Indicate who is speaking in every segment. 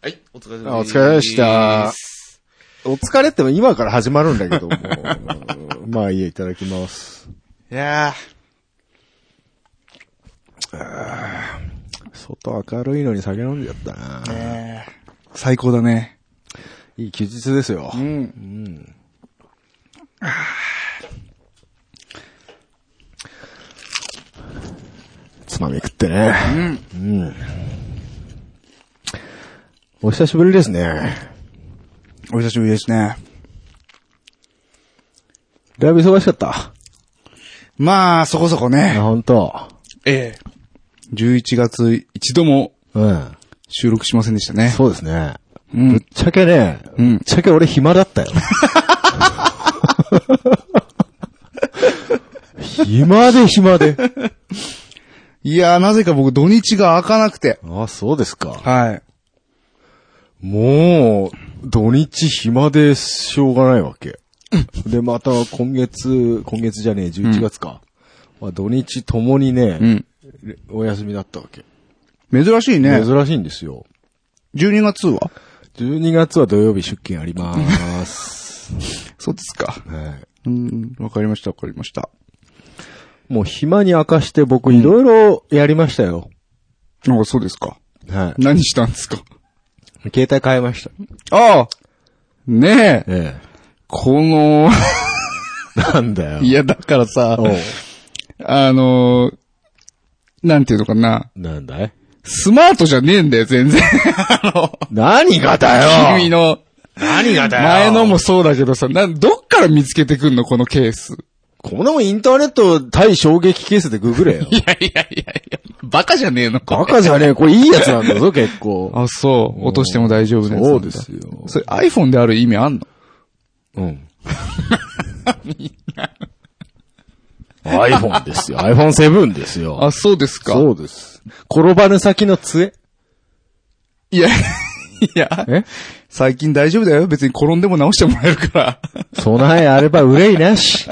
Speaker 1: はい、お疲れ
Speaker 2: あ
Speaker 1: 様
Speaker 2: お
Speaker 1: です。
Speaker 2: 疲れ様でした
Speaker 1: す。
Speaker 2: お疲れって今から始まるんだけ ども。まあいいや、いただきます。
Speaker 1: いや
Speaker 2: 外明るいのに酒飲んじゃったな
Speaker 1: ー、。ねー最高だね。
Speaker 2: いい休日ですよ
Speaker 1: う。ん。
Speaker 2: つまみ食ってね。うん。お久しぶりですね。
Speaker 1: お久しぶりですね。
Speaker 2: だいぶ忙しか った。
Speaker 1: まあ、そこそこ
Speaker 2: あ、
Speaker 1: ね。
Speaker 2: ほんと。
Speaker 1: ええ。11月一度も
Speaker 2: うん。
Speaker 1: 収録しませんでしたね。
Speaker 2: そうですね。
Speaker 1: うん
Speaker 2: ぶっちゃけね、
Speaker 1: うん
Speaker 2: ぶっちゃけ俺暇だったよ。暇で暇で。
Speaker 1: いやー、なぜか僕土日が開かなくて。
Speaker 2: あ、そうですか。
Speaker 1: はい。
Speaker 2: もう、土日暇でしょうがないわけ。で、また今月、今月じゃねえ、11月か。まあ、土日ともにね、
Speaker 1: うん。
Speaker 2: お休みだったわけ。
Speaker 1: 珍しいね。
Speaker 2: 珍しいんですよ。
Speaker 1: 12月は
Speaker 2: 12月は土曜日出勤あります。
Speaker 1: そうですか。
Speaker 2: はい
Speaker 1: うん。わかりました、わかりました。
Speaker 2: もう暇に明かして僕いろいろやりましたよ。
Speaker 1: なんかそうですか。
Speaker 2: は
Speaker 1: 何したんですか
Speaker 2: い。携帯変えました。
Speaker 1: ああねえ。
Speaker 2: え
Speaker 1: この、
Speaker 2: え。なんだよ。
Speaker 1: いや、だからさ、
Speaker 2: おう
Speaker 1: あのー、なんていうのかな。
Speaker 2: なんだい
Speaker 1: スマートじゃねえんだよ、全然。あの、
Speaker 2: 何がだよ
Speaker 1: 君の、
Speaker 2: 何がだよ
Speaker 1: 前のもそうだけどさ、なん、どっから見つけてくんの、このケース。
Speaker 2: こんなもんインターネット対衝撃ケースでググれよ。
Speaker 1: いやいやいやいや、バカじゃねえの
Speaker 2: バ
Speaker 1: か。
Speaker 2: カじゃねえ。これいいやつなんだぞ、結構。
Speaker 1: あ、そう。落としても大丈夫です。
Speaker 2: そうですよ。
Speaker 1: それ iPhone である意味あんの
Speaker 2: うん。iPhone ですよ。iPhone7 ですよ。
Speaker 1: あ、そうですか。
Speaker 2: そうです。転ばぬ先の杖
Speaker 1: いや、いや、
Speaker 2: え
Speaker 1: 最近大丈夫だよ。別に転んでも直してもらえるから。
Speaker 2: 備えあれば憂いな し。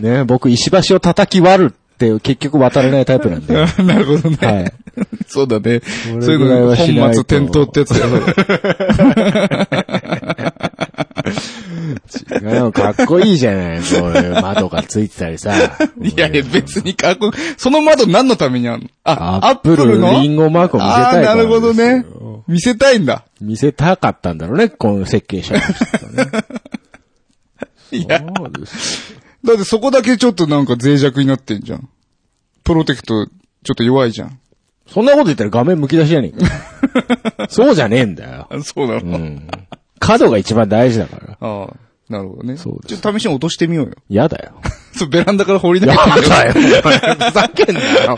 Speaker 2: ね僕、石橋を叩き割るって結局渡れないタイプ なんで。は
Speaker 1: なるほどね。
Speaker 2: い。
Speaker 1: そうだね。
Speaker 2: れ
Speaker 1: そういう
Speaker 2: ぐらい
Speaker 1: のが
Speaker 2: はしな
Speaker 1: 本
Speaker 2: い
Speaker 1: 末
Speaker 2: と
Speaker 1: 転倒ってやつだよ。
Speaker 2: いやでもかっこいいじゃ ない。これ、窓がついてたりさ。
Speaker 1: いやいや、別にかっこ、その窓何のためにあんのあ、ア
Speaker 2: ア
Speaker 1: ッ
Speaker 2: ップ
Speaker 1: プル
Speaker 2: ル
Speaker 1: の
Speaker 2: のリンゴマークを見せたいから
Speaker 1: あーなるほどね。見せたいんだ。
Speaker 2: 見せたかったんだろうね、この設計者の人ね。
Speaker 1: いや、
Speaker 2: そうです。
Speaker 1: だってそこだけちょっとなんか脆弱になってんじゃん。プロテクト、ちょっと弱いじゃん。
Speaker 2: そんなこと言ったら画面剥き出しじゃね えか。そうじゃねえんだよ。
Speaker 1: あそうなの、
Speaker 2: うん。角が一番大事だから。
Speaker 1: ああ、なるほどね。
Speaker 2: そうです
Speaker 1: ちょっと試しに落としてみようよ。
Speaker 2: 嫌だよ。
Speaker 1: そう、ベランダから放り投げ
Speaker 2: や
Speaker 1: てみよう。
Speaker 2: だよ、 お前ふざけんなよ。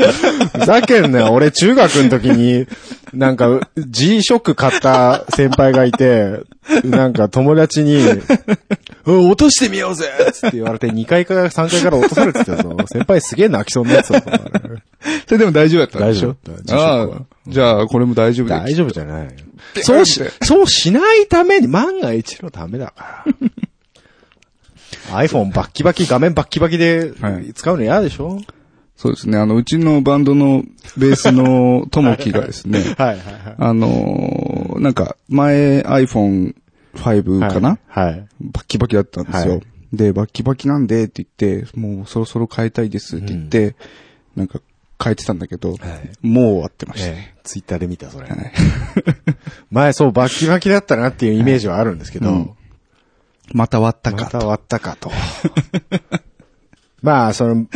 Speaker 2: ふざけんなよ。俺、中学の時に、なんか、G ショック買った先輩がいて、なんか友達に、うん落としてみようぜつって言われて、2階から3階から落とされてたぞ。先輩すげえ泣きそうになってたからね
Speaker 1: それでも大丈夫だったん
Speaker 2: 大
Speaker 1: でし
Speaker 2: 丈
Speaker 1: ょ
Speaker 2: 夫だった。
Speaker 1: あ
Speaker 2: G-SHOCK は
Speaker 1: あ、じゃあ、これも大丈夫だ
Speaker 2: 大丈夫じゃない。
Speaker 1: て
Speaker 2: そうし、そうしないために、万が一のためだから。iPhone バッキバキ、画面バッキバキで
Speaker 1: はい
Speaker 2: 使うの嫌でしょ、
Speaker 1: そうですね。あの、うちのバンドのベースのともきがですね、
Speaker 2: はい、はいはいはい
Speaker 1: あのーなんか、前 iPhone5 かな、
Speaker 2: はい。
Speaker 1: バッキバキだったんですよ。
Speaker 2: はい
Speaker 1: で、バッキバキなんでって言って、もうそろそろ変えたいですって言って、なんか変えてたんだけど、もう終わってましたね。
Speaker 2: ええ、ツイッターで見た、それ。
Speaker 1: い
Speaker 2: 前、そう、バッキバキだったなっていうイメージはあるんですけど、
Speaker 1: うんまた割った
Speaker 2: ま
Speaker 1: か。
Speaker 2: た割ったかと。 まあ、その、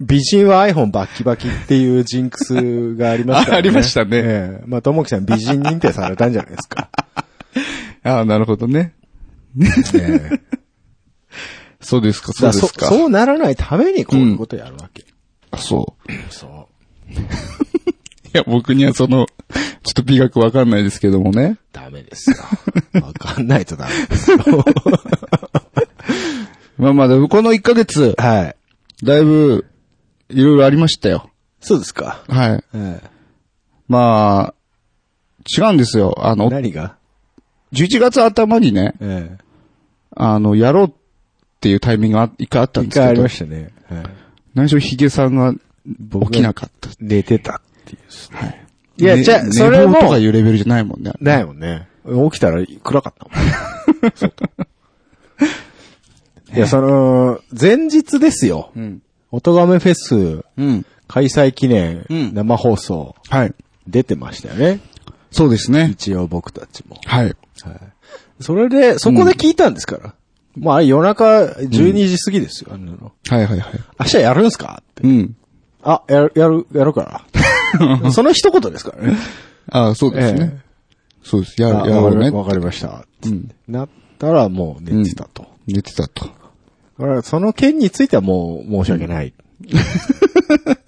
Speaker 2: 美人は iPhone バッキバキっていうジンクスがありますからね。
Speaker 1: あありましたね
Speaker 2: ええまあ、ともきさん美人認定されたんじゃないですか。
Speaker 1: ああ、なるほど ね。
Speaker 2: ええ
Speaker 1: そうですか、そうです
Speaker 2: だ
Speaker 1: か。
Speaker 2: らそそうならないためにこういうことやるわけ。
Speaker 1: あそう。
Speaker 2: そう。
Speaker 1: いや、僕にはその、ちょっと美学わかんないですけどもね。
Speaker 2: ダメです よ。わかんないとダメですよ。
Speaker 1: まあまあ、でもこの1ヶ月、
Speaker 2: はい。
Speaker 1: だいぶ、いろいろありましたよ。
Speaker 2: そうですか。
Speaker 1: はい。
Speaker 2: え
Speaker 1: まあ、違うんですよ。あ
Speaker 2: え
Speaker 1: の、
Speaker 2: 何が
Speaker 1: 11月頭にね、
Speaker 2: え
Speaker 1: あの、やろうっていうタイミングが一回あった
Speaker 2: え。
Speaker 1: ん
Speaker 2: 一
Speaker 1: です
Speaker 2: 回あ
Speaker 1: け
Speaker 2: り
Speaker 1: ど
Speaker 2: ま、したね。はい
Speaker 1: 何しろヒゲさんが
Speaker 2: 僕が
Speaker 1: 起きなかった。
Speaker 2: 寝てたっていう。
Speaker 1: はい。
Speaker 2: いや、
Speaker 1: ね
Speaker 2: じゃあ、それ
Speaker 1: 寝坊と
Speaker 2: も
Speaker 1: か、いうレベルじゃないもんね。
Speaker 2: ないもんね。起きたら暗かったもん。 そうかいや、その、前日ですよ。
Speaker 1: うん。
Speaker 2: おとがめフェス
Speaker 1: うん。
Speaker 2: 開催記念
Speaker 1: うん
Speaker 2: 生放送
Speaker 1: はい。
Speaker 2: 出てましたよね。
Speaker 1: そうですね。
Speaker 2: 一応僕たちも。
Speaker 1: はい。
Speaker 2: それで、そこで聞いたんですから。まあ、夜中12時過ぎですよ、あんなの。
Speaker 1: はいはいはい。
Speaker 2: 明日やるんすかって。
Speaker 1: うん。
Speaker 2: あ、やる、やる、やる から。その一言ですからね。
Speaker 1: ああ、そうですね。そうです。や
Speaker 2: あ
Speaker 1: る、やろ
Speaker 2: わ
Speaker 1: う
Speaker 2: かり
Speaker 1: ね。
Speaker 2: わかりました。
Speaker 1: うん。
Speaker 2: なったらもう寝てたと。
Speaker 1: 寝てたと。
Speaker 2: だからその件についてはもう申し訳 ない。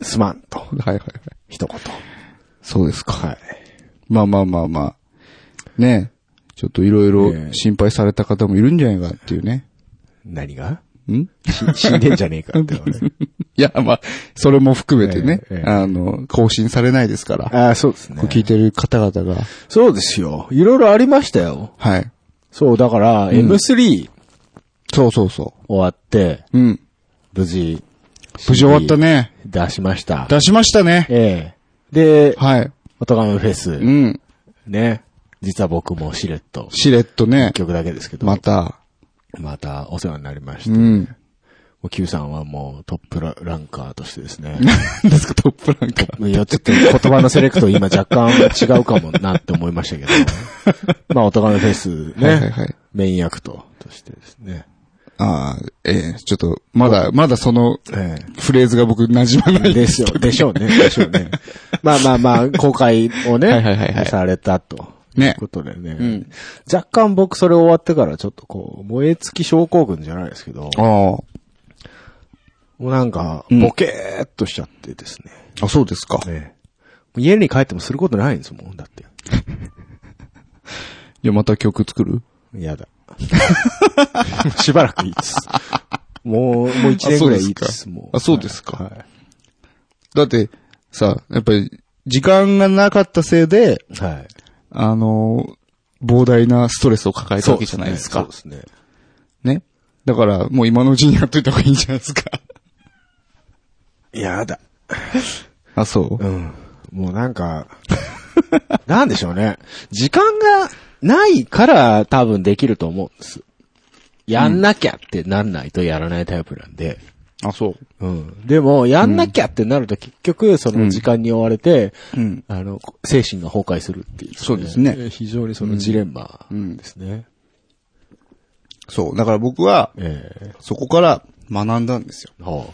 Speaker 2: すまんと。
Speaker 1: はいはいはい。
Speaker 2: 一言。
Speaker 1: そうですか。
Speaker 2: はい。
Speaker 1: まあまあまあまあ。ねえちょっといろい
Speaker 2: え
Speaker 1: ろ
Speaker 2: え
Speaker 1: 心配された方もいるんじゃないかっていうね。
Speaker 2: 何が
Speaker 1: ん
Speaker 2: し死んでんじゃねえかって話。
Speaker 1: いや、まあ、それも含めてね、
Speaker 2: ええええ
Speaker 1: あの、更新されないですから。
Speaker 2: ああ、そうですね
Speaker 1: これ聞いてる方々が。
Speaker 2: そうですよ。いろいろありましたよ。
Speaker 1: はい。
Speaker 2: そう、だから、M3
Speaker 1: そうそうそ
Speaker 2: 終わって、
Speaker 1: う。うん。
Speaker 2: 無事、
Speaker 1: 無事終わったね。
Speaker 2: 出しました。
Speaker 1: 出しましたね。
Speaker 2: ええ。で、
Speaker 1: はい。
Speaker 2: おとがめフェス
Speaker 1: う、ん。
Speaker 2: ね。実は僕もしれっと、
Speaker 1: しれっとね
Speaker 2: 一。曲だけですけど、
Speaker 1: また。
Speaker 2: またお世話になりまし
Speaker 1: う
Speaker 2: て、も
Speaker 1: ん。
Speaker 2: う Q さんはもうトップラランカーとしてです ね。
Speaker 1: 何ですか、トップランカー。
Speaker 2: いや、ちょっと言葉のセレクト今若干違うかもなって思いましたけ ど。まあ、おとがめフェスね、
Speaker 1: はいはいはい
Speaker 2: メイン役と、としてですね。
Speaker 1: ああ、ええちょっと、まだ、まだその、
Speaker 2: え
Speaker 1: フレーズが僕馴染まな
Speaker 2: え。
Speaker 1: い
Speaker 2: で
Speaker 1: ですす
Speaker 2: よ。でしょうね。でしょうね。 まあまあまあ、公開をね、
Speaker 1: はいはいはいはい
Speaker 2: されたと。い
Speaker 1: ね
Speaker 2: うことでね。
Speaker 1: ん
Speaker 2: 若干僕それ終わってからちょっとこう、燃え尽き症候群じゃないですけど、
Speaker 1: ああ。
Speaker 2: もうなんか、
Speaker 1: うん
Speaker 2: ボケーっとしちゃってですね。
Speaker 1: あ、そうですか。
Speaker 2: ええもう家に帰ってもすることないんですもん、だって。
Speaker 1: じゃあまた曲作る
Speaker 2: やだ。 しばらくいいです。もう、もう一年ぐらいいいです、もう。
Speaker 1: あ、そうですか。
Speaker 2: は
Speaker 1: だって、さ、やっぱり、時間がなかったせいで、
Speaker 2: い。はい。
Speaker 1: あの、膨大なストレスを抱えたわけじゃないです
Speaker 2: そ
Speaker 1: か
Speaker 2: う。ですね。
Speaker 1: ね。だから、もう今のうちにやっといた方がいいんじゃないですか。
Speaker 2: やだ。
Speaker 1: あ、そう
Speaker 2: う。ん。もうなんか、 なんでしょうね。時間がないから多分できると思うんです。やんなきゃってなんないとやらないタイプなんで。
Speaker 1: あ、そう。
Speaker 2: うん。でも、やんなきゃってなると結局、その時間に追われて、
Speaker 1: うん。
Speaker 2: あの、精神が崩壊するっていう、
Speaker 1: そうですね。
Speaker 2: 非常にそのジレンマですね。
Speaker 1: そう。だから僕は、
Speaker 2: ええ
Speaker 1: そこから学んだんですよ。
Speaker 2: は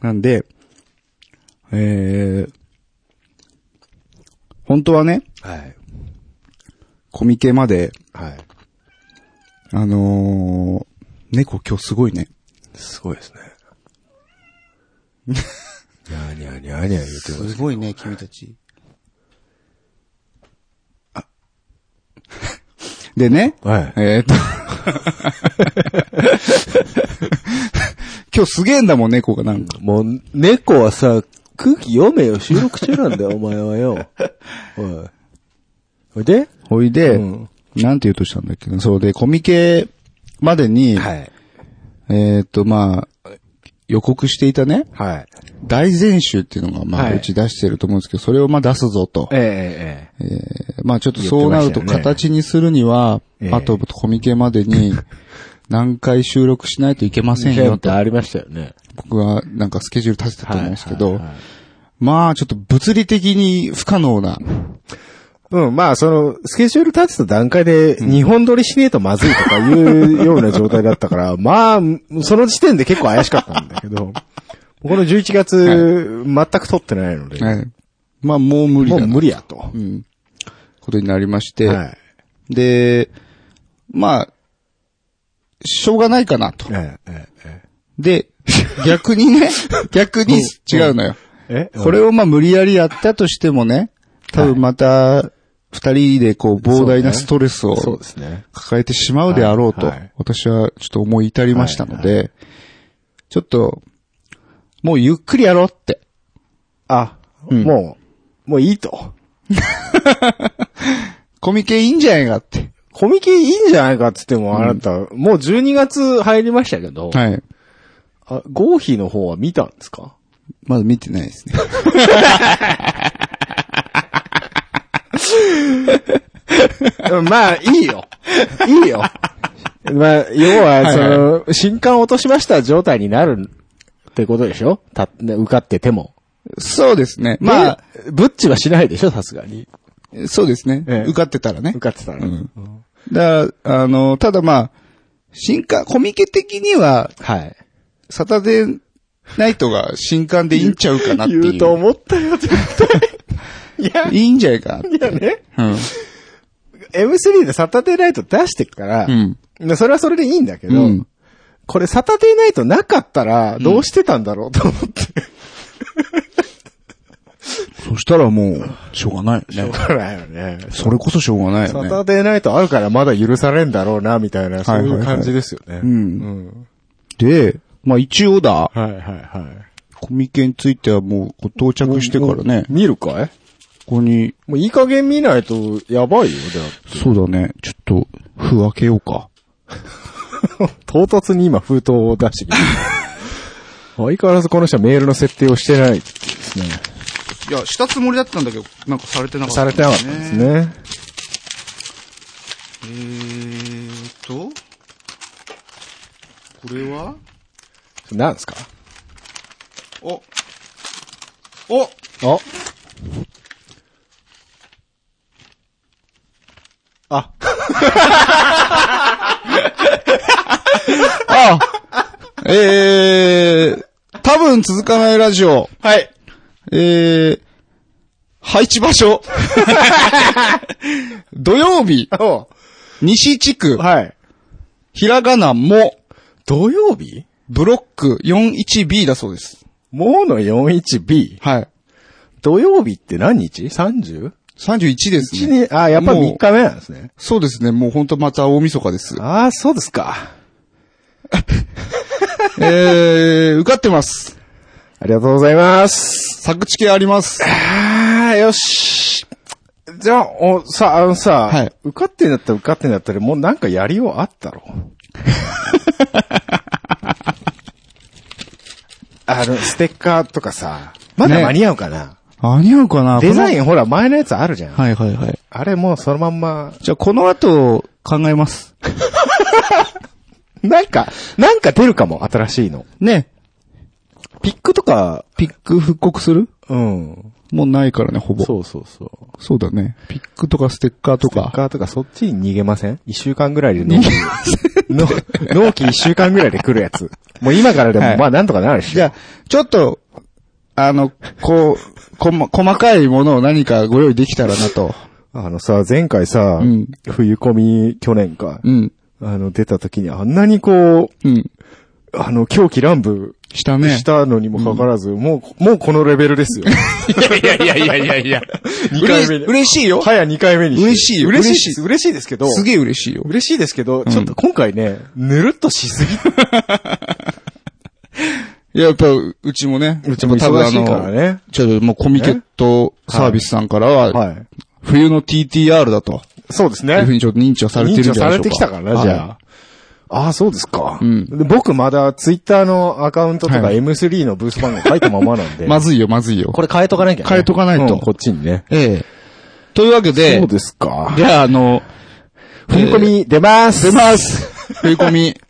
Speaker 1: なんで、えー、本当はね、
Speaker 2: あ、はい。
Speaker 1: コミケまで、
Speaker 2: はい。
Speaker 1: あのー、猫今日すごいね。
Speaker 2: すごい ですね。にゃーにゃーにゃーにゃー言ってます。
Speaker 1: ごいね、君たち。でね、
Speaker 2: はい。
Speaker 1: えーっと。今日すげえんだもん、猫がなんか。
Speaker 2: もう、猫はさ、空気読めよ、収録中なん だよ、お前はよ。おい。おいで
Speaker 1: ほいで、
Speaker 2: うん
Speaker 1: なんて言うとしたんだっけな。そうで、コミケまでに、
Speaker 2: い。
Speaker 1: えーっと、まあ、予告していたね、
Speaker 2: はい。
Speaker 1: 大全集っていうのが、ま
Speaker 2: は
Speaker 1: あ、
Speaker 2: いう
Speaker 1: ち出してると思うんですけど、それをまあ出すぞと。
Speaker 2: ええええええ。
Speaker 1: まあちょっとそうなる
Speaker 2: 言って
Speaker 1: と
Speaker 2: ましたよね
Speaker 1: 形にするには、
Speaker 2: ええ
Speaker 1: あとコミケまで に何回収録しないといけません
Speaker 2: 件
Speaker 1: よ
Speaker 2: っ
Speaker 1: と
Speaker 2: て、ありましたよね。
Speaker 1: 僕はなんかスケジュール立てたと思うんですけど
Speaker 2: はいはい、はい
Speaker 1: まあちょっと物理的に不可能な、
Speaker 2: うん、まあ、その、スケジュール立てた段階で、日本撮りしねえとまずいとかいうような状態だったから、 まあ、その時点で結構怪しかったんだけど、 この11月、全く撮ってないので、
Speaker 1: はいまあもう無理
Speaker 2: も
Speaker 1: だ
Speaker 2: う
Speaker 1: な、
Speaker 2: 無理やと。
Speaker 1: うん、ことになりまして、
Speaker 2: はい。
Speaker 1: で、まあ、しょうがないかなと。
Speaker 2: ええ、え
Speaker 1: で、逆に ね、逆に違うのよ。
Speaker 2: え、え
Speaker 1: これをまあ無理やりやったとしてもね、多分また、二人でこう膨大なストレスを
Speaker 2: そうですね。
Speaker 1: 抱えてしまうであろう
Speaker 2: は
Speaker 1: と
Speaker 2: いはい、
Speaker 1: 私はちょっと思い至りましたので、ちょっと、もうゆっくりやろうって。
Speaker 2: あ、
Speaker 1: うん
Speaker 2: もう、もういいと。
Speaker 1: コミケいいんじゃないかって。
Speaker 2: コミケいいんじゃないかって言っても、あなた、もう12月入りましたけど、
Speaker 1: はい。
Speaker 2: あ合否の方は見たんですか
Speaker 1: まだ見てないですね。
Speaker 2: まあ、いいよ。いいよ。まあ、要は、その、新刊落としました状態になるってことでしょた、ね受かってても。
Speaker 1: そうですね。
Speaker 2: ま
Speaker 1: ま
Speaker 2: あ、ブッチはしないでしょさすがに。
Speaker 1: あ、そうですね。
Speaker 2: ええ
Speaker 1: 受かってたらね
Speaker 2: 受。かってたら。
Speaker 1: うんだからあの、ただまあ、新刊、コミケ的には、
Speaker 2: はい。
Speaker 1: サタデーナイトが新刊でいいんちゃうかなっていう。
Speaker 2: 言うと思ったよ、絶対。いや、
Speaker 1: いいんじゃないかなって。
Speaker 2: いやね。
Speaker 1: うん。
Speaker 2: M3 でサタデーナイト出してっから、
Speaker 1: うん
Speaker 2: でそれはそれでいいんだけど、
Speaker 1: うん
Speaker 2: これサタデーナイトなかったら、どうしてたんだろうと思って。
Speaker 1: そしたらもう、しょうがないよね。
Speaker 2: そうだよね。
Speaker 1: それこそしょうがないよ
Speaker 2: サ
Speaker 1: ね。
Speaker 2: タデーナイトあるからまだ許されんだろうな、みたいな、そういう感じですよね。
Speaker 1: う。
Speaker 2: うんん。
Speaker 1: で、まあ一応だ、
Speaker 2: はいはいはい。
Speaker 1: コミケについてはもうこう到着してからね、
Speaker 2: 見るかい
Speaker 1: ここに、
Speaker 2: もういい加減見ないと、やばいよ、じゃ
Speaker 1: そうだね、ちょっと、ふ分けようか。
Speaker 2: あ。 唐突に今封筒を出してきた。相変わらずこの人はメールの設定をしてないですね。
Speaker 1: いや、したつもりだったんだけど、なんかされてなかった、
Speaker 2: されてなかったです。 ね。
Speaker 1: えーと、これは
Speaker 2: なんですか
Speaker 1: お、お
Speaker 2: あ。あ。
Speaker 1: あえー、多分続かないラジオ。
Speaker 2: はい。
Speaker 1: えー、配置場 所。土曜日、
Speaker 2: お
Speaker 1: 西地区、
Speaker 2: はい。
Speaker 1: ひらがなも、
Speaker 2: 土曜日
Speaker 1: ブロック 41B だそうです。
Speaker 2: もうの 41B。
Speaker 1: はい。
Speaker 2: 土曜日って何日 ?30?
Speaker 1: 31です
Speaker 2: 一
Speaker 1: ね。
Speaker 2: 日あ、やっぱ
Speaker 1: もう
Speaker 2: 3日目なんですね。
Speaker 1: そうですね。もうほんとまた大晦日です。
Speaker 2: ああ、そうですか。
Speaker 1: えー、受かってます。
Speaker 2: ありがとうございます。
Speaker 1: 作地系あります。
Speaker 2: ああ、よし。じゃあ、お、さ、あのさ、
Speaker 1: はい
Speaker 2: 受かってんだったら受かってんだったら、もうなんかやりようあったろ。 あの、ステッカーとかさ、まだ
Speaker 1: ね
Speaker 2: 間に合うかな、
Speaker 1: 間に合うかな
Speaker 2: デザ
Speaker 1: ン
Speaker 2: インほら前のやつあるじゃん。
Speaker 1: はいはいはい。
Speaker 2: あれもうそのまんま、
Speaker 1: じゃあこの後、考えます。
Speaker 2: なんか、なんか出るかも、新しいの。
Speaker 1: ね。
Speaker 2: ピックとか、
Speaker 1: ピック復刻する
Speaker 2: うん。
Speaker 1: もうないからね、ほぼ。そう
Speaker 2: そうそうそう。
Speaker 1: だね。ピックとかステッカーと
Speaker 2: ステッ
Speaker 1: か。
Speaker 2: カーとかそっちに逃げません一週間ぐらいで納期。の納期一週間ぐらいで来るやつ。もう今からでも、
Speaker 1: はい
Speaker 2: まあなんとかなるっしょ。
Speaker 1: じゃあ、ちょっと、あの、こう、こま、細かいものを何かご用意できたらなと。
Speaker 2: あのさ、前回さ、
Speaker 1: うん
Speaker 2: 冬込み去年か、
Speaker 1: うん。
Speaker 2: あの出た時にあんなにこ
Speaker 1: うん。
Speaker 2: う、あの狂気乱舞
Speaker 1: したね。
Speaker 2: したのにもかかわらず、もう、もうこのレベル ですよ。
Speaker 1: いやいやいやいやいや。
Speaker 2: 二回目で
Speaker 1: 嬉しいよ。
Speaker 2: はや2回目にして。
Speaker 1: 嬉しいよ
Speaker 2: 嬉しいです。嬉しいですけど、
Speaker 1: すげえ嬉しいよ。
Speaker 2: 嬉しいですけど、ちょっと今回ね、ぬるっとしすぎ
Speaker 1: いや、やっぱ、うちもね。
Speaker 2: うちも忙しいから
Speaker 1: 多分あ
Speaker 2: ね
Speaker 1: の。ちょっともうコミケットサービスさんからは、
Speaker 2: い。
Speaker 1: 冬の TTR だと。
Speaker 2: そうですね。
Speaker 1: いうふうにちょっと認知はされてるんじゃないでしょ
Speaker 2: 認知さ
Speaker 1: うか。
Speaker 2: れてきたからね、じゃあ。ああ、そうですか。
Speaker 1: うん
Speaker 2: で僕まだツイッターのアカウントとか
Speaker 1: はい
Speaker 2: M3 のブース番号書いたままなん
Speaker 1: あ
Speaker 2: で。
Speaker 1: まずいよ、まずいよ。
Speaker 2: これ変えとかなきゃね
Speaker 1: 変えとかないと
Speaker 2: うんこっちにね。
Speaker 1: ええ。というわけで、
Speaker 2: そうですか。
Speaker 1: じゃあ、あの、
Speaker 2: 振り込み出ます。
Speaker 1: 出ます。振り込み。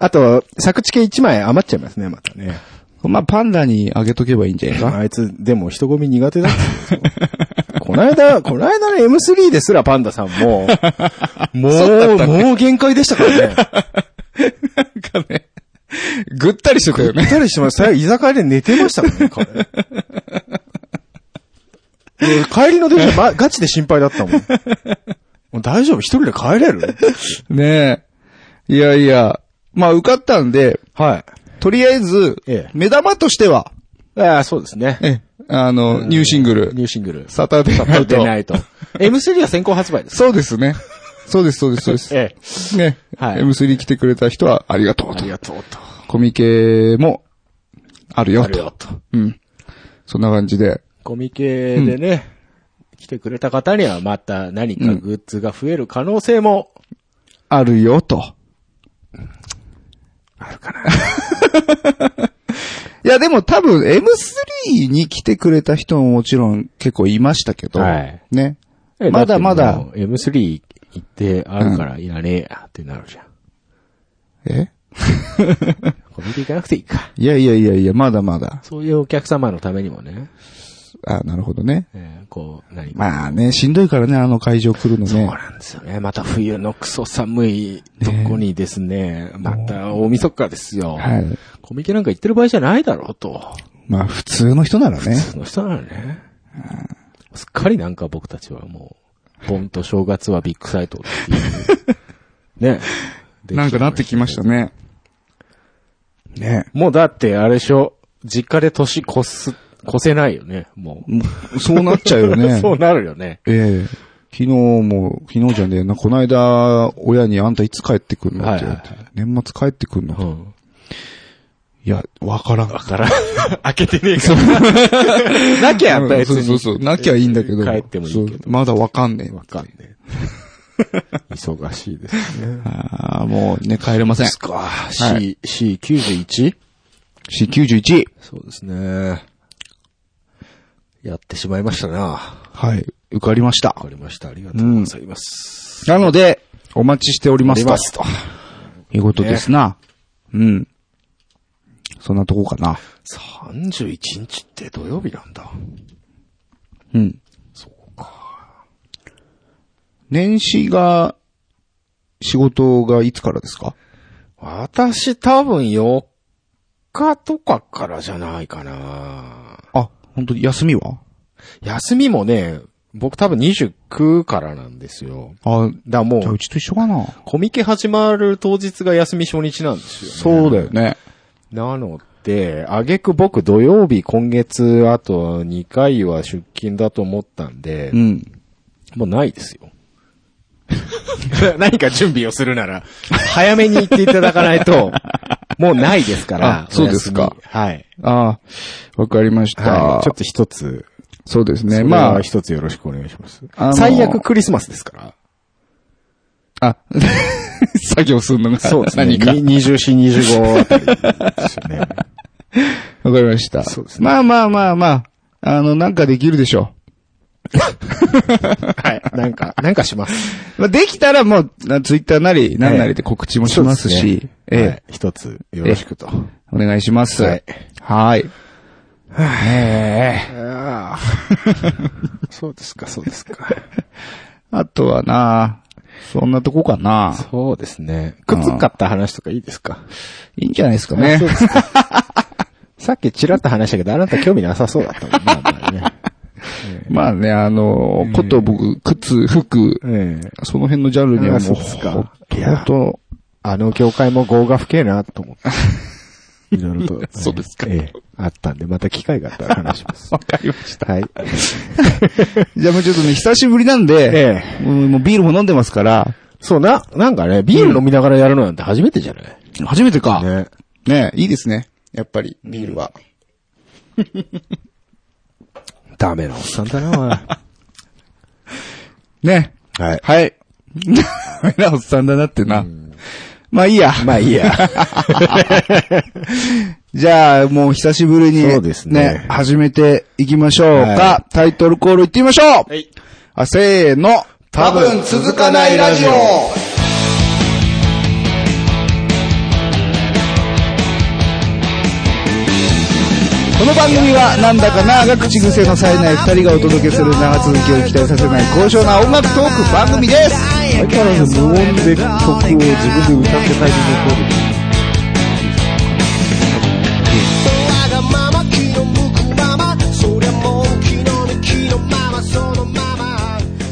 Speaker 2: あと、作地系1枚余っちゃいますね、 またね。
Speaker 1: まあ、パンダにあげとけばいいんじゃないか。
Speaker 2: あいつ、でも人混み苦手だったんですよ この間、この間の M3 ですらパンダさんも、も
Speaker 1: そうだっ
Speaker 2: う、
Speaker 1: たね
Speaker 2: もう限界でしたからね。
Speaker 1: なんかね、ぐったりしてた よ
Speaker 2: 寝。たりしてました。最後居酒屋で寝てましたもんね、彼。 で帰りの時、ま、ガチで心配だったもん。もう大丈夫一人で帰れる
Speaker 1: ねえ。いやいや。まあ、受かったんで、
Speaker 2: はい。
Speaker 1: とりあえず、
Speaker 2: ええ
Speaker 1: 目玉としては、
Speaker 2: ああ、そうですね。
Speaker 1: ええ、あの、ニューシングル、
Speaker 2: ニューシングル。
Speaker 1: サタデーナイ
Speaker 2: 出
Speaker 1: ト。
Speaker 2: ないと。M3 は先行発売です。
Speaker 1: そうですね。そうです、そうです、そうです。
Speaker 2: ええ。
Speaker 1: ね。
Speaker 2: はい
Speaker 1: M3 来てくれた人はありがとう
Speaker 2: あ
Speaker 1: と
Speaker 2: り。がとうと。
Speaker 1: コミケも、あるよ
Speaker 2: ある
Speaker 1: と。
Speaker 2: よと。
Speaker 1: うん。そんな感じで。
Speaker 2: コミケでね、来てくれた方にはまた何かグッズが増える可能性も
Speaker 1: あるよと。
Speaker 2: あるかな。
Speaker 1: いや、でも多分 M3 に来てくれた人ももちろん結構いましたけど、
Speaker 2: はい
Speaker 1: ね。
Speaker 2: え
Speaker 1: まだまだ
Speaker 2: ってもう M3 行って、あるからいらねえや、ってなるじゃん。
Speaker 1: え
Speaker 2: コンビニ行かなくていいか。
Speaker 1: いやいやいやいや、まだまだ。
Speaker 2: そういうお客様のためにもね、
Speaker 1: あ、なるほどね。
Speaker 2: えーこう、何
Speaker 1: まあね、しんどいからね、あの会場来るの
Speaker 2: そう
Speaker 1: ね。
Speaker 2: なんですよね。また冬のクソ寒いとこにですね、また大晦日ですよ。
Speaker 1: はい。
Speaker 2: コミケなんか行ってる場合じゃないだろうと。
Speaker 1: まあ、普通の人ならね。
Speaker 2: その人なのね。すっかりなんか僕たちはもう、盆と正月はビッグサイトって いう。ね。
Speaker 1: なんかなってきましたね。ね
Speaker 2: もうだって、あれでしょ、実家で年越す、越せないよね、もう。
Speaker 1: もうそうなっちゃうよね。
Speaker 2: そうなるよね。
Speaker 1: ええ昨日も、昨日じゃねえな、この間、親にあんたいつ帰ってくんのって言われて、
Speaker 2: はい
Speaker 1: 年末帰ってくんの、
Speaker 2: う
Speaker 1: い
Speaker 2: ん。
Speaker 1: や、わからん。
Speaker 2: だから、開けてねえ から。なきゃやっぱ別
Speaker 1: そう
Speaker 2: に。
Speaker 1: そうそう、なきゃいいんだけど。
Speaker 2: 帰ってもいいけど
Speaker 1: そうまだわかんねえ。
Speaker 2: わかんねえ。忙しいですね。
Speaker 1: ああ、もうね、帰れません
Speaker 2: で。すか。C、C91?
Speaker 1: C91。
Speaker 2: そうですね。やってしまいましたな。
Speaker 1: はい。受かりました
Speaker 2: わ。かりました。ありがとうございます。
Speaker 1: なので、お待ちしておりま
Speaker 2: あ
Speaker 1: す
Speaker 2: り
Speaker 1: と
Speaker 2: ま。すと。
Speaker 1: いうことですな。うん。そんなとこかな。
Speaker 2: 31日って土曜日なんだ。
Speaker 1: うん。
Speaker 2: そうか。
Speaker 1: 年始が、仕事がいつからですか
Speaker 2: 私多分4日とかからじゃないかな。
Speaker 1: あ、本当に休みは
Speaker 2: 休みもね、僕多分29からなんですよ。
Speaker 1: あ、
Speaker 2: だからも
Speaker 1: じゃあ
Speaker 2: う
Speaker 1: う、ちと一緒かな。
Speaker 2: コミケ始まる当日が休み初日なんですよ、ね。
Speaker 1: そうだよね。
Speaker 2: なので、あげく僕土曜日今月あと2回は出勤だと思ったんで、
Speaker 1: うん。
Speaker 2: もうないですよ。 何か準備をするなら、早めに行っていただかない と、もうないですから
Speaker 1: あ。そうです
Speaker 2: お
Speaker 1: か
Speaker 2: 休み。はい。
Speaker 1: ああ、わかりました。
Speaker 2: はい。ちょっと一つ、
Speaker 1: そうです
Speaker 2: そ
Speaker 1: ね。
Speaker 2: れは
Speaker 1: まあ、
Speaker 2: 一つよろしくお願いします。
Speaker 1: あの
Speaker 2: 最悪クリスマスですから。
Speaker 1: あ、作業するのが、
Speaker 2: そうですね。
Speaker 1: 何か。
Speaker 2: に24、25あたりですよね。
Speaker 1: わかりました。
Speaker 2: そうです
Speaker 1: まあまあまあまあ、あの、なんかできるでしょ
Speaker 2: はい。なんか、なんかします。
Speaker 1: う。まあ、できたらもう、ツイッターなり、なんなりで告知もしま
Speaker 2: そ
Speaker 1: す
Speaker 2: うです
Speaker 1: し
Speaker 2: ね、
Speaker 1: ええ、
Speaker 2: はい一つよろしくと。
Speaker 1: お願いします。
Speaker 2: はい。
Speaker 1: はい。ねえ。
Speaker 2: ああ。そうですか、そうですか。
Speaker 1: あとはな、そんなとこかな。
Speaker 2: そうですね。靴買った話とかいいですか
Speaker 1: いいんじゃないですか
Speaker 2: あ
Speaker 1: ね
Speaker 2: そう。ですか さっきちらっと話したけど、あなた興味なさそうだったもんねあんまりね。
Speaker 1: まあね、あの、こと僕、靴、服、
Speaker 2: ええ
Speaker 1: その辺のジャンルにはもう、
Speaker 2: あそうですか
Speaker 1: ほんと
Speaker 2: いや
Speaker 1: ほんと
Speaker 2: あの業界も業が深えなと思って。いろいろと、 ええ
Speaker 1: そうですか
Speaker 2: ええあったんで、また機会があったら話し ます。
Speaker 1: わかりました。
Speaker 2: はい。
Speaker 1: じゃあもうちょっとね、久しぶりなんで、
Speaker 2: ええ。
Speaker 1: うんもうビールも飲んでますから、
Speaker 2: そう、な、なんかね、ビール飲みながらやるのなんて初めてじゃない、
Speaker 1: 初めてか。ね
Speaker 2: ね。
Speaker 1: いいですね。やっぱり、ビールは。
Speaker 2: ダメなおっさんだ な、おい
Speaker 1: ね。
Speaker 2: はい。
Speaker 1: はい。 ダメなおっさんだなってな。まあいいや。
Speaker 2: まあいい や。
Speaker 1: じゃあ、もう久しぶりに、
Speaker 2: そうですね
Speaker 1: 始めていきましょうか。
Speaker 2: は
Speaker 1: タイトルコールいってみましょう
Speaker 2: はい。
Speaker 1: あ、せーの。
Speaker 2: 多分続かないラジオ
Speaker 1: この番組はなんだかなが口癖の冴えない二人がお届けする長続きを期待させない高尚な音楽トーク番組です
Speaker 2: 相変わらず無音で曲を自分で歌ってない自分
Speaker 3: わがまま気の向くままそりゃもう昨日の気のままそのまま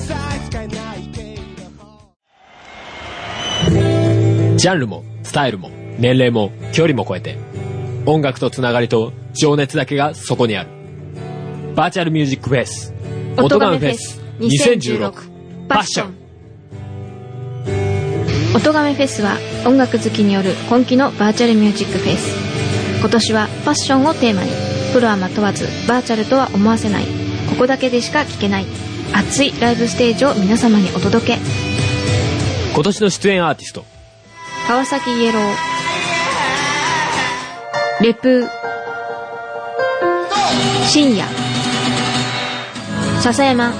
Speaker 3: さえ使えないけど
Speaker 4: ジャンルも、スタイルも、年齢も、距離も超えて、音楽とつながりと情熱だけがそこにある。バーチャルミュージックフェス、音ガンフェス2016パッション。
Speaker 5: 音亀フェスは音楽好きによる今季のバーチャルミュージックフェス今年はファッションをテーマにプロはま問わずバーチャルとは思わせないここだけでしか聴けない熱いライブステージを皆様にお届け
Speaker 4: 今年の出演アーティスト、
Speaker 5: 川崎イエローレプー深夜笹山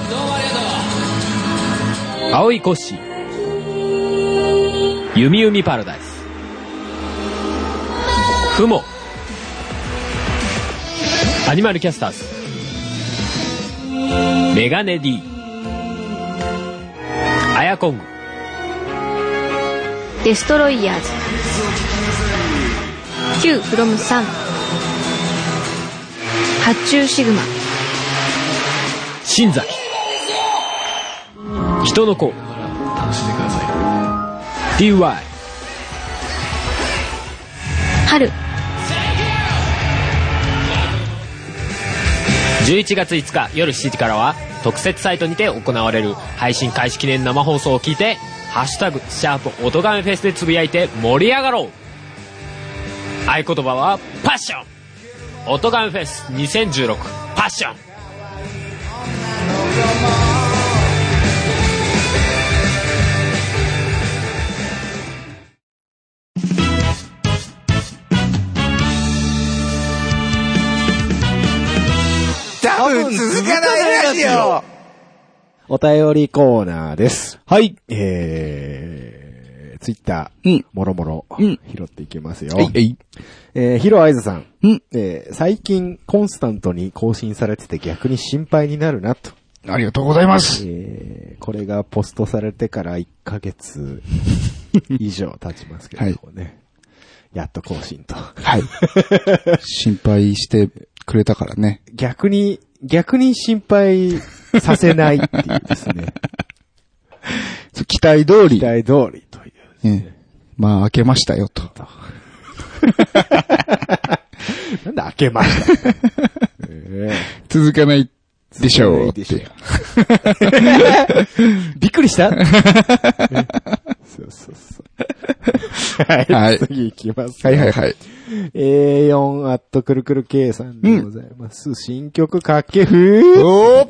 Speaker 4: 青井コッシー、弓弓パラダイス。ふも。アニマルキャスターズ。メガネ D。アヤコング。
Speaker 5: デストロイヤーズ Q フロム3発注シグマ
Speaker 4: 新崎。人の子。DY。
Speaker 5: 春
Speaker 4: 11月5日夜7時からは特設サイトにて行われる配信開始記念生放送を聞いて「ハッシュタグシャープ音がめフェス」でつぶやいて盛り上がろう合言葉は「パッション」「音がめフェス2016パッション」
Speaker 1: 多分続かないラジオ
Speaker 2: お便りコーナーです。
Speaker 1: はい。
Speaker 2: えー、ツイッタ
Speaker 1: う
Speaker 2: ー
Speaker 1: ん、
Speaker 2: もろもろ、
Speaker 1: うん
Speaker 2: 拾っていきますよ。
Speaker 1: えい。
Speaker 2: えー、ヒロアイズさん。
Speaker 1: うん
Speaker 2: えー最近、コンスタントに更新されてて逆に心配になるなと。
Speaker 1: ありがとうございます。
Speaker 2: えー、これがポストされてから1ヶ 月以上経ちますけどもね。やっと更新と。
Speaker 1: はい。心配してくれたからね。
Speaker 2: 逆に、逆に心配させないっていうですね。
Speaker 1: そう期待通り
Speaker 2: 期、待通りという。
Speaker 1: ええまあ、明けましたよと。
Speaker 2: なんで開けましたえ
Speaker 1: 続かないでしょう
Speaker 2: 続かない
Speaker 1: っ
Speaker 2: でしょ
Speaker 1: て。
Speaker 2: ーびっくりしたそうそうそう。はい。
Speaker 1: はい
Speaker 2: 次行きます。
Speaker 1: はいはいはい。
Speaker 2: A4 アットくるくる K さんでございます。新曲かけふ
Speaker 1: お
Speaker 2: あ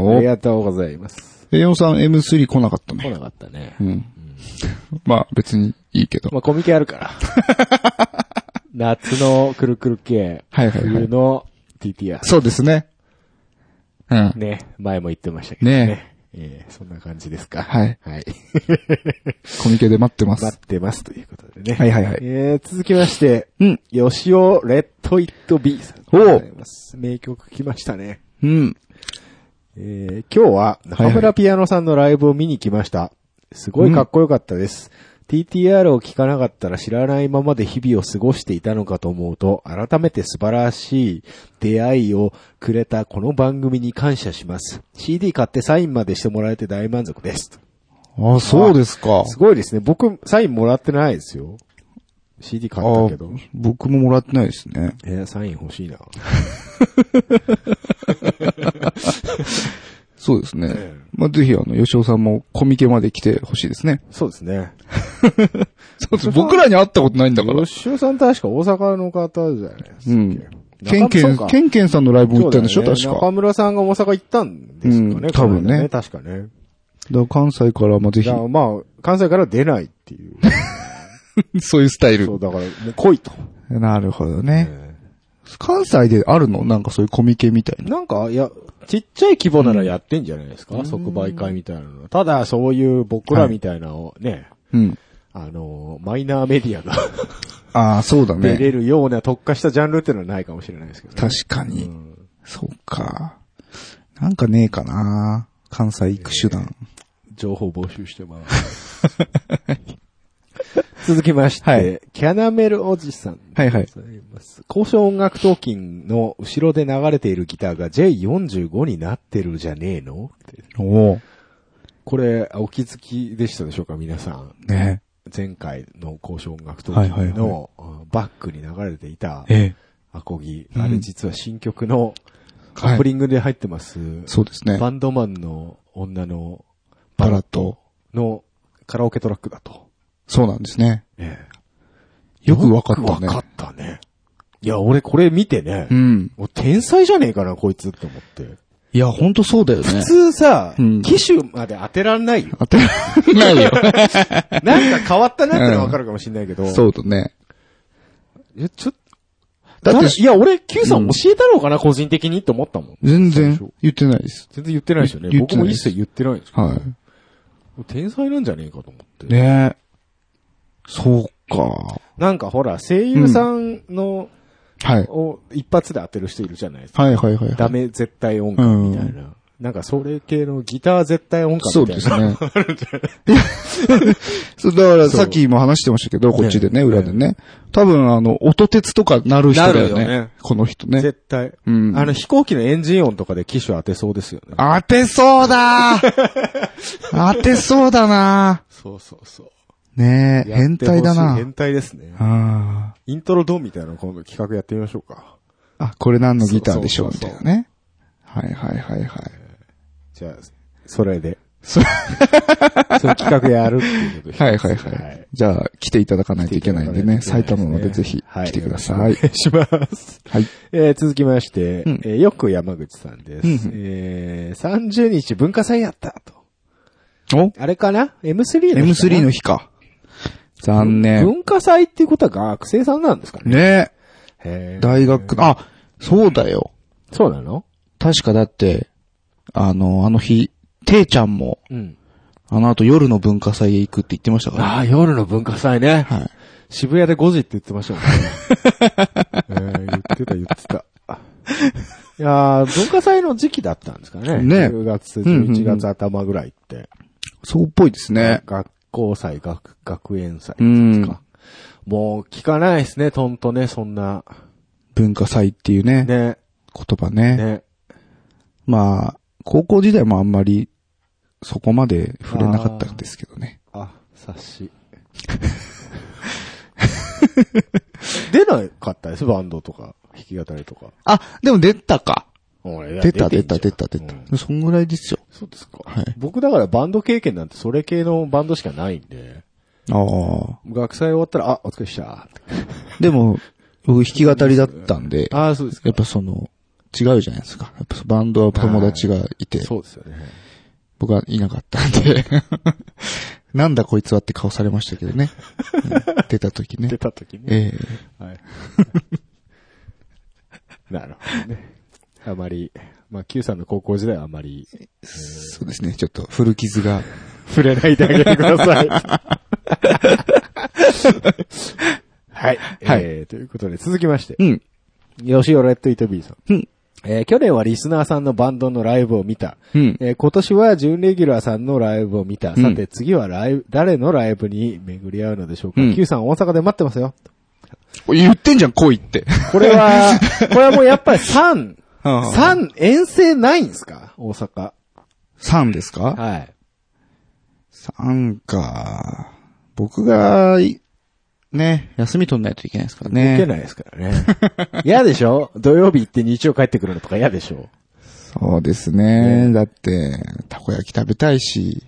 Speaker 1: お
Speaker 2: りがとうございます。
Speaker 1: !A4 さん M3 来なかった
Speaker 4: 来
Speaker 1: ね。
Speaker 4: なかったね。
Speaker 1: まあ、別にいいけど。
Speaker 2: まあ、コミケある から。夏のくるくる K。
Speaker 1: はいはいはい
Speaker 2: 冬の TTR。
Speaker 1: そうですね。うん。
Speaker 2: ね。前も言ってましたけどね。
Speaker 1: ね
Speaker 2: ええそんな感じですか。
Speaker 1: はい。
Speaker 2: はい。
Speaker 1: コミケで待ってま
Speaker 2: 待
Speaker 1: す
Speaker 2: っ。てますということでね。
Speaker 1: はいはいはい
Speaker 2: えー、続きまして、
Speaker 1: うん。
Speaker 2: 吉尾レッドイットビーさんでございます。名曲来ましたね。
Speaker 1: うん。
Speaker 2: えー、今日は中村ピアノさんのライブを見に来ました。すごいかっこよかったです。TTR を聴かなかったら知らないままで日々を過ごしていたのかと思うと、改めて素晴らしい出会いをくれたこの番組に感謝します。CD 買ってサインまでしてもらえて大満足です。
Speaker 1: あ、そうですか。
Speaker 2: すごいですね。僕、サインもらってないですよ。CD 買ったけど。
Speaker 1: あ僕ももらってないですね。
Speaker 2: えーサイン欲しいな。
Speaker 1: そうですね。まあ、ぜひ、あの、吉尾さんもコミケまで来てほしいですね。
Speaker 2: そうですね。
Speaker 1: そうです。僕らに会ったことないんだから。
Speaker 2: 吉尾さん確か大阪の方じゃないですか。
Speaker 1: うんケ
Speaker 2: 中
Speaker 1: ンケ
Speaker 2: 村
Speaker 1: ン、ケンケンさんのライブも行ったんでし
Speaker 2: そ
Speaker 1: ょ、
Speaker 2: うだよね
Speaker 1: 確
Speaker 2: 中
Speaker 1: か。
Speaker 2: 村さんが大阪行ったんですかね。
Speaker 1: うん
Speaker 2: この間
Speaker 1: 多分ね
Speaker 2: 確かね。
Speaker 1: だから関西から、まあ、ぜ
Speaker 2: じゃあまあ、関西から出ないっていう。
Speaker 1: ひ、そういうスタイル
Speaker 2: そう、。だから、もう来いと。
Speaker 1: なるほどね。関西であるのなんかそういうコミケみたいな。
Speaker 2: なんか、いや、ちっちゃい規模ならやってんじゃないですか、即売会みたいなのは。ただ、そういう僕らみたいなのをね、
Speaker 1: うん。
Speaker 2: あのー、マイナーメディアが
Speaker 1: ああ、そうだ
Speaker 2: 出
Speaker 1: ね。
Speaker 2: れるような特化したジャンルっていうのはないかもしれないですけど、ね。
Speaker 1: 確かに。そうか。なんかねえかな。関西行く手段。
Speaker 2: 情報募集してます。 続きまして、
Speaker 1: はい
Speaker 2: キャナメルおじさん。
Speaker 1: はいはい。
Speaker 2: ございます。交渉音楽トーキンの後ろで流れているギターが J45 になってるじゃねえのって
Speaker 1: おお。
Speaker 2: これ、お気づきでしたでしょうか皆さん。
Speaker 1: ね
Speaker 2: 前回の交渉音楽トーキンのうんバックに流れていた
Speaker 1: え。ええ。
Speaker 2: アコギ。
Speaker 1: うん
Speaker 2: あれ実は新曲のカ
Speaker 1: は
Speaker 2: ップ
Speaker 1: い。
Speaker 2: リングで入ってます。
Speaker 1: そうですね。
Speaker 2: バンドマンの女の
Speaker 1: バラと。
Speaker 2: のカラオケトラックだと。
Speaker 1: そうなんですね。
Speaker 2: ええ
Speaker 1: よくわかったね
Speaker 2: よくわかったね。いや、俺これ見てね、
Speaker 1: うん。
Speaker 2: もう天才じゃねえかな、こいつって思って。
Speaker 1: いや、ほんとそうだよ
Speaker 2: 普
Speaker 1: ね。
Speaker 2: 通さ、
Speaker 1: うん
Speaker 2: 機種まで当てらんないよ。
Speaker 1: 当てられないよ。
Speaker 2: なんか変わったなってのはわかるかもしれないけど。
Speaker 1: そうだね。
Speaker 2: いや、ちょっと、
Speaker 1: だ
Speaker 2: だ
Speaker 1: っ
Speaker 2: ってて、いや、俺、Q さ
Speaker 1: うんん
Speaker 2: 教えたろうかな、個人的にって思ったもん。
Speaker 1: 全
Speaker 2: 最
Speaker 1: 然
Speaker 2: 初
Speaker 1: 言ってないです。
Speaker 2: 全然言ってないですよね。
Speaker 1: 言っ
Speaker 2: 僕
Speaker 1: てない
Speaker 2: も一切言ってないんですよ。
Speaker 1: はい。
Speaker 2: 天才なんじゃねえかと思って。
Speaker 1: ねえ。そうか。
Speaker 2: なんかほら、声優さんの、
Speaker 1: はい。
Speaker 2: を一発で当てる人いるじゃないですか。
Speaker 1: はいはいはい。
Speaker 2: ダ。メ絶対音感みたいな。なんかそれ系のギター絶対音
Speaker 1: そ
Speaker 2: 感
Speaker 1: う
Speaker 2: みたい
Speaker 1: で
Speaker 2: な。
Speaker 1: すね。 そう、だからさっきも話してましたけど、こっちでね、裏でね。多分あの、音鉄とかなる人だよ
Speaker 2: なるよ
Speaker 1: ね
Speaker 2: ね。
Speaker 1: この人ね。
Speaker 2: 絶対。
Speaker 1: うん
Speaker 2: あの飛行機のエンジン音とかで機種当てそうですよね。
Speaker 1: 当てそ うだ当てそうだな
Speaker 2: そうそうそう。
Speaker 1: ねえ、
Speaker 2: やってほし
Speaker 1: 変
Speaker 2: い
Speaker 1: 態だな
Speaker 2: 変態ですね。
Speaker 1: あ
Speaker 2: イントロドンみたいなの今度企画やってみましょうか。
Speaker 1: ーあ、これ何のギターでしょうみ
Speaker 2: そう
Speaker 1: た
Speaker 2: そうそう
Speaker 1: いなね。はいはいはいはい。
Speaker 2: じゃあ、それで。その企画やるっていうことで
Speaker 1: はいはいはい。じゃあ、来ていただかないといけないんでね。
Speaker 2: 来てい
Speaker 1: 埼
Speaker 2: ただか
Speaker 1: 玉
Speaker 2: ないといけないですね
Speaker 1: までぜひ
Speaker 2: はい
Speaker 1: 来てください。
Speaker 2: お願いします。
Speaker 1: はい。
Speaker 2: えー続きまして、
Speaker 1: うん
Speaker 2: えーよく山口さんです。
Speaker 1: うんうん
Speaker 2: えー30日文化祭やったと。
Speaker 1: お
Speaker 2: あれかな ?M3 の日かな
Speaker 1: ?M3 の日か。残念。
Speaker 2: 文化祭っていうことは学生さんなんですかね
Speaker 1: ね
Speaker 2: へ
Speaker 1: え、
Speaker 2: ー
Speaker 1: 大学、あ、そうだよ。
Speaker 2: そうなの
Speaker 1: 確かだって、あの、あの日、ていちゃんも、
Speaker 2: うん。
Speaker 1: あの後夜の文化祭へ行くって言ってましたからね。
Speaker 2: ああ、夜の文化祭ね。
Speaker 1: はい。
Speaker 2: 渋谷で5時って言ってましたもんね。 えー言ってた言ってた。いやー文化祭の時期だったんですかね。
Speaker 1: ね
Speaker 2: 10月、
Speaker 1: うんうんうん
Speaker 2: 11月頭ぐらいって。
Speaker 1: そうっぽいですね。
Speaker 2: 学校祭、学、学園祭ですか。もう聞かないですね、とんとね、そんな。
Speaker 1: 文化祭っていう
Speaker 2: ね、
Speaker 1: ね、言葉ね。
Speaker 2: ね。
Speaker 1: まあ、高校時代もあんまり、そこまで触れなかったんですけどね。
Speaker 2: あ、察し。 出なかったです、バンドとか、弾き語りとか。
Speaker 1: あ、でも出たか。出
Speaker 2: 出
Speaker 1: た出た出た出た。そんぐらいですよ。
Speaker 2: そうですか。
Speaker 1: はい
Speaker 2: 僕だからバンド経験なんてそれ系のバンドしかないんで、
Speaker 1: ああ。
Speaker 2: 学祭終わったら、あ、お疲れっした。
Speaker 1: でも、僕弾き語りだったんで、
Speaker 2: ああ、そうですか
Speaker 1: やっ。ぱその、違うじゃないですか。やっぱバンドは友達がいて、
Speaker 2: そうですよね。
Speaker 1: 僕はいなかったんで、 なんだこいつはって顔されましたけどね。うん出た時ね
Speaker 2: 出。た時ね。
Speaker 1: ええ
Speaker 2: はい。 なるほどね。あまり、まあ、Q さんの高校時代はあまり
Speaker 1: そうですね。ちょっと古傷が。
Speaker 2: 触れないであげてください。 はい。
Speaker 1: はい
Speaker 2: えーということで、続きまして。
Speaker 1: うん。
Speaker 2: 吉尾レッドイートビーさん。
Speaker 1: うん
Speaker 2: えー去年はリスナーさんのバンドのライブを見た。
Speaker 1: うん。
Speaker 2: えー今年は準レギュラーさんのライブを見た。
Speaker 1: うん
Speaker 2: さて、次はライブ、誰のライブに巡り合うのでしょうか。
Speaker 1: うん
Speaker 2: Q さん、大阪で待って ますよ。
Speaker 1: 言ってんじゃん、来いって。
Speaker 2: これは、これはもうやっぱり3、
Speaker 1: 3
Speaker 2: 3遠征ないんですか大阪。
Speaker 1: 三ですか
Speaker 2: はい。
Speaker 1: 三か。僕が、いね、休み取んないといけないですからね。
Speaker 2: 受けないですからね。 嫌でしょ土曜日行って日曜帰ってくるのとか嫌でしょ
Speaker 1: そうですね。
Speaker 2: ね
Speaker 1: だって、たこ焼き食べたいし、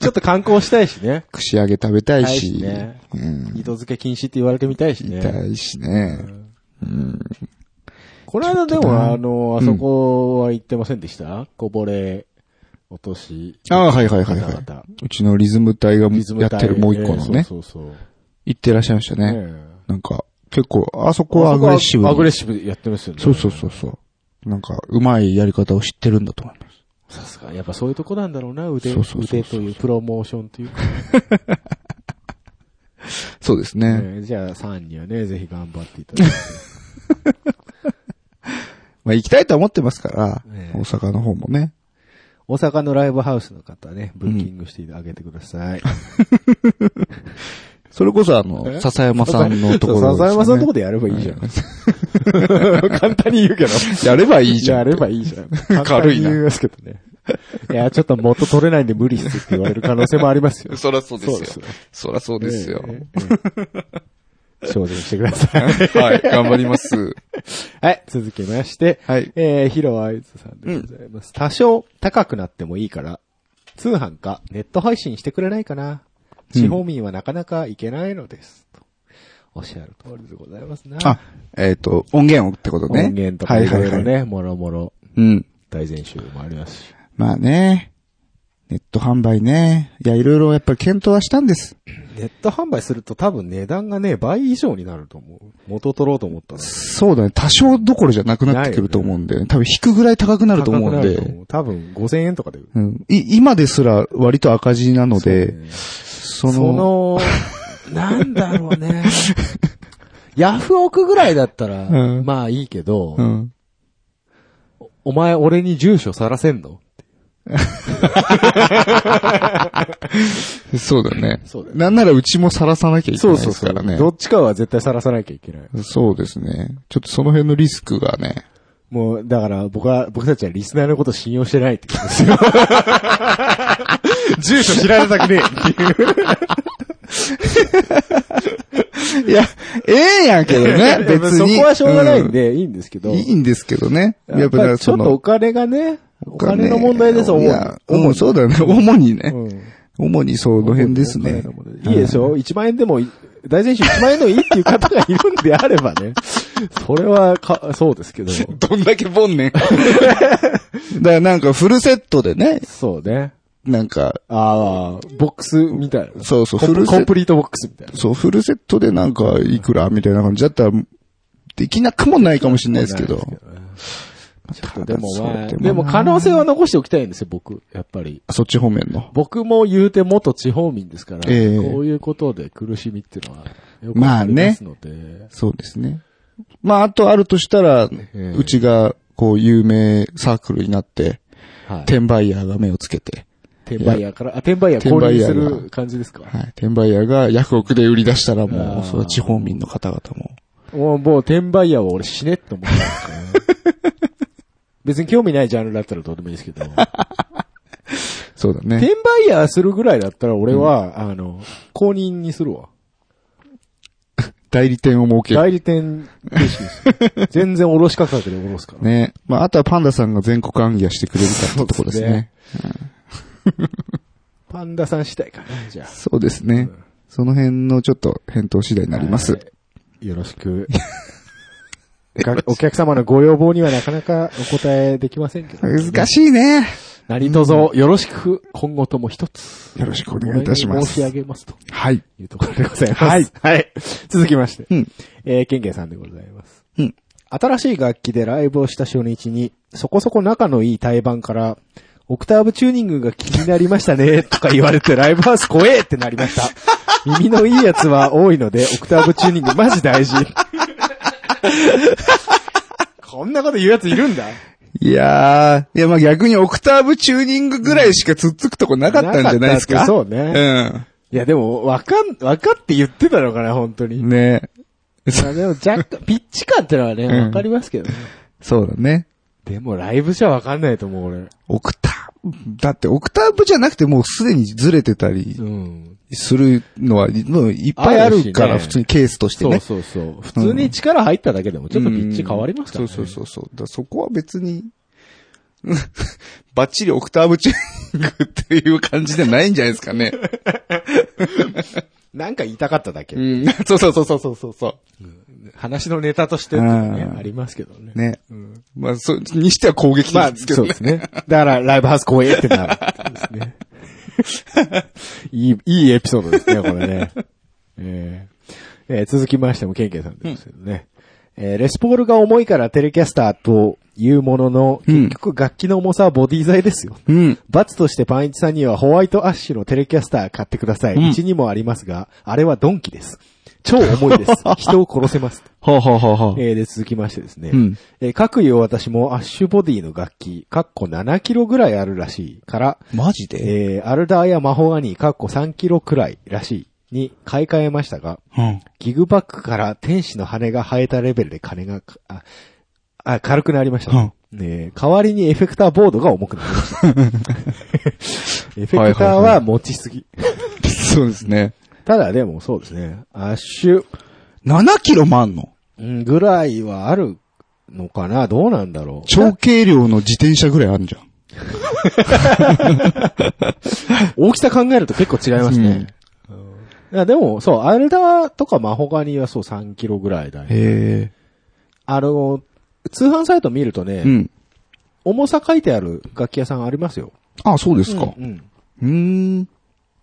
Speaker 2: ちょっと観光したいしね。
Speaker 1: 串揚げ食べたいし、
Speaker 2: したいしね
Speaker 1: うん。
Speaker 2: 二度漬け禁止って言われてみたいし
Speaker 1: 食べた
Speaker 2: ね。
Speaker 1: いしね。
Speaker 2: この間で
Speaker 1: ちょっとな
Speaker 2: も、あの、あそこは行ってませんでした、こぼれ、落とし。
Speaker 1: ああ、はいはいはいは
Speaker 2: 方
Speaker 1: い
Speaker 2: 々。
Speaker 1: うちのリズム隊が
Speaker 2: リズム
Speaker 1: やってるもう一個の
Speaker 2: ええ
Speaker 1: ね、
Speaker 2: そうそうそう。
Speaker 1: 行ってらっしゃいましたね。
Speaker 2: ね
Speaker 1: なんか、結構、あそ
Speaker 2: え
Speaker 1: こはアグレッシブに。
Speaker 2: アグレッシブやってますよね。
Speaker 1: そうそうそうそう。なんか、うまいやり方を知ってるんだと思います。
Speaker 2: さすが、やっぱそういうとこなんだろうな、腕。
Speaker 1: そうそうそうそう
Speaker 2: 腕というプロモーションというか。
Speaker 1: そうですね。
Speaker 2: ええじゃあ、さんにはね、ぜひ頑張っていただいて。
Speaker 1: まあ、行きたいとは思ってますから、
Speaker 2: ええ
Speaker 1: 大阪の方もね。
Speaker 2: 大阪のライブハウスの方ね、ブッキングしてあげてくだ さい。
Speaker 1: それこそ、あの、
Speaker 2: え
Speaker 1: 笹山さんのところ、
Speaker 2: そう笹山さんのところでやればいいじゃん。 簡単に言うけど。
Speaker 1: やればいいじゃん。
Speaker 2: やればいいじゃん。
Speaker 1: 軽いな
Speaker 2: 簡単に言いますけどね。いや、ちょっと元取れないんで無理っすって言われる可能性もありますよ。
Speaker 1: そらそう
Speaker 2: そうですよ。
Speaker 1: そらそう
Speaker 2: ええ。ええ 精進してください。
Speaker 1: はい、頑張ります。
Speaker 2: はい、続きまして。
Speaker 1: はい
Speaker 2: えー、ヒロアイズさんでございます。多少高くなってもいいから、通販かネット配信してくれないかな。地方民はなかなか行けないのです。とおっしゃる通りでございますな。
Speaker 1: あ、えっ、と、音源をってことね。
Speaker 2: 音源とかいろいろ
Speaker 1: はいはいはい。
Speaker 2: ね、もろもろ
Speaker 1: うん。
Speaker 2: 大全集もありますし。
Speaker 1: まあね。ネット販売ね。いや、いろいろやっぱり検討はしたんです。
Speaker 2: ネット販売すると多分値段がね、倍以上になると思う。元取ろうと思ったら。
Speaker 1: そうだね。多少どころじゃなくなってくると思うんで、多分引くぐらい高くなると思うん
Speaker 2: 高くなると
Speaker 1: で。
Speaker 2: 思う。多分5000円とかで。
Speaker 1: うん、い今ですら割と赤字なので、
Speaker 2: そ
Speaker 1: そ
Speaker 2: の、
Speaker 1: の、
Speaker 2: なんだろうね。ヤフオクぐらいだったら、
Speaker 1: うん
Speaker 2: まあいいけど、
Speaker 1: うん。
Speaker 2: お前俺に住所さらせんの
Speaker 1: そうだね。
Speaker 2: そうだよ
Speaker 1: なんならうちも晒さなきゃいけないですから ね。
Speaker 2: どっちかは絶対さらさなきゃいけない。
Speaker 1: そうですね。ちょっとその辺のリスクがね。
Speaker 2: もう、だから僕は、僕たちはリスナーのこと信用してないってことですよ。住所知られたくねえっていう。。
Speaker 1: いや、ええやんけどね
Speaker 2: 別
Speaker 1: 別
Speaker 2: に。
Speaker 1: に。
Speaker 2: そこはしょうがないんで、いいんですけ
Speaker 1: う
Speaker 2: ど。
Speaker 1: ん。いいんですけどね。
Speaker 2: やっぱ
Speaker 1: だ
Speaker 2: り
Speaker 1: から
Speaker 2: ちょ
Speaker 1: そ
Speaker 2: っとお
Speaker 1: の
Speaker 2: 金がね、お金の問題です、
Speaker 1: お
Speaker 2: 思
Speaker 1: 金
Speaker 2: う。
Speaker 1: いや、うん、
Speaker 2: ん
Speaker 1: そうだね。主にね。
Speaker 2: うん
Speaker 1: 主にその辺ですね。
Speaker 2: いいでしょ ?1 万円でもい、大選手1万円でもいいっていう方がいるんであればね。それは、か、そうですけど。
Speaker 1: どんだけボン ねん。だからなんかフルセットでね、
Speaker 2: そうね。
Speaker 1: なんか、
Speaker 2: ああ、ボックスみたいな。
Speaker 1: そうそう
Speaker 2: コン
Speaker 1: フルセ
Speaker 2: コンプリートボックスみたいな。
Speaker 1: そう、フルセットでなんかいくらみたいな感じだったら、できなくもないかもしれないですけど。
Speaker 2: でもまあ、
Speaker 1: ただそう
Speaker 2: でも
Speaker 1: な
Speaker 2: 可能性は残しておきたいんですよ、僕。やっぱり。
Speaker 1: そっち方面の。
Speaker 2: 僕も言うて元地方民ですから、
Speaker 1: ええ
Speaker 2: こういうことで苦しみっていうのは、よく
Speaker 1: ま
Speaker 2: あ
Speaker 1: あね
Speaker 2: りますので、
Speaker 1: そうですね。まあ、あとあるとしたら、
Speaker 2: え
Speaker 1: うちが、こう、有名サークルになって、
Speaker 2: はい。
Speaker 1: 転売ヤーが目をつけて、
Speaker 2: 転売屋から、あ、転売屋購入す
Speaker 1: 転売屋
Speaker 2: る
Speaker 1: が
Speaker 2: 感じですか
Speaker 1: はい。転売ヤーがヤフオクで売り出したらも
Speaker 2: あー
Speaker 1: う、それは地方民の方々も。
Speaker 2: もう、もう、転売屋は俺死ねって思ったんですからね 別に興味ないジャンルだったらどうでもいいですけど、転
Speaker 1: そうだね。
Speaker 2: 売屋するぐらいだったら俺は、あの、公認にするわ。
Speaker 1: 代理店を設ける。
Speaker 2: 代理店形式です る。全然卸価格で卸すから。
Speaker 1: ね。まあ、あとはパンダさんが全国暗夜してくれるかってとこですね。
Speaker 2: パンダさん次第かな、じゃあ。
Speaker 1: そうですね。その辺のちょっと返答次第になります。
Speaker 2: はいよろしく。がお客様のご要望にはなかなかお答えできませんけど、
Speaker 1: 難しいね。
Speaker 2: 何卒よろしく、今後とも一つ。
Speaker 1: よろしくお願いいたし
Speaker 2: お
Speaker 1: ま
Speaker 2: 願い申し上
Speaker 1: す。
Speaker 2: げますと。
Speaker 1: はい。
Speaker 2: いうところでございます。はい。はい。続きまして。
Speaker 1: うん
Speaker 2: えー、ケンケンさんでございます。
Speaker 1: うん
Speaker 2: 新しい楽器でライブをした初日に、そこそこ仲のいい対バンから、オクターブチューニングが気になりました ね、とか言われてライブハウス怖えってなりました。耳のいいやつは多いので、オクターブチューニングマジ大 事。こんなこと言うやついるんだ
Speaker 1: いやー、いやまあ逆にオクターブチューニングぐらいしかつっつくとこなかったんじゃないですか
Speaker 2: なかったってそう
Speaker 1: ね。
Speaker 2: いやでも、わかん、わかって言ってたのかな、本当に。
Speaker 1: うん。ね
Speaker 2: まあでも若 干、ピッチ感ってのはね、
Speaker 1: うん
Speaker 2: わかりますけどね。
Speaker 1: そうだね。
Speaker 2: でもライブじゃわかんないと思う、俺。
Speaker 1: オクターブ、だってオクターブじゃなくてもうすでにずれてたり
Speaker 2: うん。
Speaker 1: するのは、もういっぱいあるか
Speaker 2: あ
Speaker 1: ら
Speaker 2: るしね
Speaker 1: 普通にケースとして
Speaker 2: そう
Speaker 1: ね。
Speaker 2: そうそう。普通に力入っただけでもちょっとピッチ変わりますからね。
Speaker 1: そうそうそうそう。だからそこは別に、 バッチリオクターブチューニングっていう感じじゃないんじゃないですか ね。
Speaker 2: なんか言いたかっただけ。
Speaker 1: うん。そうそうそうそうそうそうそう。
Speaker 2: 話のネタとしてっていうのはね
Speaker 1: うん
Speaker 2: ありますけどね。
Speaker 1: ね。まあ、そ、にしては攻撃
Speaker 2: まあ
Speaker 1: 的で、すけ
Speaker 2: そう
Speaker 1: どね。
Speaker 2: ですね。だから、ライブハウス光栄ってな るってことですね。いい、いいエピソードですね、これね。えーえー続きましても、ケンケンさんですけどね。えーレスポールが重いからテレキャスターというものの、
Speaker 1: うん
Speaker 2: 結局楽器の重さはボディ材ですよ。
Speaker 1: うん。
Speaker 2: 罰としてパンイチさんにはホワイトアッシュのテレキャスター買ってください。
Speaker 1: ん
Speaker 2: うち、にもありますが、あれはドンキです。超重いです。人を殺せ ます。
Speaker 1: ほうほうほうほう。
Speaker 2: えーで、続きましてですね。
Speaker 1: うん
Speaker 2: えー各言う私もアッシュボディの楽器、かっこ7キロぐらいあるらしいから、
Speaker 1: マジで
Speaker 2: えーアルダーやマホガニー、かっこ3キロくらいらしいに買い替えましたが、
Speaker 1: うん。
Speaker 2: ギグバックから天使の羽が生えたレベルで金がか、あ、あ軽くなりました。
Speaker 1: うん
Speaker 2: ねえ代わりにエフェクターボードが重くなりま した。エフェクター
Speaker 1: はいはいは
Speaker 2: はい持ちすぎ。
Speaker 1: そうですね。
Speaker 2: ただでもそうですね、アッシュ
Speaker 1: 7キロもあんの
Speaker 2: うんぐらいはあるのかなどうなんだろう。
Speaker 1: 超軽量の自転車ぐらいあるじゃん。
Speaker 2: 大きさ考えると結構違いますね。いやでも、そう、アルダーとかマホガニはそう3キロぐらいだね。
Speaker 1: へえ。
Speaker 2: あの、通販サイト見るとね、
Speaker 1: うん。
Speaker 2: 重さ書いてある楽器屋さんありますよ。
Speaker 1: あ、そうですか。
Speaker 2: うん。
Speaker 1: うーん。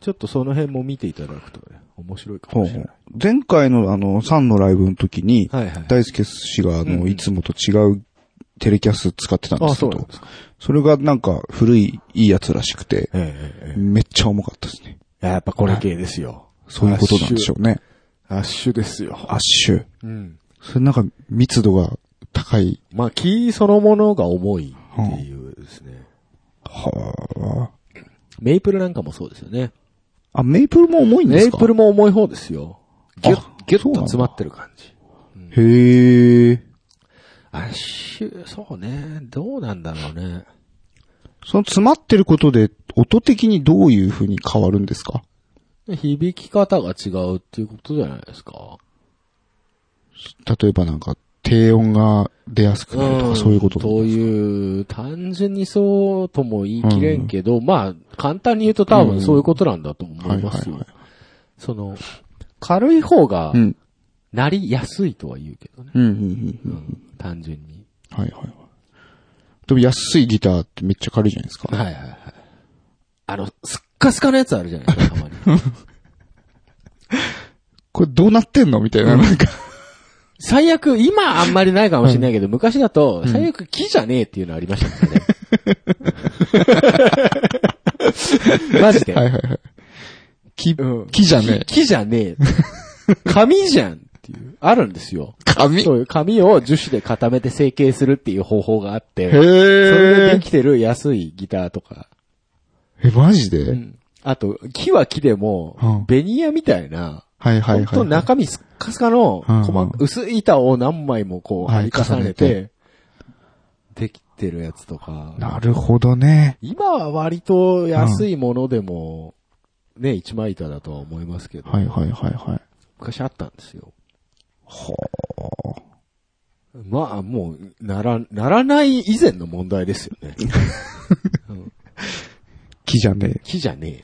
Speaker 2: ちょっとその辺も見ていただくとね、面白いか
Speaker 1: ほ
Speaker 2: も
Speaker 1: う
Speaker 2: しれ
Speaker 1: ほ。
Speaker 2: ないう
Speaker 1: 前回のあの、サンのライブの時に、
Speaker 2: はいはい
Speaker 1: 大輔氏があの、いつもと違うテレキャス使ってたんです
Speaker 2: あそ
Speaker 1: け
Speaker 2: うなん
Speaker 1: ど
Speaker 2: です、
Speaker 1: それがなんか古い、いいやつらしくて、
Speaker 2: えええええ
Speaker 1: めっちゃ重かったですね。
Speaker 2: えやっぱこれ系ですよ。
Speaker 1: そういうことなんでしょうね。
Speaker 2: アッシュですよ。
Speaker 1: アッシュ。
Speaker 2: うん。
Speaker 1: それなんか密度が高い。
Speaker 2: まあ、木そのものが重いっていうですね。
Speaker 1: は
Speaker 2: メイプルなんかもそうですよね。
Speaker 1: あ。あ、メイプルも重いんで
Speaker 2: メ
Speaker 1: す
Speaker 2: イ
Speaker 1: か
Speaker 2: プルも重い方ですよ。ギュッ
Speaker 1: あ、
Speaker 2: ギュッ
Speaker 1: そう
Speaker 2: と
Speaker 1: なんだ
Speaker 2: 詰まってる感じ。
Speaker 1: へえ。
Speaker 2: アッシュ、そうね。どうなんだろうね。
Speaker 1: その詰まってることで、音的にどういう風に変わるんですか
Speaker 2: 響き方が違うっていうことじゃないですか。
Speaker 1: 例えばなんか、低音が出やすくなるとか、そういうこと
Speaker 2: そういう、単純にそうとも言い切れんけど、まあ、簡単に言うと多分そういうことなんだと思いますよ。
Speaker 1: はいはい
Speaker 2: その、軽い方が
Speaker 1: う、ん。
Speaker 2: なりやすいとは言うけどね。
Speaker 1: うん、うん、うんう。
Speaker 2: うんん、単純に。
Speaker 1: はいはいはい。でも安いギターってめっちゃ軽いじゃないですか。
Speaker 2: はいはいはい。あの、すっかすかのやつあるじゃないですか、たまに。
Speaker 1: これどうなってんのみたいな、なんか。
Speaker 2: 最悪、今あんまりないかもしれないけど、昔だと、最悪木じゃねえっていうのありました もんね。マジで。
Speaker 1: はいはいはい。木、
Speaker 2: うん
Speaker 1: 木じゃねえ。
Speaker 2: 木木じゃねえ。紙じゃんっていう。あるんですよ。
Speaker 1: 紙
Speaker 2: そういう紙を樹脂で固めて成形するっていう方法があって、
Speaker 1: へ
Speaker 2: それでで
Speaker 1: え。
Speaker 2: きてる安いギターとか。
Speaker 1: え、マジで、
Speaker 2: うんあと、木は木で
Speaker 1: うん
Speaker 2: も、ベニヤみたいな、
Speaker 1: はいはいはい。
Speaker 2: ほんと中身すっかすかの、
Speaker 1: うん
Speaker 2: 細か薄い板を何枚もこう、張
Speaker 1: はい
Speaker 2: り重ね
Speaker 1: 重
Speaker 2: て、できてるやつとか。
Speaker 1: なるほどね。
Speaker 2: 今は割と安いものでも、ね、一枚板だとは思いますけど、
Speaker 1: はいはいはいはい。
Speaker 2: 昔あったんですよ。
Speaker 1: はあ。
Speaker 2: まあ、もう、なら、ならない以前の問題ですよね。
Speaker 1: 木じゃね
Speaker 2: 木じゃねえ。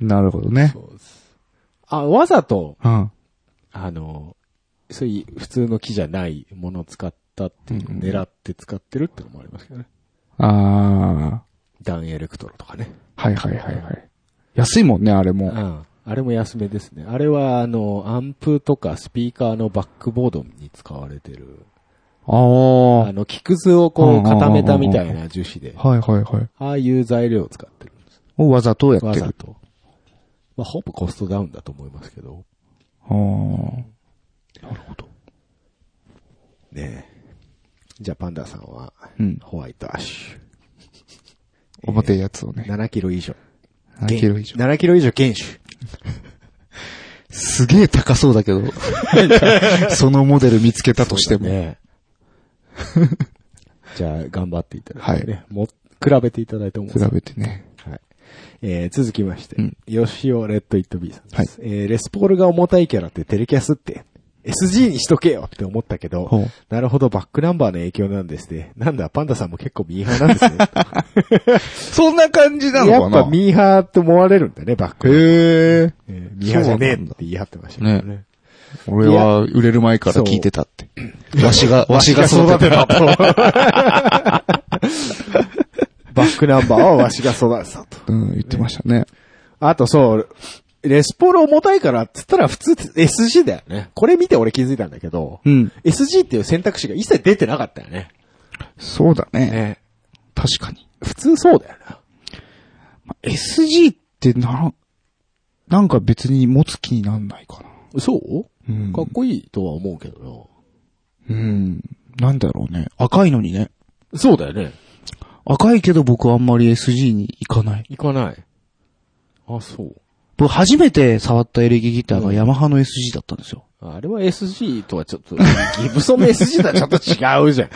Speaker 1: え。なるほどね。
Speaker 2: あ、わざと、
Speaker 1: うん。
Speaker 2: あの、そういう普通の木じゃないものを使ったっていう、
Speaker 1: うん
Speaker 2: 狙って使ってるってのもありますけどね。
Speaker 1: あ
Speaker 2: ダンエレクトロとかね。
Speaker 1: あ。はいはいはいはい。安いもんね、あれ
Speaker 2: う
Speaker 1: も。
Speaker 2: ん。あれも安めですね。あれは、あの、アンプとかスピーカーのバックボードに使われてる。あ
Speaker 1: あ
Speaker 2: の、木くずをこ
Speaker 1: うん
Speaker 2: う
Speaker 1: うんうんうん
Speaker 2: 固めたみたいな樹脂で
Speaker 1: あ。、はいはいはい。
Speaker 2: ああいう材料を使ってるんです。
Speaker 1: をわざとやっ
Speaker 2: わ
Speaker 1: て
Speaker 2: ざ
Speaker 1: る。
Speaker 2: と。まあ、ほぼコストダウンだと思いますけど。
Speaker 1: ああ。なるほど。
Speaker 2: ねえ。じゃあ、パンダさんは、
Speaker 1: うん。
Speaker 2: ホワイトアッシ
Speaker 1: 重てえやつを
Speaker 2: ュ。
Speaker 1: ね。
Speaker 2: 7キロ以上。
Speaker 1: 7キロ以上。
Speaker 2: 7キロ以上減種。
Speaker 1: すげえ高そうだけど。 そのモデル見つけたとしても。
Speaker 2: ねえじゃあ、頑張っていただいて、ね。
Speaker 1: は
Speaker 2: も、比べていただいて思
Speaker 1: 比
Speaker 2: う。
Speaker 1: べてね。
Speaker 2: はい。えー、続きまして、
Speaker 1: うん
Speaker 2: 吉尾レッドイットビーさんです。えー、レスポールが重たいキャラってテレキャスって、SG にしとけよって思ったけど、
Speaker 1: ほう
Speaker 2: なるほど、バックナンバーの影響なんですね。なんだ、パンダさんも結構ミーハーなん ですね。
Speaker 1: そんな感じ
Speaker 2: やっぱミーハーって思われるんだね、バックナンバー。
Speaker 1: へえ。
Speaker 2: えーミーハーじゃねえって言い張ってましたけどね。
Speaker 1: 俺は売れる前から聞いてたって。わしが、 わしが育
Speaker 2: 育て
Speaker 1: て
Speaker 2: た
Speaker 1: た。
Speaker 2: と。バックナンバーはわしが育てたと。
Speaker 1: うん、言ってましたね。
Speaker 2: あとそう、レスポール重たいからっつったら普通 SG だよね。これ見て俺気づいたんだけど、
Speaker 1: うん。
Speaker 2: SG っていう選択肢が一切出てなかったよね。
Speaker 1: そうだね。確かに。
Speaker 2: 普通そうだよな。
Speaker 1: ま SG ってな、なんか別に持つ気になんないかな。
Speaker 2: そう
Speaker 1: うん
Speaker 2: かっこいいとは思うけどな。
Speaker 1: うん。なんだろうね。赤いのにね。
Speaker 2: そうだよね。
Speaker 1: 赤いけど僕あんまり SG に行かない。
Speaker 2: 行かない。あ、そう。
Speaker 1: 僕初めて触ったエレキギターがヤマハの SG だったんですよ。
Speaker 2: あれは SG とはちょっと、ギブソンの SG とはちょっと違うじゃん。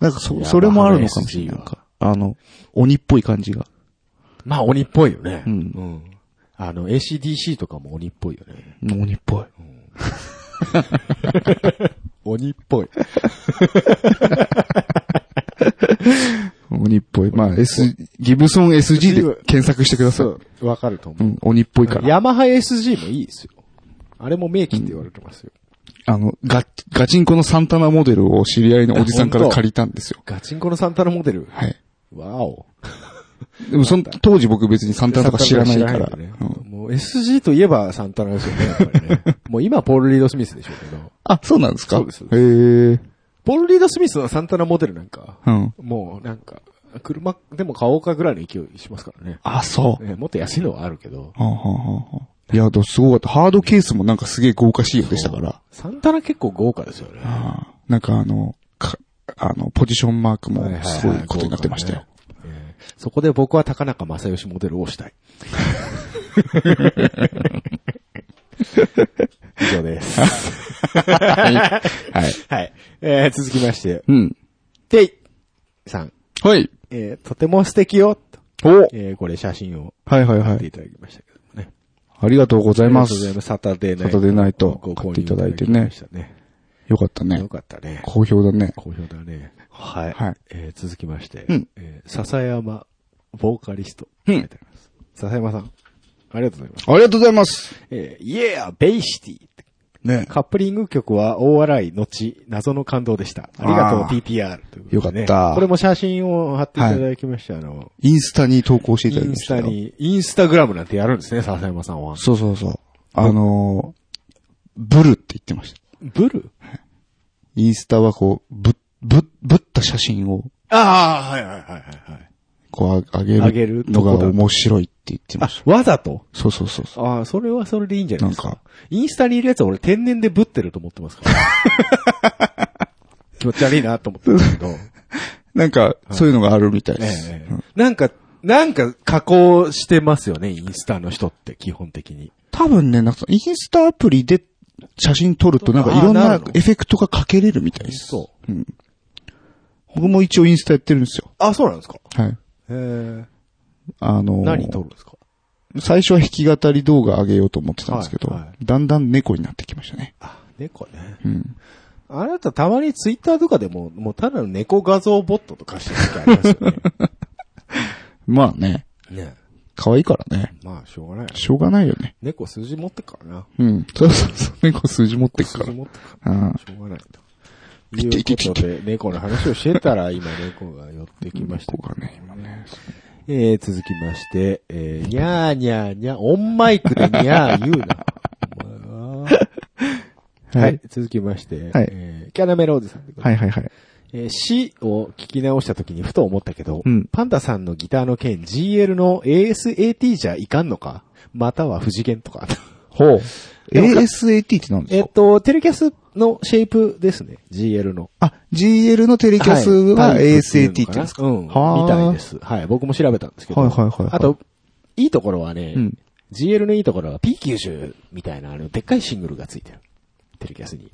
Speaker 1: なんかそ、
Speaker 2: ヤマハの
Speaker 1: それもあるのかもしれない。
Speaker 2: SG は
Speaker 1: なんかあの、鬼っぽい感じが。
Speaker 2: まあ鬼っぽいよね。
Speaker 1: うん
Speaker 2: んあの、ACDC とかも鬼っぽいよね。
Speaker 1: 鬼っぽい。
Speaker 2: 鬼っぽい。
Speaker 1: 鬼っぽい。まあ、S、ギブソン SG で検索してください。う
Speaker 2: う。わかると思う。
Speaker 1: ん、鬼っぽいから。
Speaker 2: ヤマハ SG もいいですよ。あれも名機って言われてますよ。
Speaker 1: あの、ガ、ガチンコのサンタナモデルを知り合いのおじさんから
Speaker 2: あ本当
Speaker 1: 借りたんですよ。
Speaker 2: ガチンコのサンタナモデル。
Speaker 1: はい。
Speaker 2: わお。
Speaker 6: でもその当時僕別にサンタナとか知らないか
Speaker 2: 知
Speaker 6: ら。
Speaker 2: んだね
Speaker 6: うん
Speaker 2: もう SG といえばサンタナですよねやっぱ りね。もう今ポール・リード・スミスでしょうけど。
Speaker 6: あ、そうなんですか
Speaker 2: そうですそう
Speaker 6: へえ。
Speaker 2: ポール・リード・スミスのサンタナモデルなんか、
Speaker 6: うん。
Speaker 2: もうなんか、車でも買おうかぐらいの勢いしますからね。
Speaker 6: あ、そう。
Speaker 2: ねもっと安いのはあるけど。
Speaker 6: はあはあはあはあいや、でもすごかった。ハードケースもなんかすげえ豪華仕様でしたから。
Speaker 2: サンタナ結構豪華ですよね。
Speaker 6: あーなんかあの、か、あの、ポジションマークも
Speaker 2: はいはいはい
Speaker 6: すごいことになってましたよ。
Speaker 2: ええそこで僕は高中正義モデルを したい。以上です。
Speaker 6: はい。
Speaker 2: はい。えー続きまして、
Speaker 6: うん。
Speaker 2: ていさん、
Speaker 6: はい。
Speaker 2: えーとても素敵よ、と
Speaker 6: お
Speaker 2: えーこれ写真を
Speaker 6: はいはいは
Speaker 2: 見て
Speaker 6: い。
Speaker 2: いただきましたけどもね。
Speaker 6: ありがとうござ
Speaker 2: あ
Speaker 6: います。
Speaker 2: りがとうございます。サタデーナイ
Speaker 6: サ
Speaker 2: ト。
Speaker 6: タデーナイト
Speaker 2: ご購
Speaker 6: 買っ
Speaker 2: 入
Speaker 6: ていただいてね
Speaker 2: ただきましたね。
Speaker 6: よかったね
Speaker 2: よ。かったね。
Speaker 6: 好評だね。
Speaker 2: 好評だね。はい。
Speaker 6: はい
Speaker 2: えー続きまして、
Speaker 6: うん
Speaker 2: えー笹山、ボーカリスト。
Speaker 6: うん
Speaker 2: 書いてあります笹山さん、ありがとうございます。
Speaker 6: ありがとうございます。
Speaker 2: えー、Yeah! ベイシティ。
Speaker 6: ね。
Speaker 2: カップリング曲は大笑い後、謎の感動でした。ありがとう
Speaker 6: あ、ー
Speaker 2: PTR ということでね。
Speaker 6: よかった
Speaker 2: これも写真を貼っていただきました。あの、
Speaker 6: インスタに投稿してい
Speaker 2: イ
Speaker 6: ただき
Speaker 2: ン
Speaker 6: ま
Speaker 2: ス
Speaker 6: した
Speaker 2: タ
Speaker 6: よ。
Speaker 2: に、インスタグラムなんてやるんですね、笹山さんは。
Speaker 6: そうそうそう。あのーブルって言ってました。
Speaker 2: ブル
Speaker 6: インスタはこう、ぶ、ぶ、ぶった写真を、
Speaker 2: ああ、はいはいはいはいはい。
Speaker 6: こう、あげ
Speaker 2: 上げる
Speaker 6: る
Speaker 2: と
Speaker 6: の
Speaker 2: こだ
Speaker 6: が面白いって言ってま
Speaker 2: あ
Speaker 6: した。、
Speaker 2: わざと
Speaker 6: そうそうそうそう。
Speaker 2: ああ、それはそれでいいんじゃないですか。
Speaker 6: なんか
Speaker 2: インスタにいるやつは俺天然でぶってると思ってますから。 気持ち悪いなと思ってますけ ど。
Speaker 6: なんか、そういうのがあるみたいです。
Speaker 2: ええ
Speaker 6: うん
Speaker 2: なんか、なんか加工してますよね、インスタの人って基本的に。
Speaker 6: 多分ね、なんか、インスタアプリで写真撮ると、なんかいろん
Speaker 2: あーな
Speaker 6: な
Speaker 2: るの
Speaker 6: エフェクトがかけれるみたいです。。
Speaker 2: そう
Speaker 6: ん。僕も一応インスタやってるんですよ。
Speaker 2: あ、そうなんですか。
Speaker 6: はい。
Speaker 2: へえ。
Speaker 6: あのー
Speaker 2: 何撮るんですか
Speaker 6: 最初は弾き語り動画上げようと思ってたんですけど、
Speaker 2: はいは
Speaker 6: だんだん猫になってきましたね。
Speaker 2: あ、猫ね。
Speaker 6: うん。
Speaker 2: あなたたまにツイッターとかでも、もうただの猫画像ボットとかしてる時ありますよ
Speaker 6: まあね、
Speaker 2: ね。ね
Speaker 6: 可愛いからね。
Speaker 2: まあ、しょうがないよね。
Speaker 6: しょうがないよね。
Speaker 2: 猫数字持ってっからな。
Speaker 6: うん。そうそうそう。猫数字持ってく
Speaker 2: 数
Speaker 6: か
Speaker 2: 字
Speaker 6: ら。
Speaker 2: 持ってっから。
Speaker 6: うん。
Speaker 2: しょうがないと。いうことで、猫の話をしてたら、今猫が寄ってきましたけど。
Speaker 6: 猫がね、今ね。
Speaker 2: えー、続きまして、えー、にゃーにゃーにゃー、オンマイクでにゃー言う な。お前ははい、続きまして、
Speaker 6: はい
Speaker 2: えー、キャラメルおじさんでございます
Speaker 6: はいはいはい。
Speaker 2: えー、詩を聞き直した時にふと思ったけど、
Speaker 6: うん
Speaker 2: パンダさんのギターの件 GL の ASAT じゃいかんのかまたは不次元とか。
Speaker 6: ほう。ASAT って何で
Speaker 2: えっ
Speaker 6: すか
Speaker 2: と、テレキャスのシェイプですね。GL の。
Speaker 6: あ、GL のテレキャスは ASAT って言うんですか
Speaker 2: うん。
Speaker 6: はあ
Speaker 2: みたいです。はい。僕も調べたんですけど。
Speaker 6: はいはいはいはい
Speaker 2: あと、いいところはね、
Speaker 6: うん
Speaker 2: GL のいいところは P90 みたいな、あの、でっかいシングルがついてる。テレキャスに。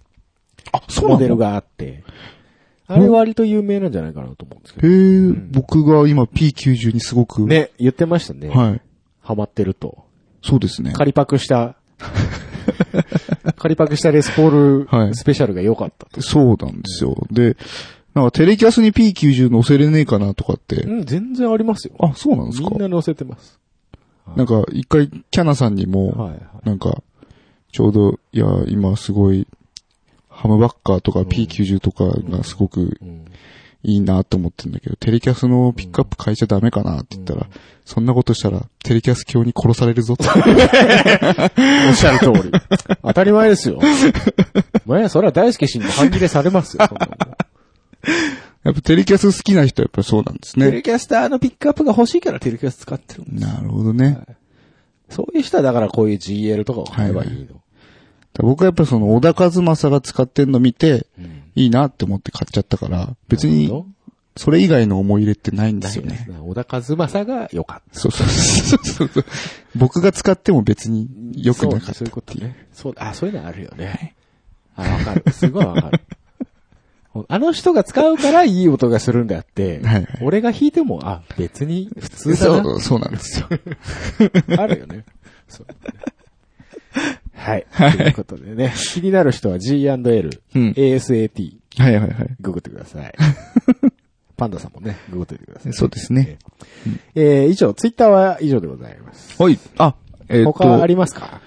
Speaker 6: あ、そうな
Speaker 2: モ
Speaker 6: の
Speaker 2: デルがあって。あれ割と有名なんじゃないかなと思うんですけ
Speaker 6: へ
Speaker 2: ど。
Speaker 6: え、僕が今 P90 にすごく。。
Speaker 2: ね、言ってましたね。
Speaker 6: はい。
Speaker 2: ハマってると。
Speaker 6: そうですね。
Speaker 2: 仮パクした、仮パクしたレスポー
Speaker 6: は
Speaker 2: ル
Speaker 6: い
Speaker 2: スペシャルが良かったと。
Speaker 6: そうなんですよ。で、なんかテレキャスに P90 乗せれねえかなとかって。
Speaker 2: うん、全然ありますよ。
Speaker 6: あ、そうなんです
Speaker 2: み
Speaker 6: か
Speaker 2: んな載せてます。
Speaker 6: なんか、一回、キャナさんにも、
Speaker 2: はいはい。
Speaker 6: なんか、ちょうど、いや、今すごい、ハムバッカーとか P90 とかがすごく
Speaker 2: うん
Speaker 6: いいなと思ってんだけど、テレキャスのピックアップ変えちゃダメかなって言ったら、そんなことしたら、テレキャス教に殺されるぞ って。
Speaker 2: おっしゃる通り。当たり前ですよ。まあ、それは大輔氏にも半切れされますよ。そんなの
Speaker 6: やっぱテレキャス好きな人はやっぱそうなんです
Speaker 2: テ
Speaker 6: ね
Speaker 2: レ。キャスターのピックアップが欲しいからテレキャス使ってるんです。
Speaker 6: なるほどね。
Speaker 2: そういう人はだからこういう GL とかを買えばいいの。
Speaker 6: 僕はやっぱその、小田和正が使ってんの見て、いいなって思って買っちゃったから、別に、それ以外の思い入れってないんですよね。
Speaker 2: 小田和正が良かった。
Speaker 6: そうそうそうそう。僕が使っても別に良くなか
Speaker 2: そうそう
Speaker 6: った
Speaker 2: いうこと
Speaker 6: っていう。
Speaker 2: ね。そう、あ、そういうのあるよね。あ、わかる。すごいわかる。あの人が使うからいい音がするんであって、
Speaker 6: はいはい
Speaker 2: 俺が弾いても、あ、別に普通
Speaker 6: そ
Speaker 2: だ
Speaker 6: う
Speaker 2: な。
Speaker 6: そうなんですよ。
Speaker 2: あるよね。そうはい。ということでね、気になる人は G&L、
Speaker 6: うん
Speaker 2: ASAT、
Speaker 6: はいはいはい。
Speaker 2: ググってください。パンダさんもね、ググっておいてください。
Speaker 6: そうですね。
Speaker 2: えー、以上、ツイッターは以上でございます。
Speaker 6: はい。あ、えーっ
Speaker 2: 他あ
Speaker 6: と、
Speaker 2: りますか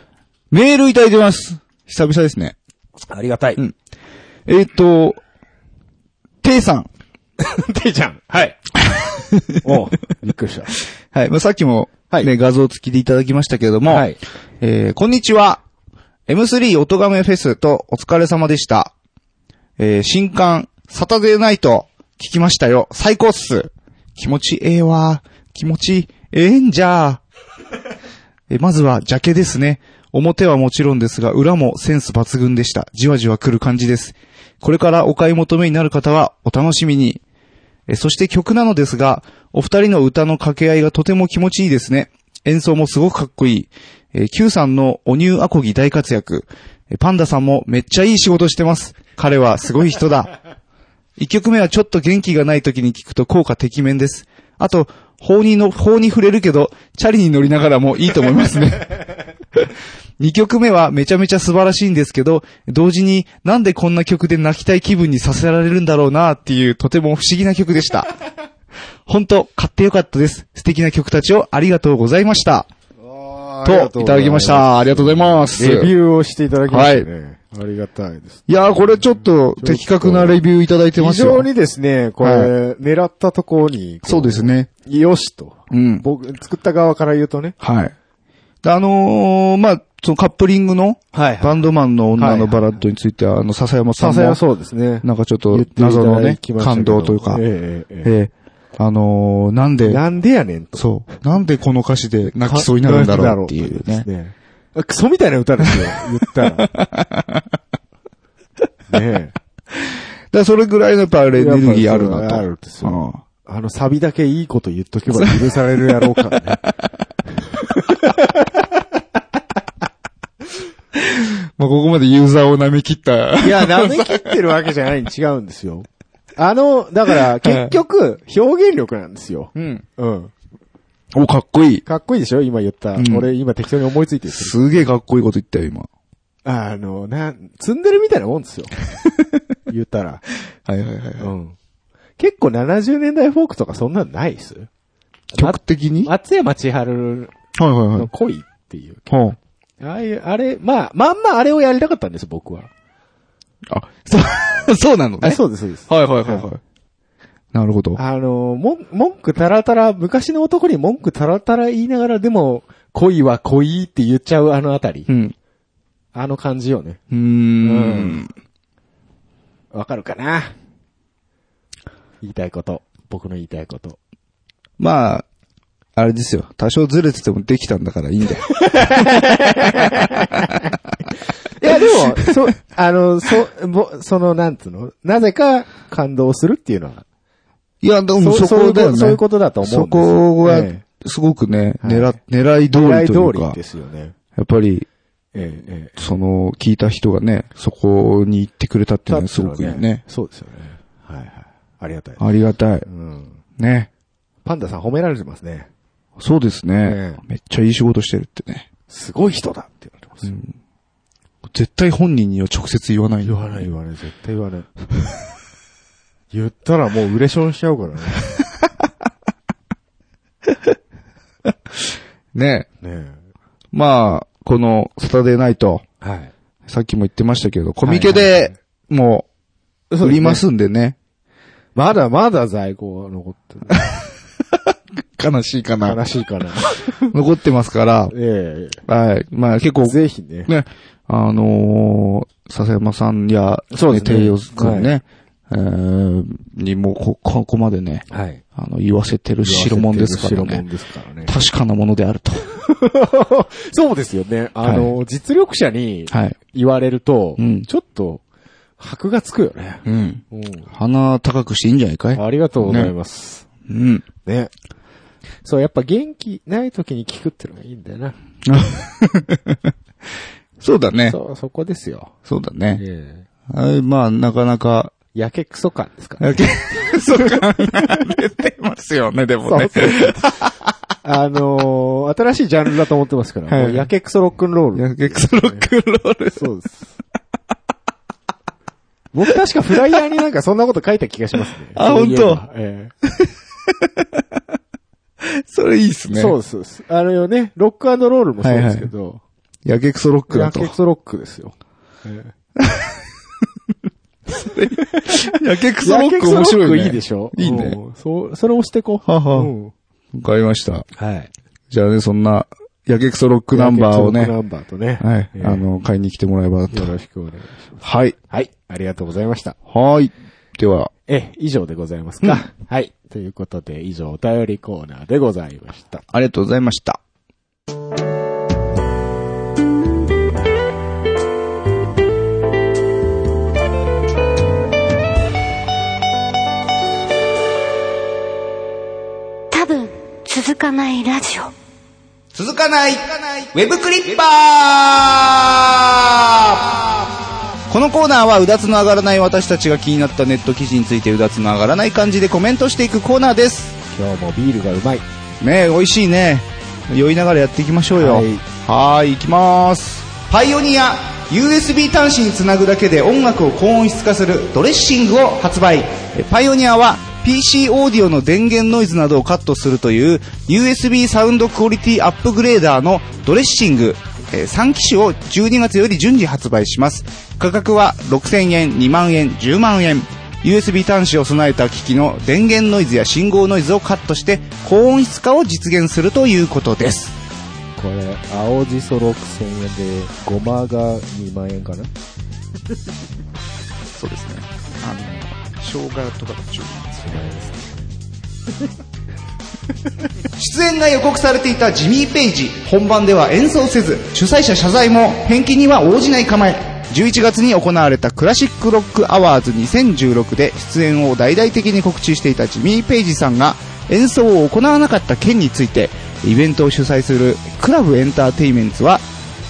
Speaker 6: メールいただいてます。久々ですね。
Speaker 2: ありがたい
Speaker 6: うんえーっと、ていさん。
Speaker 2: ていちゃん。はい。おうびっくりした。
Speaker 1: はい。まあ、さっきも、
Speaker 2: は
Speaker 1: ね、
Speaker 2: い
Speaker 1: 画像付きでいただきましたけれども、
Speaker 2: はい
Speaker 1: えー、こんにちは。M3 音亀フェスとお疲れ様でした。えー、新刊、サタデーナイト、聞きましたよ。最高っす。気持ちええわ。気持ちええんじゃ えーまずは、ジャケですね。表はもちろんですが、裏もセンス抜群でした。じわじわ来る感じです。これからお買い求めになる方は、お楽しみに。えそして曲なのですが、お二人の歌の掛け合いがとても気持ちいいですね。演奏もすごくかっこいい。えー Q さんのおニューアコギ大活躍。えパンダさんもめっちゃいい仕事してます。彼はすごい人だ。 一曲目はちょっと元気がない時に聞くと効果てきめんです。あと、法にの、法に触れるけど、チャリに乗りながらもいいと思いますね。2曲目はめちゃめちゃ素晴らしいんですけど、同時になんでこんな曲で泣きたい気分にさせられるんだろうなっていうとても不思議な曲 でした。本当買ってよかったです。素敵な曲たちをありがとうございました。と、いただきまし。た。ありがとうございます。
Speaker 2: レビューをしていただきましたね。ありがたいです。
Speaker 1: いやー、これちょっと的確なレビューいただいてま
Speaker 2: 非
Speaker 1: すよ。
Speaker 2: 常にですね、これ、
Speaker 1: はい
Speaker 2: 狙ったところに、こ
Speaker 1: そうですね。
Speaker 2: よしと。
Speaker 1: うん。
Speaker 2: 僕、作った側から言うとね。
Speaker 1: はい。であのー、まあ、そのカップリングの、
Speaker 2: はい
Speaker 1: バンドマンの女のバラッドについては、あの、笹山さん
Speaker 2: 笹
Speaker 1: も
Speaker 2: 谷、そうですね。
Speaker 1: なんかちょっと
Speaker 2: 言っていただ
Speaker 1: 謎のね
Speaker 2: きま、したけ
Speaker 1: 感
Speaker 2: ど
Speaker 1: 動というか、
Speaker 2: えええええ
Speaker 1: ええあのー、なん
Speaker 2: え
Speaker 1: で、
Speaker 2: なんでやねんと。
Speaker 1: そう、なんでこの歌詞で泣きそうになるんだろうっていう
Speaker 2: な
Speaker 1: ね
Speaker 2: ん。でだろうっていうですね。あクソみたいな歌ですよ、言っ たら。ねえ。
Speaker 1: だからそれぐらいのやっぱエネルギーあるな
Speaker 2: やっ
Speaker 1: と。
Speaker 2: ぱりそうあるですよ
Speaker 1: うん
Speaker 2: あのサビだけいいこと言っとけば許されるやろう からね。
Speaker 1: まあ、ここまでユーザーを舐め切った。
Speaker 2: いや、舐め切ってるわけじゃないに違うんですよ。あの、だから、結局、表現力なんですよ。
Speaker 1: うん。
Speaker 2: うん。
Speaker 1: お、かっこいい。
Speaker 2: かっこいいでしょ今言った。
Speaker 1: うん
Speaker 2: 俺、今適当に思いついて言ってる。
Speaker 1: すげえかっこいいこと言ったよ、今。
Speaker 2: あの、なん、積んでるみたいなもんです よ。言ったら。
Speaker 1: はいはいはい。
Speaker 2: うん。結構70年代フォークとかそんなんないっす
Speaker 1: 曲的に
Speaker 2: 松山千春
Speaker 1: はいはいはい
Speaker 2: の。恋っていう。
Speaker 1: ほう
Speaker 2: ああいう、あれ、まあ、まんまあれをやりたかったんです、僕は。
Speaker 1: あ、そう、 そうなの
Speaker 2: あ
Speaker 1: ね。
Speaker 2: そうです、そうです。
Speaker 1: はいはいはいはい。なるほど。
Speaker 2: あの、もん、文句たらたら、昔の男に文句たらたら言いながらでも、恋は恋って言っちゃうあのあたり
Speaker 1: う。ん。
Speaker 2: あの感じよね。
Speaker 1: うーん。
Speaker 2: わかるかな言いたいこと。僕の言いたいこと。
Speaker 1: まあ、あれですよ。多少ずれててもできたんだからいいんだよ。
Speaker 2: いや、でも、 そ、あの、そ、ぼ、その、なんつうのなぜか感動するっていうのは、
Speaker 1: いや、でも
Speaker 2: そう
Speaker 1: そこだよね。
Speaker 2: そういうことだと思うんですよ
Speaker 1: そこは
Speaker 2: え、
Speaker 1: すごくね、
Speaker 2: はい
Speaker 1: 狙、狙い通
Speaker 2: 狙い
Speaker 1: りという
Speaker 2: 通り
Speaker 1: か
Speaker 2: で、すよね。
Speaker 1: やっぱり、
Speaker 2: ええ、ええ。
Speaker 1: その、聞いた人がね、そこに行ってくれたっていうのはすごくいいね。
Speaker 2: そうですよね。はいはい。ありがたいです。
Speaker 1: ありがたい。
Speaker 2: うん。
Speaker 1: ね。
Speaker 2: パンダさん褒められてますね。
Speaker 1: そうですね
Speaker 2: え。
Speaker 1: めっちゃいい仕事してるってね。
Speaker 2: すごい人だって言われてますよ。
Speaker 1: 絶対本人には直接言わない
Speaker 2: 言
Speaker 1: よ。
Speaker 2: わない言わない、絶対言わない。 言ったらもうウレションしちゃうからね。
Speaker 1: ね。
Speaker 2: ね
Speaker 1: まあ、この、サタデーナイト、
Speaker 2: え。はい。
Speaker 1: さっきも言ってましたけど、コミケで、もう、売りますんでね。
Speaker 2: まだまだ在庫が残ってる。
Speaker 1: 悲しいかな。
Speaker 2: 悲しいか な。
Speaker 1: 残ってますから、
Speaker 2: え
Speaker 1: はい。まあ結構
Speaker 2: え。、ぜひね。
Speaker 1: ね、あのー、笹山さんや、
Speaker 2: そうですね
Speaker 1: ね。帝くんね、えーにもうこ、ここまでね、
Speaker 2: はい。
Speaker 1: あの、言わせてる白物ですから
Speaker 2: 白物
Speaker 1: ね。
Speaker 2: ですからね。
Speaker 1: 確かなものであると。
Speaker 2: そうですよね。あの、実力者に
Speaker 1: はい。
Speaker 2: 言われると、
Speaker 1: うん
Speaker 2: ちょっと、箔がつくよね。
Speaker 1: うん。
Speaker 2: うん。
Speaker 1: 鼻高くしていいんじゃないかい
Speaker 2: ありがとうございます。
Speaker 1: うん。
Speaker 2: ね。そう、やっぱ元気ない時に聞くってのがいいんだよな。
Speaker 1: そうだね。
Speaker 2: そう、そこですよ。
Speaker 1: そうだね。
Speaker 2: ええ。
Speaker 1: はい、まあ、なかなか、
Speaker 2: やけくそ感ですかね。
Speaker 1: そうか、出てますよね、でもね。
Speaker 2: あのー、新しいジャンルだと思ってますから、
Speaker 1: はい
Speaker 2: もうやけくそロックンロール。
Speaker 1: やけくそロックンロール。
Speaker 2: そうです。僕確かフライヤーになんかそんなこと書いた気がしますね。
Speaker 1: あ
Speaker 2: そういえば
Speaker 1: 本
Speaker 2: え
Speaker 1: それいいっす
Speaker 2: え
Speaker 1: ね。
Speaker 2: そうです、そうです。あれよね、ロックロールもそうですけど、
Speaker 1: やけくそロックだ
Speaker 2: や
Speaker 1: と
Speaker 2: け。くそロックですよ。
Speaker 1: やけく
Speaker 2: やけくそロックいいでしょ
Speaker 1: いいね
Speaker 2: うんそう、それ押してこう。
Speaker 1: はは
Speaker 2: うん
Speaker 1: わかりました。
Speaker 2: はい。
Speaker 1: じゃあね、そんな、やけくそロックナンバーを
Speaker 2: ロッ
Speaker 1: ね
Speaker 2: ク、ナンバーとね。
Speaker 1: はい
Speaker 2: え、え
Speaker 1: あの、買いに来てもらえばと
Speaker 2: よ。ろしくお願いします。
Speaker 1: はい。
Speaker 2: はい。ありがとうございました。
Speaker 1: はーい。では、
Speaker 2: え、以上でございますか。はい。ということで、以上お便りコーナーでございました。
Speaker 1: ありがとうございました。
Speaker 7: 多分続かないラジオ
Speaker 1: 続かない、ウェブクリッパーこのコーナーはうだつの上がらない私たちが気になったネット記事についてうだつの上がらない感じでコメントしていくコーナーです。
Speaker 2: 今日もビールがうまい。
Speaker 1: ねえ、美味しいね。酔いながらやっていきましょうよ。は
Speaker 2: はい
Speaker 1: い、い、行きます。パイオニア、USB 端子につなぐだけで音楽を高音質化するドレッシングを発売。えパイオニアは PC オーディオの電源ノイズなどをカットするという USB サウンドクオリティアップグレーダーのドレッシングえー3機種を12月より順次発売します。価格は6000円、2万円、10万円。USB 端子を備えた機器の電源ノイズや信号ノイズをカットして高音質化を実現するということです。
Speaker 2: これ、青じそ6000円で、ごまが2万円かな
Speaker 1: そうですね。あの、生姜とかと中出演が予告されていたジミー・ペイジ本番では演奏せず主催者謝罪も返金には応じない構え11月に行われたクラシックロックアワーズ2016で出演を大々的に告知していたジミー・ペイジさんが演奏を行わなかった件についてイベントを主催するクラブエンターテイメンツは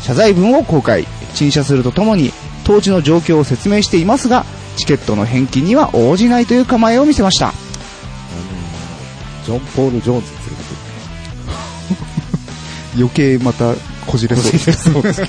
Speaker 1: 謝罪文を公開陳謝するとともに当時の状況を説明していますがチケットの返金には応じないという構えを見せました
Speaker 2: ジョン・ポール・ジョーンズ連れてくる
Speaker 6: 余計またこじれそうです。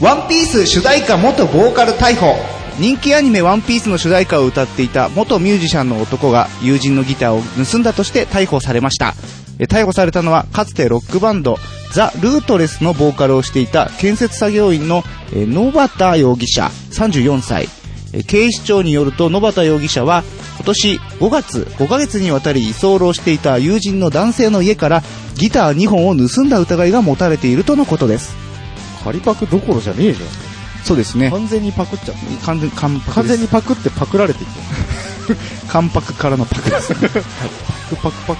Speaker 1: ワンピース主題歌元ボーカル逮捕人気アニメワンピースの主題歌を歌っていた元ミュージシャンの男が友人のギターを盗んだとして逮捕されました。え逮捕されたのはかつてロックバンドザ・ルートレスのボーカルをしていた建設作業員のえ野端容疑者34歳。え警視庁によると野端容疑者は今年5月5ヶ月にわたり居候していた友人の男性の家からギター2本を盗んだ疑いが持たれているとのことです。
Speaker 2: 仮パクどころじゃねえじゃ
Speaker 1: そうですね
Speaker 2: ん。。完全にパクっちゃった。
Speaker 1: 完全、完パ
Speaker 2: 完
Speaker 1: クで
Speaker 2: 全
Speaker 1: す。
Speaker 2: にパクってパクられていった。
Speaker 1: 完パクからのパクです。
Speaker 2: パクパク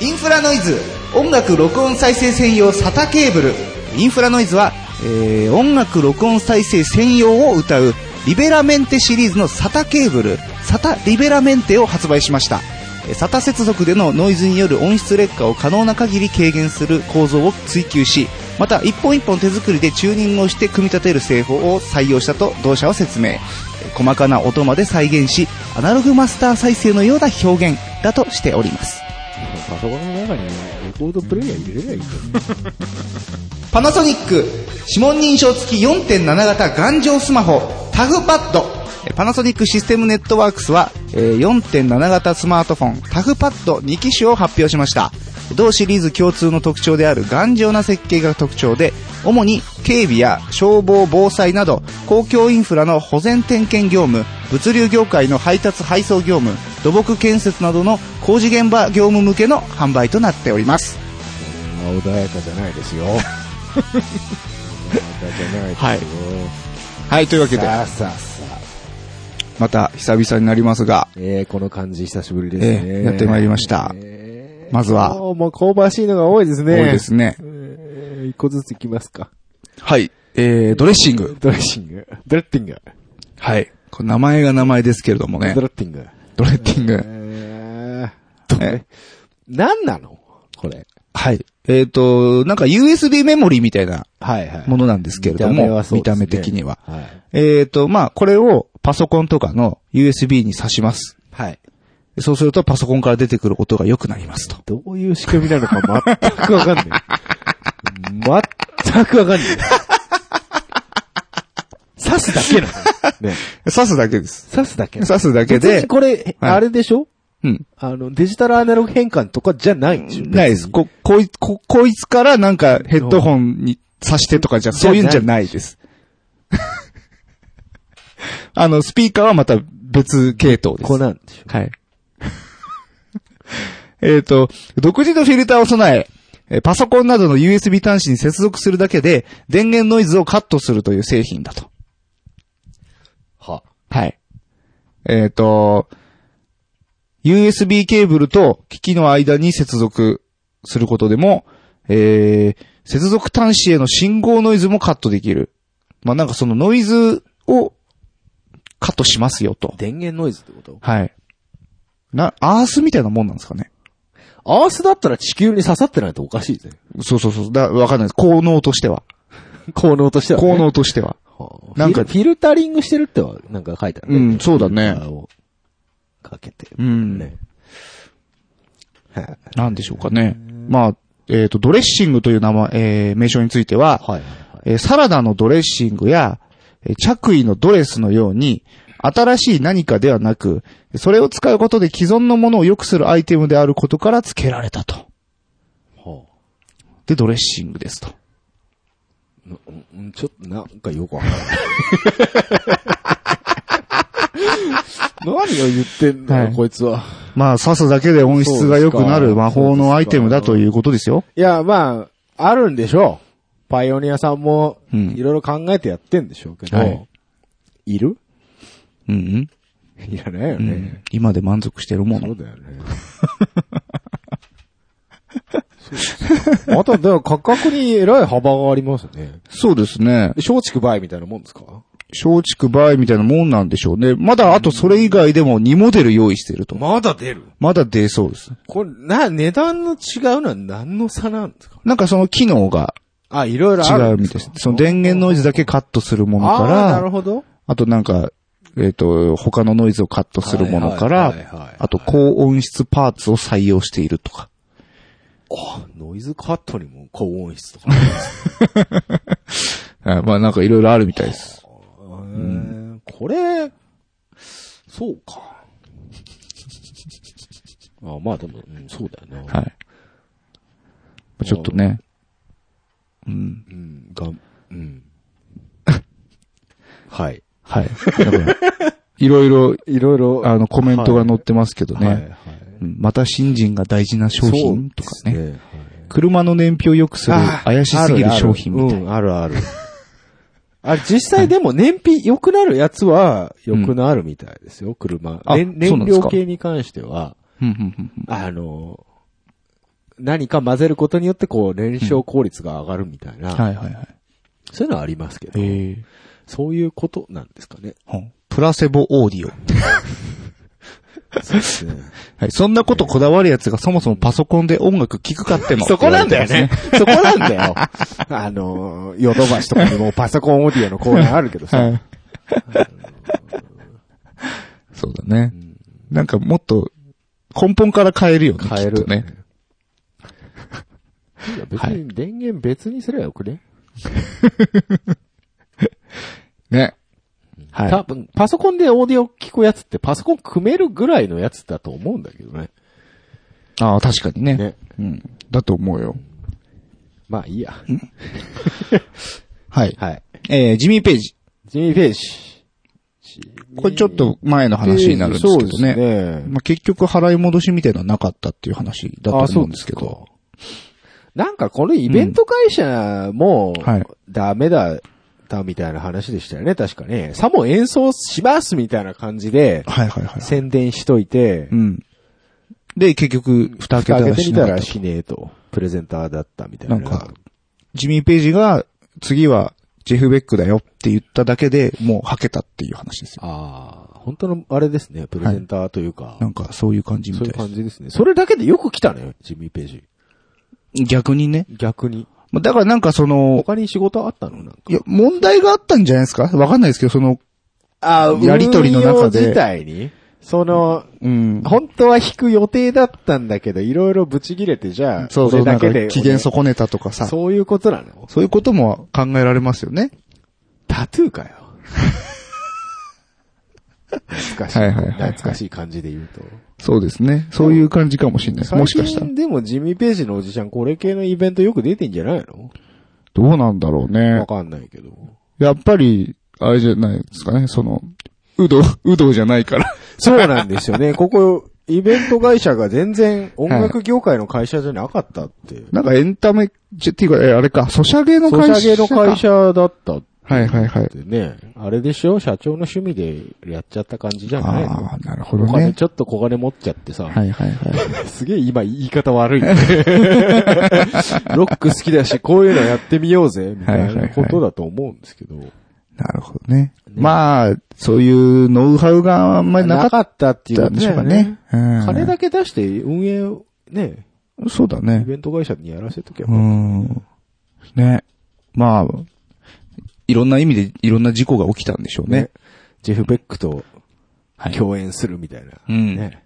Speaker 1: インフラノイズ、音楽録音再生専用 SATA ケーブル。インフラノイズは、えー、音楽録音再生専用を歌う、リベラメンテシリーズの SATA ケーブル、SATA リベラメンテを発売しました。えー SATA 接続でのノイズによる音質劣化を可能な限り軽減する構造を追求し、また一本一本手作りでチューニングをして組み立てる製法を採用したと同社は説明。細かな音まで再現し、アナログマスター再生のような表現だとしております。
Speaker 2: パソコンの中にレコードプレイヤー入れればいいんだよ
Speaker 1: パナソニック指紋認証付き4.7型頑丈スマホタフパッドえパナソニックシステムネットワークスはえー4.7型スマートフォンタフパッド2機種を発表しました同シリーズ共通の特徴である頑丈な設計が特徴で主に警備や消防防災など公共インフラの保全点検業務物流業界の配達配送業務土木建設などの工事現場業務向けの販売となっております
Speaker 2: 穏やかじゃないですよ。穏やかじゃないですよ。
Speaker 1: はいはいというわけで
Speaker 2: さあさあさあ。
Speaker 1: また久々になりますが
Speaker 2: えー、この感じ久しぶりですね。
Speaker 1: ええやってまいりました
Speaker 2: えー
Speaker 1: まずは
Speaker 2: 今日も香ばしいのが多いですね。
Speaker 1: 多いですね。
Speaker 2: えー。一個ずついきますか。
Speaker 1: はい。えー、ドレッシング。
Speaker 2: ドレッシング。ドレッティング。
Speaker 1: はい。これ名前が名前ですけれどもね
Speaker 2: ド。レッティング。
Speaker 1: ドレッティング。
Speaker 2: えー、
Speaker 1: え
Speaker 2: 何なのこれ。
Speaker 1: はい。えっ、と、なんか USB メモリーみたいな
Speaker 2: はいは
Speaker 1: ものなんですけれども、見た目的には。
Speaker 2: はい。
Speaker 1: えっ、と、まあ、これをパソコンとかの USB に挿します。
Speaker 2: はい。
Speaker 1: そうするとパソコンから出てくる音が良くなりますと。
Speaker 2: どういう仕組みなのか全くわかんない。全くわかんない。刺すだけなのね。
Speaker 1: 刺すだけです。
Speaker 2: 刺すだけなの
Speaker 1: 刺すだけ
Speaker 2: 別
Speaker 1: で
Speaker 2: に、これ、
Speaker 1: はい
Speaker 2: あれでしょ
Speaker 1: うん。
Speaker 2: あの、デジタルアナログ変換とかじゃないんでしょ
Speaker 1: ないです。こ、こいつ、こ、こいつからなんかヘッドホンに挿してとかじゃ、そういうんじゃないです。 あの、スピーカーはまた別系統です。
Speaker 2: こうなんでしょ
Speaker 1: はい。えっと、独自のフィルターを備え、えーパソコンなどの USB 端子に接続するだけで、電源ノイズをカットするという製品だと。
Speaker 4: は。
Speaker 1: はい。えっ、と、USB ケーブルと機器の間に接続することでも、えー、接続端子への信号ノイズもカットできる。まあ、なんかそのノイズをカットしますよと。
Speaker 8: 電源ノイズってこと
Speaker 1: はい。な、アースみたいなもんなんですかね。
Speaker 8: アースだったら地球に刺さってないとおかしいぜ。
Speaker 1: そうそうそう。だ、わかんないです。効能としては。
Speaker 8: 効能としては、ね。
Speaker 1: 効能としては。
Speaker 8: はあ。
Speaker 1: な
Speaker 8: なんん
Speaker 1: か
Speaker 8: かフィルタリングしてるっては、なんか書いてある、
Speaker 1: うんそうだね
Speaker 8: フィルターをかけて。
Speaker 1: うん
Speaker 8: ね。
Speaker 1: なんでしょうかね。まあ、えっ、と、ドレッシングという名前、えー名称については、
Speaker 8: はいはいはい。
Speaker 1: えーサラダのドレッシングや、えー着衣のドレスのように、新しい何かではなく、それを使うことで既存のものを良くするアイテムであることから付けられたと。
Speaker 8: は
Speaker 1: で、ドレッシングですと。
Speaker 8: あうんちょっと、なんかよくわから ない。何を言ってんだよ、
Speaker 1: はい
Speaker 8: こいつは。
Speaker 1: まあ、刺すだけで音質が良くな
Speaker 8: そうです
Speaker 1: る
Speaker 8: か
Speaker 1: 魔法のアイテムだということですよ。
Speaker 2: いや、まあ、あるんでしょう。パイオニアさんも、
Speaker 1: うん
Speaker 2: いろいろ考えてやってんでしょうけど、
Speaker 1: はい
Speaker 2: い、る
Speaker 1: うん、
Speaker 2: いらないよ
Speaker 1: うん、
Speaker 2: ね。
Speaker 1: 今で満足してるも
Speaker 2: そ
Speaker 1: の
Speaker 2: う。だよね。そうですよあと、でも価格にえらい幅がありますね。
Speaker 1: そうですね。
Speaker 2: で松竹梅みたいなもんですか
Speaker 1: 松竹梅みたいなもんなんでしょうね。まだ、あとそれ以外でも2モデル用意してると。
Speaker 2: まだ出る
Speaker 1: まだ出そうです。
Speaker 2: これ、な、値段の違うのは何の差なんですか
Speaker 1: なんかその機能が
Speaker 2: あ、いろいろあ
Speaker 1: 違
Speaker 2: る
Speaker 1: うんみ
Speaker 2: です
Speaker 1: たいで
Speaker 2: か
Speaker 1: す。その電源ノイズだけカットするものか
Speaker 2: ああ、なる
Speaker 1: ら、
Speaker 2: ほど。
Speaker 1: あとなんか、えっと、他のノイズをカットするものか
Speaker 2: はいはいはいはい
Speaker 1: ら、あと高音質パーツを採用しているとか。
Speaker 2: ノイズカットにも高音質とか。
Speaker 1: あまあなんかいろいろあるみたいです。
Speaker 2: これ、そうか。
Speaker 8: あまあでも、うんそうだよな。
Speaker 1: はい。ちょっとね。
Speaker 2: うん、がん、 うん。はい。
Speaker 1: はい。いろいろ、
Speaker 2: いろいろ
Speaker 1: あの、コメントが載ってますけど
Speaker 2: はい
Speaker 1: ね。うんまた新人が大事な商品とかね。
Speaker 2: ね
Speaker 1: 車の燃費を良くする
Speaker 2: あー
Speaker 1: 怪しすぎる商品みたいな。
Speaker 2: あるあるうん、あるある。あれ、実際でも燃費良くなるやつは、良くなるみたいですよ、車。
Speaker 1: あ
Speaker 2: 燃
Speaker 1: そう
Speaker 2: 燃
Speaker 1: なんです
Speaker 2: 料
Speaker 1: か
Speaker 2: 系に関しては、
Speaker 1: うんうんうんうん
Speaker 2: あの、何か混ぜることによって、こう、燃焼効率が上がるみたいな、
Speaker 1: はいはいはい。
Speaker 2: そういうのはありますけど、
Speaker 1: え
Speaker 2: そういうことなんですかね。
Speaker 1: え。プラセボオーディオ。
Speaker 2: そうですね。
Speaker 1: はい。そんなことこだわるやつがそもそもパソコンで音楽聴くかっても。
Speaker 2: そこなんだよね。。そこなんだよ。あの、ヨドバシとかにもパソコンオーディオのコーナーあるけどさ。
Speaker 1: はい。そうだね。なんかもっと根本から変えるよね。
Speaker 2: 変える
Speaker 1: きっとね。
Speaker 2: いや別
Speaker 1: は
Speaker 2: に、電源別にすればよく ね。
Speaker 1: ね。はい。
Speaker 2: 多分、パソコンでオーディオ聞くやつってパソコン組めるぐらいのやつだと思うんだけどね。
Speaker 1: ああ、確かにね。
Speaker 2: ね
Speaker 1: うん。だと思うよ。
Speaker 2: まあいいや。
Speaker 1: はい。
Speaker 2: はい。
Speaker 1: えー、ジミーページ。
Speaker 2: ジミー・ページ。
Speaker 1: これちょっと前の話になるんですけどね。
Speaker 2: そうですね
Speaker 1: まあ、結局払い戻しみたいなのはなかったっていう話だと思うんですけ
Speaker 2: あそう
Speaker 1: ど。
Speaker 2: なんかこのイベント会社も
Speaker 1: うんはい、
Speaker 2: ダメだったみたいな話でしたよね、確かね。さも演奏しますみたいな感じで、
Speaker 1: はいはいはい。
Speaker 2: 宣伝しといて、
Speaker 1: うん。で、結局、蓋開けた
Speaker 2: 開
Speaker 1: ら
Speaker 2: けて
Speaker 1: し
Speaker 2: み
Speaker 1: な
Speaker 2: た
Speaker 1: かっ
Speaker 2: ら
Speaker 1: たと
Speaker 2: しねえと。プレゼンターだったみたいな。
Speaker 1: なんかジミー・ページが、次は、ジェフ・ベックだよって言っただけで、もう吐けたっていう話ですよ。
Speaker 2: ああ、本当のあれですね、プレゼンターというか、
Speaker 1: なんか、そういう感じみ
Speaker 2: そう
Speaker 1: た
Speaker 2: い
Speaker 1: いう
Speaker 2: 感
Speaker 1: です。
Speaker 2: じですね。それだけでよく来たね、ジミー・ページ。
Speaker 1: 逆にね。
Speaker 2: 逆に。
Speaker 1: まあだからなんかその、
Speaker 2: 他に仕事あったのなんか。
Speaker 1: いや、問題があったんじゃないですかわかんないですけど、その、
Speaker 2: ああ
Speaker 1: やりとりの中で
Speaker 2: 自体に、その、
Speaker 1: うん。
Speaker 2: 本当は引く予定だったんだけど、いろいろブチ切れて、じゃあ、
Speaker 1: そうそう、
Speaker 2: れ
Speaker 1: な
Speaker 2: だ
Speaker 1: んか
Speaker 2: けで、
Speaker 1: 機嫌損ねたとかさ、そ
Speaker 2: そういうことなの
Speaker 1: ういうことも考えられますよね。
Speaker 2: タトゥ ーかよ。懐かしい。
Speaker 1: はいはいはいはい
Speaker 2: 懐かしい感じで言うと。
Speaker 1: そうですね。そういう感じかもしれないです。もしかした
Speaker 2: 最
Speaker 1: ら
Speaker 2: 近。でもジミー・ページのおじちゃん、これ系のイベントよく出てんじゃないの
Speaker 1: どうなんだろうね
Speaker 2: わ。かんないけど。
Speaker 1: やっぱり、あれじゃないですかね、その、うど、うどじゃないから。
Speaker 2: そうなんですよね。ここ、イベント会社が全然音楽業界の会社じゃなかったっていう。
Speaker 1: なんかエンタメ、ちっていうか、えあれか、ソシャゲの
Speaker 2: ソシ
Speaker 1: 会
Speaker 2: ャ
Speaker 1: 社
Speaker 2: ゲの
Speaker 1: か。
Speaker 2: 会社だったっ
Speaker 1: はいはいはい。
Speaker 2: てね。あれでしょ社長の趣味でやっちゃった感じじゃないの
Speaker 1: ああ、なるほど
Speaker 2: お金
Speaker 1: ね。
Speaker 2: ちょっと小金持っちゃってさ。
Speaker 1: はいはいはい。
Speaker 2: すげえ今言い方悪 いね。ロック好きだし、こういうのやってみようぜ、みた
Speaker 1: はい
Speaker 2: い
Speaker 1: はいは
Speaker 2: ないことだと思うんですけど。
Speaker 1: なるほどね。まあ、そういうノウハウがあんまりな
Speaker 2: な
Speaker 1: か
Speaker 2: か
Speaker 1: っ
Speaker 2: ったっていう
Speaker 1: た
Speaker 2: こ
Speaker 1: ん
Speaker 2: と
Speaker 1: で
Speaker 2: だ
Speaker 1: しょう
Speaker 2: よ
Speaker 1: か
Speaker 2: ね
Speaker 1: ね。。うん
Speaker 2: 金だけ出して運営をね、
Speaker 1: そうだ
Speaker 2: イ
Speaker 1: ね。
Speaker 2: ベント会社にやらせとけ
Speaker 1: う
Speaker 2: ば。
Speaker 1: ん。ね。まあ、いろんな意味でいろんな事故が起きたんでしょうね。。
Speaker 2: ジェフ・ベックと共演するみたいな。
Speaker 1: うん
Speaker 2: ね。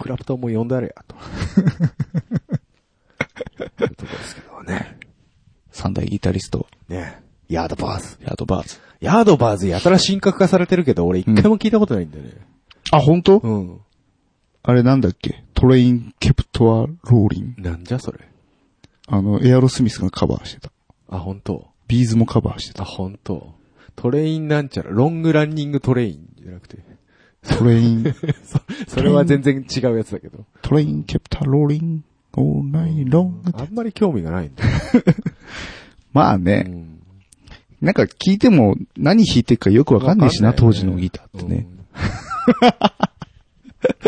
Speaker 2: クラプトンも呼んだれや、と。いうとこですけどね。
Speaker 1: 三大ギタリスト、
Speaker 2: ね。ヤードバーズ。
Speaker 1: ヤードバーズ。
Speaker 2: ヤードバーズやたら神格化されてるけど、俺一回も聞いたことないんだよね。
Speaker 1: あ、本当？
Speaker 2: うん。
Speaker 1: あれなんだっけトレイン・ケプトア・ローリン。
Speaker 2: なんじゃそれ。
Speaker 1: あの、エアロスミスがカバーしてた。
Speaker 2: あ、本当。
Speaker 1: ビーズもカバーしてた。
Speaker 2: あ、本当。トレインなんちゃら、ロングランニングトレインじゃなくて。
Speaker 1: トレイン、
Speaker 2: それは全然違うやつだけど。
Speaker 1: トレイン・ケプトア・ローリン、オーナイロング。
Speaker 2: あんまり興味がないんだ。
Speaker 1: まあ
Speaker 2: う
Speaker 1: ね、
Speaker 2: ん
Speaker 1: なんか聞いても何弾いてるかよくわかんないしな、
Speaker 2: わかんない
Speaker 1: 当
Speaker 2: ね
Speaker 1: 時のギターってね。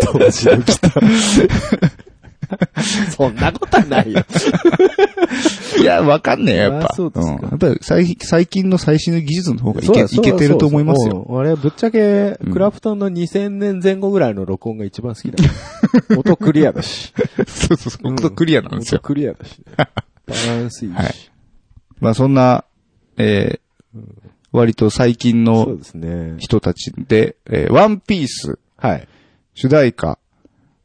Speaker 2: 当時のギター。そんなことはないよ。
Speaker 1: いや、わかんねえ、やっ
Speaker 2: あ
Speaker 1: ぱ。
Speaker 2: そうですか
Speaker 1: んやっぱり最最近の最新の技術の方がいけいけてると思いますよ。。
Speaker 2: あれ、ぶっちゃけ、クラフトンの2000年前後ぐらいの録音が一番好きだ。 音クリアだし。
Speaker 1: そうそうそう。僕とクリアなんですよ
Speaker 2: 音。クリアだし。バランスいい
Speaker 1: はい
Speaker 2: し。
Speaker 1: まあそんな、えー割と最近
Speaker 2: そう
Speaker 1: の
Speaker 2: ですね。
Speaker 1: 人たちで、えーワンピース、
Speaker 2: はい。
Speaker 1: 主題歌、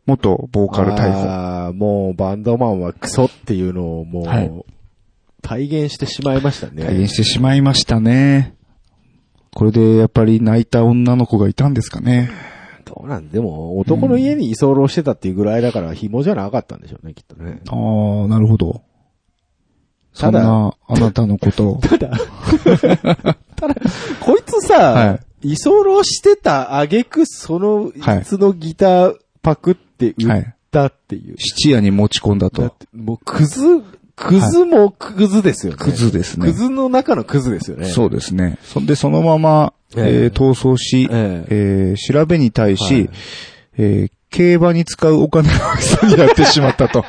Speaker 1: 元ボーカル逮捕。
Speaker 2: ああ、もうバンドマンはクソっていうのをもう、
Speaker 1: はい
Speaker 2: 体現してしまいましたね。
Speaker 1: 体現してしまいましたね。これでやっぱり泣いた女の子がいたんですかね。
Speaker 2: どうなんでも、男の家に居候してたっていうぐらいだから、紐じゃなかったんでしょうね、きっとね。
Speaker 1: ああ、なるほど。そ
Speaker 2: た
Speaker 1: ん
Speaker 2: だ
Speaker 1: なあなたのこと を。
Speaker 2: こいつさ、
Speaker 1: は
Speaker 2: 居候してた挙句その、
Speaker 1: はい
Speaker 2: いつのギターパクって売ったっていう。
Speaker 1: 質屋に持ち込んだ
Speaker 2: だっ
Speaker 1: と。
Speaker 2: てもう、クズ、クズもクズですよね。
Speaker 1: クズですね
Speaker 2: ク。ズの中のクズですよね。
Speaker 1: そうですね。そんで、そのまま、えー
Speaker 2: ええ
Speaker 1: 逃走し、
Speaker 2: え
Speaker 1: えー調べに対し、
Speaker 2: はい
Speaker 1: えー競馬に使うお金を餌になってしまった と。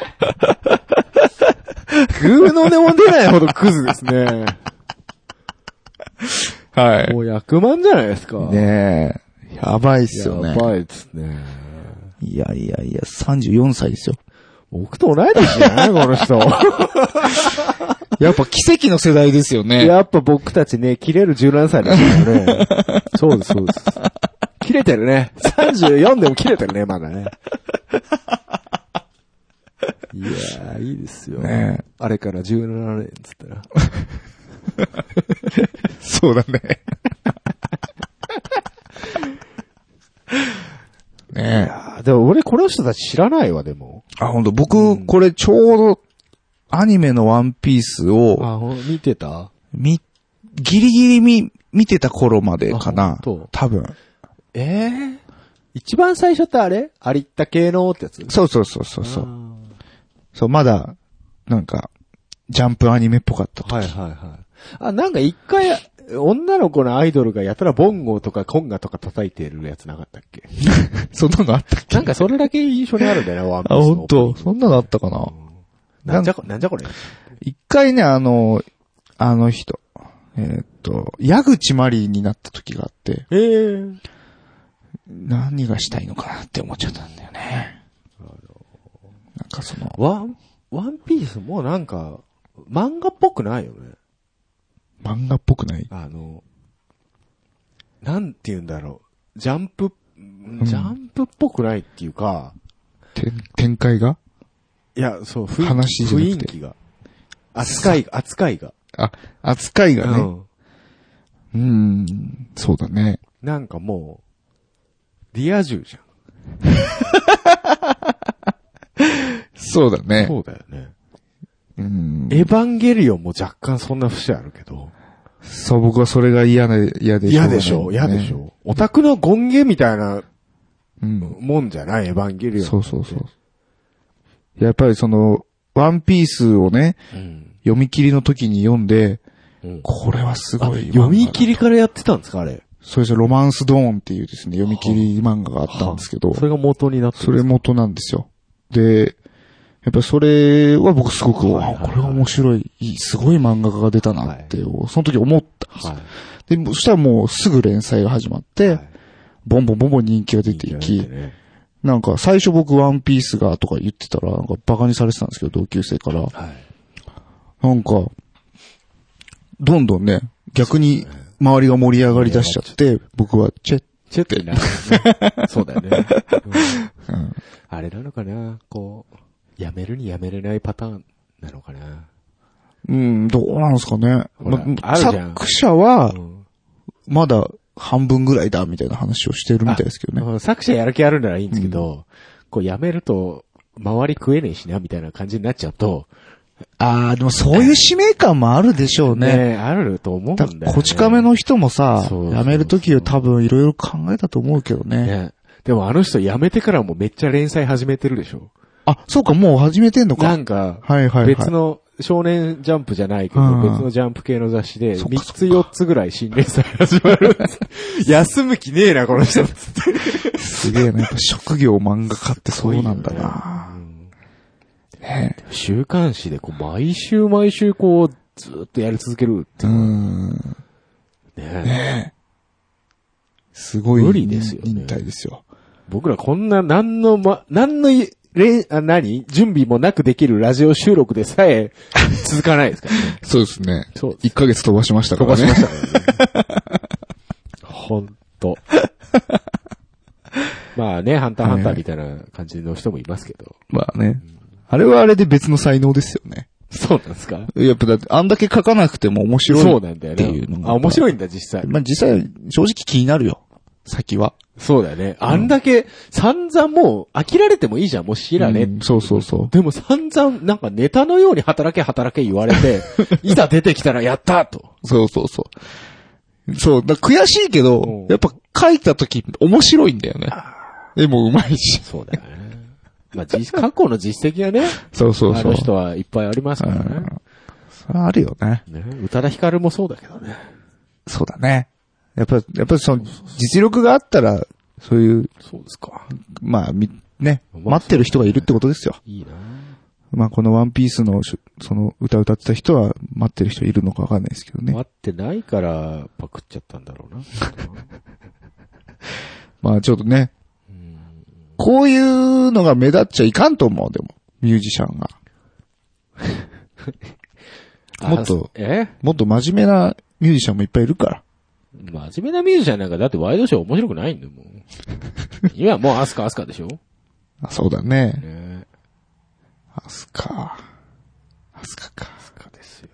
Speaker 2: グーの音も出ないほどクズですね。
Speaker 1: は
Speaker 2: もう役満じゃないですか。
Speaker 1: ねえ。やばいっす
Speaker 2: や
Speaker 1: よね。
Speaker 2: ばいですね。
Speaker 1: いやいやいや、34歳ですよ。
Speaker 2: 僕と同い年じゃないこの人。
Speaker 1: やっぱ奇跡の世代ですよね。
Speaker 2: やっぱ僕たちね、切れる17歳ですから ね。そうです、そうです。切れてるね。34でも切れてるね、まだね。いやー、いいですよ。
Speaker 1: ね
Speaker 2: あれから17年っつったら。
Speaker 1: そうだね。ねえ。
Speaker 2: あーでも俺この人たち知らないわ、でも。
Speaker 1: あ、本当僕、これちょうど、アニメのワンピースを、
Speaker 2: あ、見てた
Speaker 1: み、ギリギリ見、見てた頃までか
Speaker 2: あ
Speaker 1: な
Speaker 2: ほんと。
Speaker 1: 多分。
Speaker 2: ええ一番最初ってあれありった系のってやつ
Speaker 1: そうそうそうそうそう。
Speaker 2: あ
Speaker 1: そう、まだ、なんか、ジャンプアニメっぽかった
Speaker 2: ー
Speaker 1: と。
Speaker 2: はいはいはい。あ、なんか一回、女の子のアイドルがやたらボンゴとかコンガとか叩いてるやつなかったっけ
Speaker 1: そんなのあったっけ
Speaker 2: なんかそれだけ印象にあるんだよな、ワンピ
Speaker 1: あ、
Speaker 2: ースの
Speaker 1: 本当そんなのあったかな
Speaker 2: なんじゃこ、なんじゃこれ。
Speaker 1: 一回ね、あの、あの人、えーっと、矢口まりになった時があって、
Speaker 2: ええ。
Speaker 1: 何がしたいのかなって思っちゃったんだよね。なんかその、
Speaker 2: ワン、ワンピースもなんか、漫画っぽくないよね。
Speaker 1: 漫画っぽくない
Speaker 2: あの、なんて言うんだろう。ジャンプ、ジャンプっぽくないっていうか、
Speaker 1: 展展開が
Speaker 2: いや、そう、雰囲気
Speaker 1: 話じゃな
Speaker 2: 雰
Speaker 1: く
Speaker 2: 囲
Speaker 1: て
Speaker 2: 気が。扱い、扱いが。
Speaker 1: あ、扱いうがね。
Speaker 2: ん。
Speaker 1: うん、そうだね。
Speaker 2: なんかもう、リア充じゃ
Speaker 1: そうだ
Speaker 2: ん。
Speaker 1: ね。
Speaker 2: そうだよね。
Speaker 1: うん。
Speaker 2: エヴァンゲリオンも若干そんな節あるけど。
Speaker 1: そう、僕はそれが嫌で、嫌で
Speaker 2: 嫌でしょ嫌でしょ、オタクの権限みたいな
Speaker 1: うん。
Speaker 6: もんじゃない、エヴァンゲリオン。
Speaker 1: そうそうそう。やっぱりその、ワンピースをね、
Speaker 2: うん。
Speaker 1: 読み切りの時に読んで、
Speaker 2: うん
Speaker 1: これはすごい。
Speaker 2: 読み切りからやってたんですか、あれ。
Speaker 1: そうですね、ロマンスドーンっていうですね、読み切り漫画があったんですけど、
Speaker 2: それが元になって
Speaker 1: それ元なんですよ。で、やっぱそれは僕すご
Speaker 2: は
Speaker 1: く、
Speaker 2: いはいはい
Speaker 1: あこれは面白い、いいすごい漫画家が出たなって、その時思ったんですよ。
Speaker 2: は
Speaker 1: で、そしたらもうすぐ連載が始まっ
Speaker 2: い。
Speaker 1: て、
Speaker 2: はい
Speaker 1: ボンボンボンボン人気が出ていき、なんか最初僕ワンピースがとか言ってたら、なんかバカにされてたんですけど、同級生から。なんか、どんどんね、逆に周りが盛り上がり出しちゃって、僕はチェッ
Speaker 2: チェックになる、そうだよね。うんあれなのかなこう、やめるにやめれないパターンなのかな
Speaker 1: うん、どうなんですかね。
Speaker 2: ほら
Speaker 1: ま
Speaker 2: あるじゃん
Speaker 1: 作者は
Speaker 2: う、ん
Speaker 1: まだ半分ぐらいだ、みたいな話をしてるみたいですけどね。
Speaker 2: うん作者やる気あるならいいんですけど、こうやめると、周り食えねえしな、みたいな感じになっちゃうと、
Speaker 1: ああ、でもそういう使命感もあるでしょうね。
Speaker 2: ねあると思うんだ
Speaker 1: だ
Speaker 2: よね。
Speaker 1: からこち亀の人も
Speaker 2: そ
Speaker 1: さ、
Speaker 2: うそうそう
Speaker 1: 辞めるときは多分いろいろ考えたと思うけどね。
Speaker 2: ね。でもあの人辞めてからもめっちゃ連載始めてるでしょ。
Speaker 1: あ、そうか、もう始めてんの
Speaker 2: な
Speaker 1: か。
Speaker 2: んか、
Speaker 1: はいはいはい。
Speaker 2: 別の少年ジャンプじゃないけど、
Speaker 1: うん
Speaker 2: 別のジャンプ系の雑誌で、
Speaker 1: そっか
Speaker 2: 3
Speaker 1: そっか
Speaker 2: つ4つぐらい新連載始まるんです。 休む気ねえな、この人。
Speaker 1: すげえな。やっぱ職業漫画家ってそうなんだな。ね
Speaker 2: 週刊誌でこう、毎週毎週こう、ずっとやり続けるって
Speaker 1: う
Speaker 2: い
Speaker 1: ん。
Speaker 2: うね。
Speaker 1: すごい。
Speaker 2: 無理ですよね
Speaker 1: 忍耐ですよ。
Speaker 2: 僕らこんな、何の、ま、何のい、れん、あ、何準備もなくできるラジオ収録でさ え、続かないですからね。
Speaker 1: そうですね。
Speaker 2: そうです
Speaker 1: 1ヶ月飛ばしましたからね。
Speaker 2: 飛ばしました からね。ほんと。まあね、ハンターハンターみたいな感じの人もいますけど。
Speaker 1: まあね。あれはあれで別の才能ですよね。
Speaker 2: そうなんですか
Speaker 1: やっぱだって、あんだけ書かなくても面白い。
Speaker 2: そうなんだよ
Speaker 1: ってい
Speaker 2: ね
Speaker 1: うの。が
Speaker 2: あ、面白いんだ、実際。
Speaker 1: まあ実際、正直気になるよ。先は。
Speaker 2: そうだよね。あんだけ、散々もう、飽きられてもいいじゃん、もう知らねえって
Speaker 1: うんそうそうそう。
Speaker 2: でも散々、なんかネタのように働け働け言われ て、いざ出てきたらやったと。
Speaker 1: そうそうそう。そう、だ悔しいけど
Speaker 2: うん、
Speaker 1: やっぱ書いた時面白いんだよね。でもうまいし。
Speaker 2: そうだよね。まあ、実過去の実績がね、
Speaker 1: そうそうそう。
Speaker 2: あの人はいっぱいありますからね。
Speaker 1: それはあるよね。
Speaker 2: ね宇多田ヒカルもそうだけどね。
Speaker 1: そうだね。やっぱ、やっぱりその、実力があったら、そういう、
Speaker 2: そうですか。
Speaker 1: まあ、み、ね、
Speaker 2: まあ
Speaker 1: 待ってる人がいるってことですよ。
Speaker 2: いいな
Speaker 1: まあ、このワンピースの、しその、歌歌ってた人は、待ってる人いるのかわかんないですけどね。
Speaker 2: 待ってないから、パクっちゃったんだろうな。
Speaker 1: まあ、ちょっとね、こういうのが目立っちゃいかんと思う、でも、ミュージシャンが。もっと
Speaker 2: あえ
Speaker 1: もっと真面目なミュージシャンもいっぱいいるから。
Speaker 2: 真面目なミュージシャンなんかだってワイドショー面白くないんだも ん。今もうアスカアスカでしょ
Speaker 1: あ、そうだね。
Speaker 2: ね
Speaker 1: アスカ。アスカか。
Speaker 2: ですよ。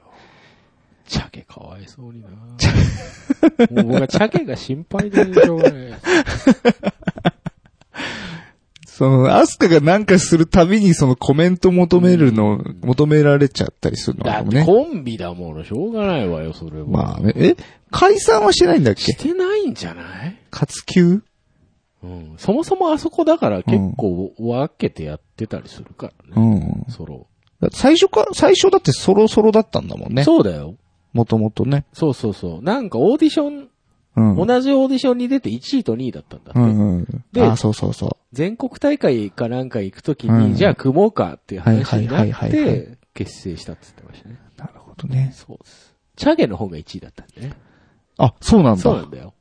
Speaker 2: チャケかわいそうにな。もう僕はチャケが心配でしょうが ない。
Speaker 1: その、アスカがなんかするたびにそのコメント求めるの、求められちゃったりするの
Speaker 2: だ
Speaker 1: か
Speaker 2: っ
Speaker 1: も
Speaker 2: て
Speaker 1: ね。
Speaker 2: コンビだもの、しょうがないわよ、それは。
Speaker 1: まあね、え解散はしてないんだっ
Speaker 2: し
Speaker 1: け
Speaker 2: てないんじゃない
Speaker 1: 活休
Speaker 2: うん。そもそもあそこだから結構分けてやってたりするから
Speaker 1: う
Speaker 2: ね。
Speaker 1: ん。
Speaker 2: ソロ。
Speaker 1: だって最初か、最初だってソロソロだったんだもんね。
Speaker 2: そうだよ。
Speaker 1: もともとね。
Speaker 2: そうそうそう。なんかオーディション、
Speaker 1: うん。
Speaker 2: 同じオーディションに出て1位と2位だったんだって。
Speaker 1: うんうん。
Speaker 2: で
Speaker 1: あ、そうそうそう。
Speaker 2: 全国大会かなんか行くときに、
Speaker 1: うん
Speaker 2: じゃあ組もうかっていう話にな
Speaker 1: はいは
Speaker 2: っ
Speaker 1: いはいはいは
Speaker 2: て、結成したって言ってましたね。
Speaker 1: なるほどね。
Speaker 2: そうです。チャゲの方が1位だったんだね。
Speaker 1: あ、そうなんだ。
Speaker 2: そうなんだよ。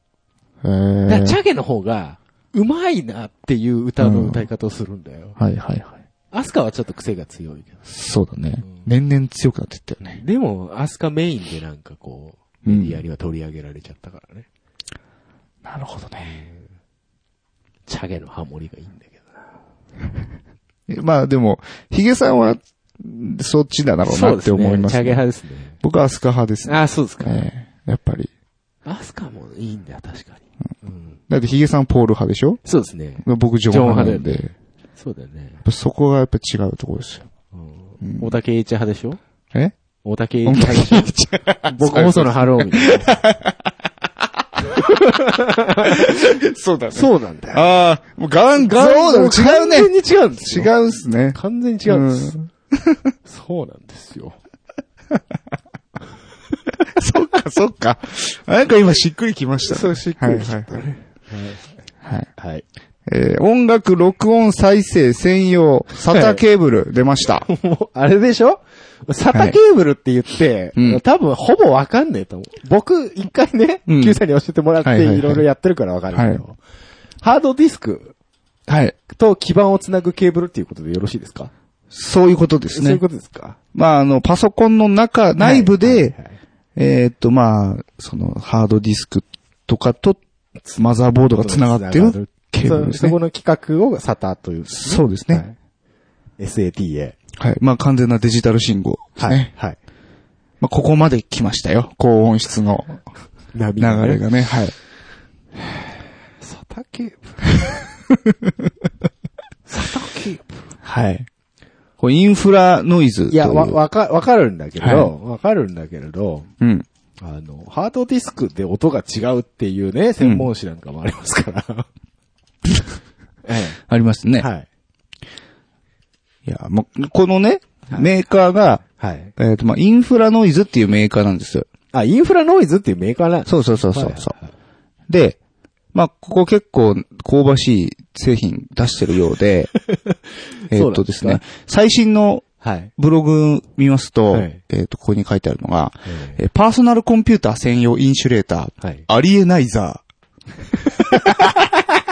Speaker 1: へ
Speaker 2: だから
Speaker 1: ー
Speaker 2: チャゲの方が、うまいなっていう歌の歌い方をするんだよ。
Speaker 1: はいはいはい。
Speaker 2: アスカはちょっと癖が強いけど。
Speaker 1: そうだね
Speaker 2: うん。
Speaker 1: 年々強くなってったよね。
Speaker 2: でも、アスカメインでなんかこう、
Speaker 1: うん
Speaker 2: メディアには取り上げられちゃったからね。
Speaker 1: なるほどね。
Speaker 2: チャゲのハモリがいいんだけどな。
Speaker 1: まあでも、ヒゲさんは、そっちだろうなって思います
Speaker 2: チャゲ
Speaker 1: ね。
Speaker 2: 派ですね。
Speaker 1: 僕はアスカ派ですね。
Speaker 2: あ、そうですか。
Speaker 1: ええやっぱり。
Speaker 2: アスカもいいんだよ、確かに。うん。
Speaker 1: だってヒゲさんポール派でしょ
Speaker 2: そうですね。
Speaker 1: 僕ジョン派なんで。
Speaker 2: ジョン
Speaker 1: やっ
Speaker 2: そうだよね。
Speaker 1: ぱそこがやっぱ違うところですよ。
Speaker 2: うん。大竹栄一派でしょ
Speaker 1: え
Speaker 2: 大竹栄一派でしょ僕、細野晴臣。
Speaker 1: そうだね。
Speaker 2: そうなんだよ。
Speaker 1: ああ、もうガン、ガン、そうだ違うね。
Speaker 2: 完全に違うんです
Speaker 1: 違
Speaker 2: よ。
Speaker 1: うっすね。
Speaker 2: 完全に違うんです。
Speaker 1: うん
Speaker 2: そうなんですよ。
Speaker 1: そっか、そっか。なんか今しっくりきました。
Speaker 2: そう、しっくりきたね
Speaker 1: はいはい。
Speaker 2: はい。
Speaker 1: えー音楽録音再生専用、SATA ケーブル出ました。
Speaker 2: もう、あれでしょサタケーブルって言って、
Speaker 1: うん
Speaker 2: 多分ほぼわかんねえと思う。僕、一回ね、
Speaker 1: うん
Speaker 2: Q さんに教えてもらって、
Speaker 1: はいいはいはい
Speaker 2: ろいろやってるからわかるけど、
Speaker 1: は
Speaker 2: ハードディスク
Speaker 1: はい。
Speaker 2: と基板をつなぐケーブルっていうことでよろしいですか、
Speaker 1: そういうことで
Speaker 2: そ
Speaker 1: す
Speaker 2: ういう
Speaker 1: ね
Speaker 2: こ。とですか
Speaker 1: まあ、あの、パソコンの中、内部
Speaker 2: はい
Speaker 1: で
Speaker 2: は、い
Speaker 1: えーっと、まあ、その、ハードディスクとかと、マザーボードが繋がって
Speaker 2: つな
Speaker 1: るケーブルです
Speaker 2: そそ
Speaker 1: ね
Speaker 2: こ。の企画をサタというんですね。
Speaker 1: そうですね。
Speaker 2: はい SATA。
Speaker 1: はい。まあ、完全なデジタル信号です
Speaker 2: はい。
Speaker 1: ね。
Speaker 2: はい。
Speaker 1: まあ、ここまで来ましたよ。高音質の
Speaker 2: 流
Speaker 1: 流れ。がね。はい。
Speaker 2: サタケーブル。サタケーブル。はい。
Speaker 1: こうインフラノイズという。
Speaker 2: いや、わ、わか、わかるんだけ
Speaker 1: はい
Speaker 2: ど、わかるんだけれど、
Speaker 1: うん。
Speaker 2: あの、ハードディスクで音が違うっていうね、専門誌なんかもあります から。え
Speaker 1: あります
Speaker 2: え
Speaker 1: ね。
Speaker 2: はい。
Speaker 1: いや、もう、このね、メーカーが、
Speaker 2: はい。
Speaker 1: えっ、と、まあ、インフラノイズっていうメーカーなんですよ。
Speaker 2: あ、インフラノイズっていうメーカーなん
Speaker 1: そうそうそうそうそう、
Speaker 2: はいはい
Speaker 1: で、まあ、ここ結構香ばしい製品出してるよ うで、えっとです
Speaker 2: そうなん
Speaker 1: ね、最新の
Speaker 2: はい。
Speaker 1: ブログ見ますと、
Speaker 2: はい
Speaker 1: えっ、と、ここに書いてあるのが、
Speaker 2: え
Speaker 1: えーパーソナルコンピューター専用インシュレーター、
Speaker 2: はい
Speaker 1: アリエナイザ
Speaker 2: え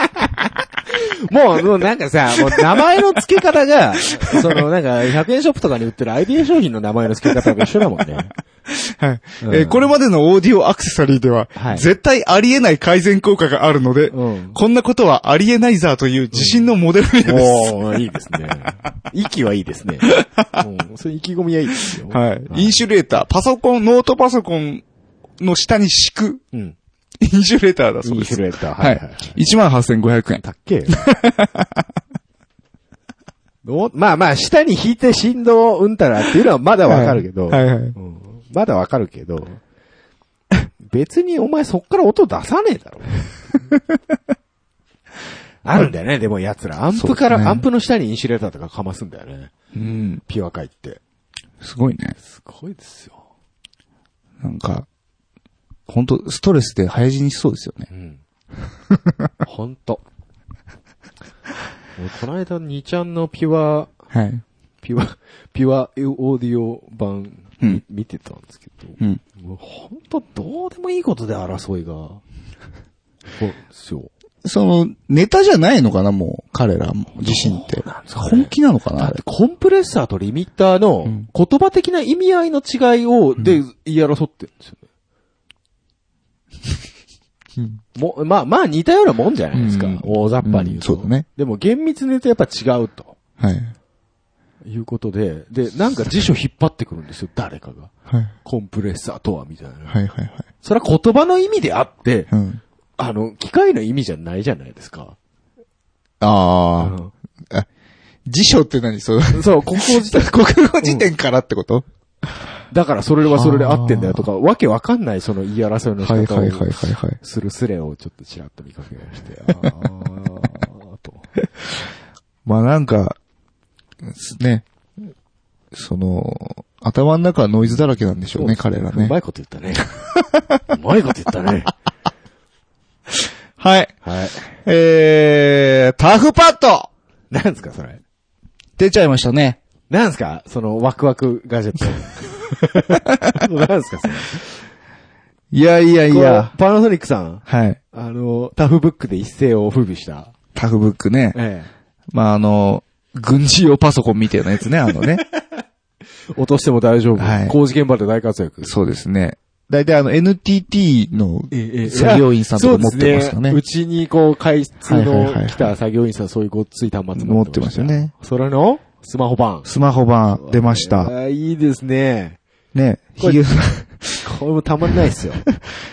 Speaker 2: もう、もうなんか さ、もう名前の付け方が、そのなんか、100円ショップとかに売ってる IDA 商品の名前の付け方が一緒だもんね。
Speaker 1: ー。はい
Speaker 2: うん
Speaker 1: えーこれまでのオーディオアクセサリーでは、
Speaker 2: はい
Speaker 1: 絶対ありえない改善効果があるので、
Speaker 2: うん
Speaker 1: こんなことはアリエナイザーという自信のモデル名です。
Speaker 2: おー、いいですね。息はいいです ね。うん、それ意気込みはいいですよ。
Speaker 1: はい。インシュレーター。パソコン、ノートパソコンの下に敷く。
Speaker 2: うん。
Speaker 1: インシュレーターだそう
Speaker 2: イン
Speaker 1: で
Speaker 2: フ
Speaker 1: す。
Speaker 2: ルエンター、
Speaker 1: は
Speaker 2: はいいはい。。
Speaker 1: 18,500円。
Speaker 2: だっけよ どうまあまあ、下に引いて振動をうんたらっていうのはまだわかるけど、
Speaker 1: はいはい。
Speaker 2: うんまだわかるけど、別にお前そっから音出さねえだろ。あるんだよね、でも奴ら。アンプから、
Speaker 1: そうですね
Speaker 2: アンプの下にインシュレーターとかかますんだよね。
Speaker 1: うん。
Speaker 2: ピュア界って。
Speaker 1: すごいね。
Speaker 2: すごいですよ。
Speaker 1: なんか、本当ストレスで早死にしそうですよね。
Speaker 8: うん。ほんと。俺この間、2ちゃんのピュア、
Speaker 1: はい。
Speaker 8: ピ ュア、ピュアオーディオ版、
Speaker 1: う
Speaker 8: み
Speaker 1: ん
Speaker 8: 見てたんですけど、
Speaker 1: うん。
Speaker 8: もうほんとどうでもいいことで争いが、 そうですよ。
Speaker 1: その、ネタじゃないのかな、もう、彼らも、自身って。本気なのかな、あれ。
Speaker 8: コンプレッサーとリミッターの
Speaker 1: ん
Speaker 8: 言葉的な意味合いの違いを、で、言い争ってるんですよね。
Speaker 2: もう、まあまあ似たようなもんじゃないですか
Speaker 1: うん。
Speaker 2: 大雑把に言うと。
Speaker 1: うんそうだね。
Speaker 2: でも厳密に言うとやっぱ違うと。
Speaker 1: はい。
Speaker 2: いうことで、で、なんか辞書引っ張ってくるんですよ、誰かが。
Speaker 1: はい。
Speaker 2: コンプレッサーとは、みたいな。
Speaker 1: はいはいはい。
Speaker 2: それは言葉の意味であって、
Speaker 1: うん。
Speaker 2: あの、機械の意味じゃないじゃないですか。
Speaker 1: ああ。
Speaker 2: うん
Speaker 1: 辞書って何その、
Speaker 2: そう、国語自体。
Speaker 1: 国語辞典からってこと、
Speaker 2: だからそれはそれで合ってんだよとか、わけわかんないその言い争いの仕
Speaker 1: はい
Speaker 2: 方
Speaker 1: はいはい
Speaker 2: を
Speaker 1: はいはい。
Speaker 2: するスレをちょっとちらっと見かけまして、あーと。
Speaker 1: まあなんか、すね、その、頭の中はノイズだらけなんでしょうね、彼ら
Speaker 2: う
Speaker 1: ね
Speaker 2: ま。いこと言ったね。うまいこと言ったね。
Speaker 1: はい。
Speaker 2: はい。
Speaker 1: えー、タフパッド
Speaker 2: なんですか、それ。
Speaker 1: 出ちゃいましたね。
Speaker 2: なんですかそのワクワクガジェッ ト。なんですかそれ。
Speaker 1: いやいやい
Speaker 2: いや
Speaker 1: や。、
Speaker 2: パナソニックさん、
Speaker 1: はい。
Speaker 2: あの、タフブックで一世を風靡した。
Speaker 1: タフブックね。
Speaker 2: え
Speaker 1: まああの、軍事用パソコンみたいなやつね、あの ね。
Speaker 2: え。落としても大丈夫。
Speaker 1: はい
Speaker 2: 工事現場で大活躍。
Speaker 1: そうですね。だいたいあの NTT の
Speaker 2: え
Speaker 1: 作業員さんとか持ってますかね。
Speaker 2: うちにこう、開通
Speaker 1: はいはいはいは
Speaker 2: の
Speaker 1: い
Speaker 2: 来た作業員さん、そういうごっつい端末
Speaker 1: 持ってますよ。ね。
Speaker 2: それのスマホ版。
Speaker 1: スマホ版出まし
Speaker 2: え
Speaker 1: た。
Speaker 2: ー。いいですね。
Speaker 1: ね。
Speaker 2: こ
Speaker 1: ヒ
Speaker 2: れ
Speaker 1: ゲさん、
Speaker 2: これもたまんないっすよ。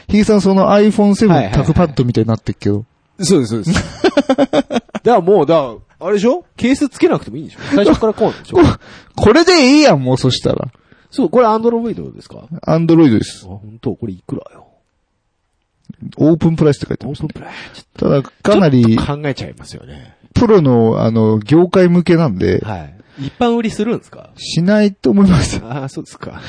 Speaker 1: ヒゲさんその
Speaker 2: はいはい
Speaker 1: iPhone7
Speaker 2: はい
Speaker 1: タフパッドみたいになってっけど。
Speaker 2: そうです、そうです。 だからもう、だからあれでしょケースつけなくてもいいんでしょ最初からこうなんでしょ
Speaker 1: これでいいやん、もうそしたら。
Speaker 2: そう、これアンドロイドですか
Speaker 1: アンドロイドです。
Speaker 2: あ、本当これいくらよ。
Speaker 1: オープンプライスって書いて
Speaker 2: オ
Speaker 1: ま
Speaker 2: ー
Speaker 1: し
Speaker 2: プ
Speaker 1: た
Speaker 2: ン。プライス。
Speaker 1: ただ、かなり、
Speaker 2: 考えちゃいますよね。
Speaker 1: プロの、あの、業界向けなんで、
Speaker 2: はい。一般売りするんですか
Speaker 1: しないと思います。
Speaker 2: ああ、そうですか。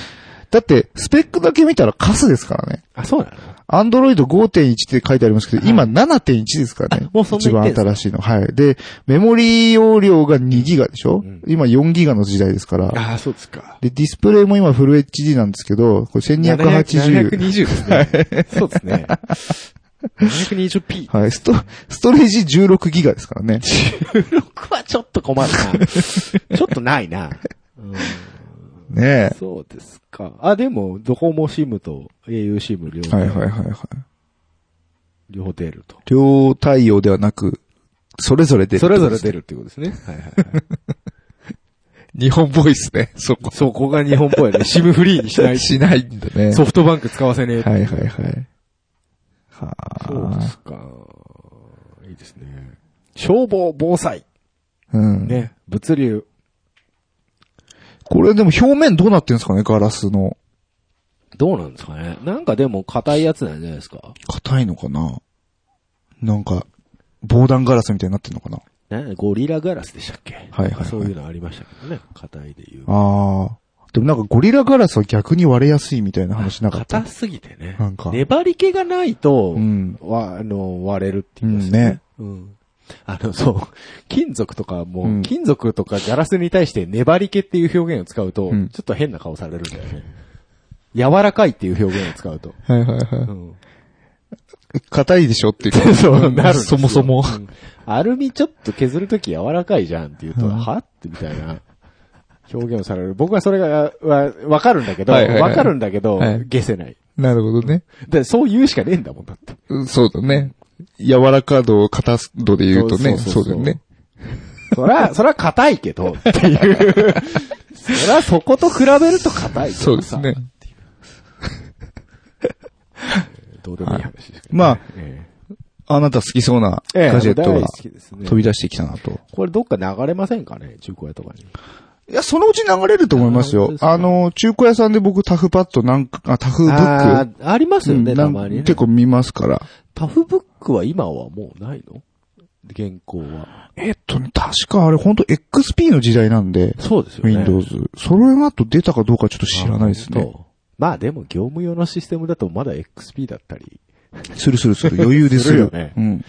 Speaker 1: だって、スペックだけ見たらカスですからね。
Speaker 2: あ、そうなの
Speaker 1: アンドロイド5.1って書いてありますけど、今7.1ですからね
Speaker 2: あ。もうそんな
Speaker 1: 一
Speaker 2: 言っ
Speaker 1: 番
Speaker 2: てんす
Speaker 1: 新しいの。はい。で、メモリ容量が2ギガでしょ、
Speaker 2: うん
Speaker 1: 今4ギガの時代ですから。
Speaker 2: ああ、そうですか。
Speaker 1: で、ディスプレイも今フル HD なんですけど、これ
Speaker 2: 220
Speaker 1: 1280。
Speaker 2: ですね。そうですね。720p。
Speaker 1: はい。スト、ストレージ16ギガですから ね。
Speaker 2: 16はちょっと困るな。 ちょっとないな。
Speaker 1: ね
Speaker 2: そうですか。あ、でも、ドコモシムと au シム両
Speaker 1: え。
Speaker 2: 方、
Speaker 1: はいはいはいはい。
Speaker 2: 両方出ると。
Speaker 1: 両対応ではなく、それぞれで。
Speaker 2: それぞれ出るってことですね。はいはいはい。
Speaker 1: 日本ボイスね。そこ。
Speaker 2: そう、ここが日本っぽいね。シムフリーにしない
Speaker 1: しないんだね。
Speaker 2: ソフトバンク使わせねえって
Speaker 1: はいはいはい。は
Speaker 2: そうで
Speaker 1: あ。
Speaker 2: すか。いいですね。消防、防災。
Speaker 1: うん。
Speaker 2: ね。物流。
Speaker 1: これでも表面どうなってんですかねガラスの。
Speaker 2: どうなんですかね。なんかでも硬いやつなんじゃないですか。
Speaker 1: 硬いのかななんか、防弾ガラスみたいになってんのかな
Speaker 2: ね、ゴリラガラスでしたっけはい
Speaker 1: はいはい
Speaker 2: そういうのありましたけどね。硬いで言う。
Speaker 1: ああ。でもなんかゴリラガラスは逆に割れやすいみたいな話なかった
Speaker 2: 硬。すぎてね。
Speaker 1: なんか
Speaker 2: 粘り気がないと、
Speaker 1: うん。
Speaker 2: わ、あの、割れるって言いますよね。うん。あの、そう。金属とかも、
Speaker 1: うん
Speaker 2: 金属とかガラスに対して粘り気っていう表現を使うと、
Speaker 1: うん
Speaker 2: ちょっと変な顔されるんだよね。柔らかいっていう表現を使うと。
Speaker 1: はい
Speaker 2: う
Speaker 1: はい
Speaker 2: ん
Speaker 1: は
Speaker 2: うん
Speaker 1: い。硬いでしょっていう。そう、
Speaker 2: なるんです
Speaker 1: そ
Speaker 2: よ
Speaker 1: もそも。
Speaker 2: アルミちょっと削るとき柔らかいじゃんって言うと、
Speaker 1: うん
Speaker 2: はってみたいな表現をされる。僕はそれが、わ、わかるんだけど、
Speaker 1: はいはいはい
Speaker 2: わかるんだけど
Speaker 1: はい、
Speaker 2: 消せない。
Speaker 1: なるほどね。
Speaker 2: で、そう言うしかねえんだもんだって。
Speaker 1: うんそうだね。柔らか度、硬度で言うとね、
Speaker 2: そう
Speaker 1: そ
Speaker 2: そううそうそ
Speaker 1: だ
Speaker 2: う
Speaker 1: よね。
Speaker 2: そら、そら硬いけど、っていう。そら、そこと比べると硬いけどさ
Speaker 1: そうですね。。
Speaker 2: どうでもいい話ですけど、
Speaker 1: まあ、
Speaker 2: え
Speaker 1: あなた好きそうな
Speaker 2: えええ
Speaker 1: ガジェット
Speaker 2: 大
Speaker 1: が
Speaker 2: 好きですね
Speaker 1: 飛び出してきたなと。
Speaker 2: これどっか流れませんかね中古屋とかに。
Speaker 1: いや、そのうち流れると思います
Speaker 2: あ
Speaker 1: よ
Speaker 2: 本当。ですか
Speaker 1: あの、中古屋さんで僕タフパッドなんか、あ、タフブッ
Speaker 2: あ
Speaker 1: ク
Speaker 2: あ、ありますよね、
Speaker 1: うん
Speaker 2: た
Speaker 1: なん
Speaker 2: まに、ね。
Speaker 1: 結構見ますから。
Speaker 2: タフブックは今はもうないの現行は。
Speaker 1: えっとね、確かあれ本当 XP の時代なんで、
Speaker 2: そうですよね。
Speaker 1: Windows。それの後出たかどうかちょっと知らないですね。
Speaker 2: そう。まあでも業務用のシステムだとまだ XP だったり。
Speaker 1: するするする。余裕です
Speaker 2: する
Speaker 1: る。
Speaker 2: よね
Speaker 1: うん。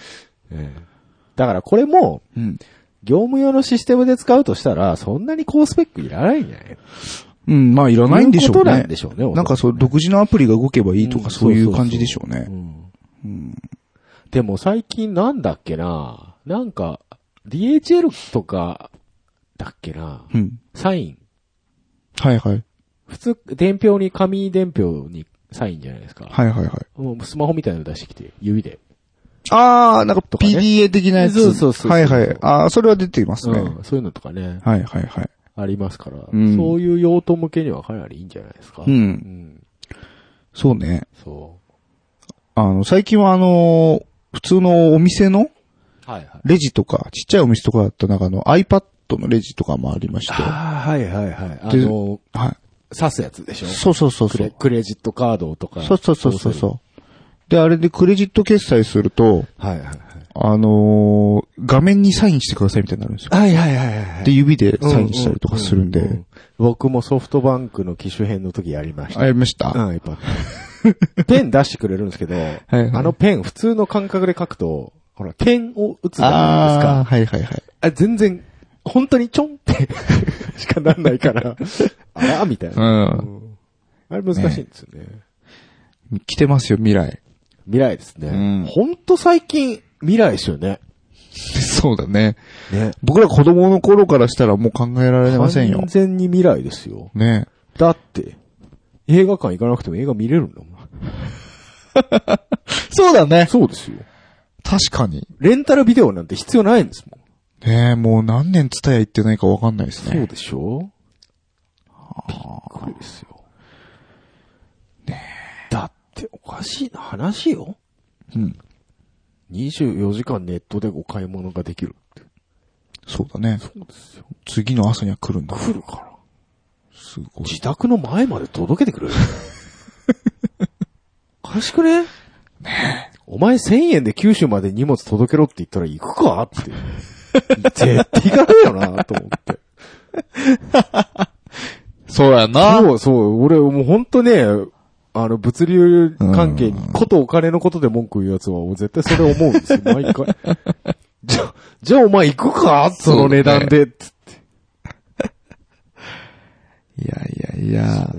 Speaker 2: だからこれも、
Speaker 1: うん。
Speaker 2: 業務用のシステムで使うとしたら、そんなに高スペックいらないんじゃない
Speaker 1: うん、まあいらないんでしょうね。
Speaker 2: いうことなんでしょうねおそらくね
Speaker 1: なんかそう、独自のアプリが動けばいいと
Speaker 2: うん
Speaker 1: かそういう感じでしょうね
Speaker 2: う。んでも最近なんだっけななんか、DHL とか、だっけな
Speaker 1: うん。
Speaker 2: サイン。
Speaker 1: はいはい。
Speaker 2: 普通、伝票に、紙伝票にサインじゃないですか。
Speaker 1: はいはいはい。
Speaker 2: もうスマホみたいなの出してきて、指で。
Speaker 1: あー、なんか
Speaker 2: とかね
Speaker 1: PDA 的なやつ。
Speaker 2: そうそうそう
Speaker 1: はいはい。あー、それは出ていますね。
Speaker 2: うん、そういうのとかね、
Speaker 1: はいはいはい。
Speaker 2: ありますから、
Speaker 1: うん
Speaker 2: そういう用途向けにはかなりいいんじゃないですか。
Speaker 1: う。
Speaker 2: うんん
Speaker 1: そうね。
Speaker 2: そ
Speaker 1: あの、最近はあのー普通のお店の
Speaker 2: う。はいはい。
Speaker 1: レジとか、ちっちゃいお店とかだった中の iPad のレジとかもありまして。は
Speaker 2: ああ、はいはいはい。あ
Speaker 1: で
Speaker 2: の、
Speaker 1: い。
Speaker 2: 刺すやつでしょ
Speaker 1: そうそうそう
Speaker 2: ク
Speaker 1: そ
Speaker 2: レ
Speaker 1: う。
Speaker 2: クレジットカードとか。
Speaker 1: そうそうそうそうそう。で、あれでクレジット決済すると、
Speaker 2: はいはいはい。
Speaker 1: あのー画面にサインしてくださいみたいになるんですよ。
Speaker 2: はいはいはいは
Speaker 1: で、指でサインしたりとかす
Speaker 2: う
Speaker 1: るん
Speaker 2: うう
Speaker 1: で
Speaker 2: う。僕もソフトバンクの機種編の時やりました。
Speaker 1: あ、やりました。
Speaker 2: うん、やっぱ。 ペン出してくれるんですけど、
Speaker 1: はいはい
Speaker 2: あのペン普通の感覚で書くと、ほら、点を打つじゃないです
Speaker 1: あー、
Speaker 2: か。
Speaker 1: はいはいはい。
Speaker 2: あ全然、本当にちょんってしかなんない から、あらみたいな。
Speaker 1: う
Speaker 2: うんあれ難しいんですよね。
Speaker 1: ん。来てますよ、未来。
Speaker 2: 未来ですね。
Speaker 1: うん
Speaker 2: ほんと最近、未来ですよね。
Speaker 1: そうだね。
Speaker 2: ね。
Speaker 1: 僕ら子供の頃からしたらもう考えられませんよ
Speaker 2: 完。全に未来ですよ。
Speaker 1: ね。
Speaker 2: だって、映画館行かなくても映画見れるんだもん。
Speaker 1: そうだね。
Speaker 2: そうですよ。
Speaker 1: 確かに。
Speaker 2: レンタルビデオなんて必要ないんですもん。
Speaker 1: ねえ、もう何年ツタヤ行ってないかわかんないです
Speaker 2: そう
Speaker 1: ね。
Speaker 2: でしょびっくりですよ。ねだっておかしいな話よ。
Speaker 1: うん。
Speaker 2: 24時間ネットでお買い物ができるって。
Speaker 1: そうだね。
Speaker 2: そうですよ。
Speaker 1: 次の朝には来るんだ。
Speaker 2: 来るから。
Speaker 1: すごい。
Speaker 2: 自宅の 前まで届けてくれる。おかしくね
Speaker 9: お前1000円で九州まで荷物届けろって言ったら行くか って。絶対行かないよな、と思って。
Speaker 6: そうやな。
Speaker 9: そうそう、俺もうほんとね、あの、物流関係に、ことお金のことで文句言うやつは、俺絶対それ思うんです よ、毎回。じゃ、じゃあお前行くかその値段で、つって。
Speaker 6: いやいやいや。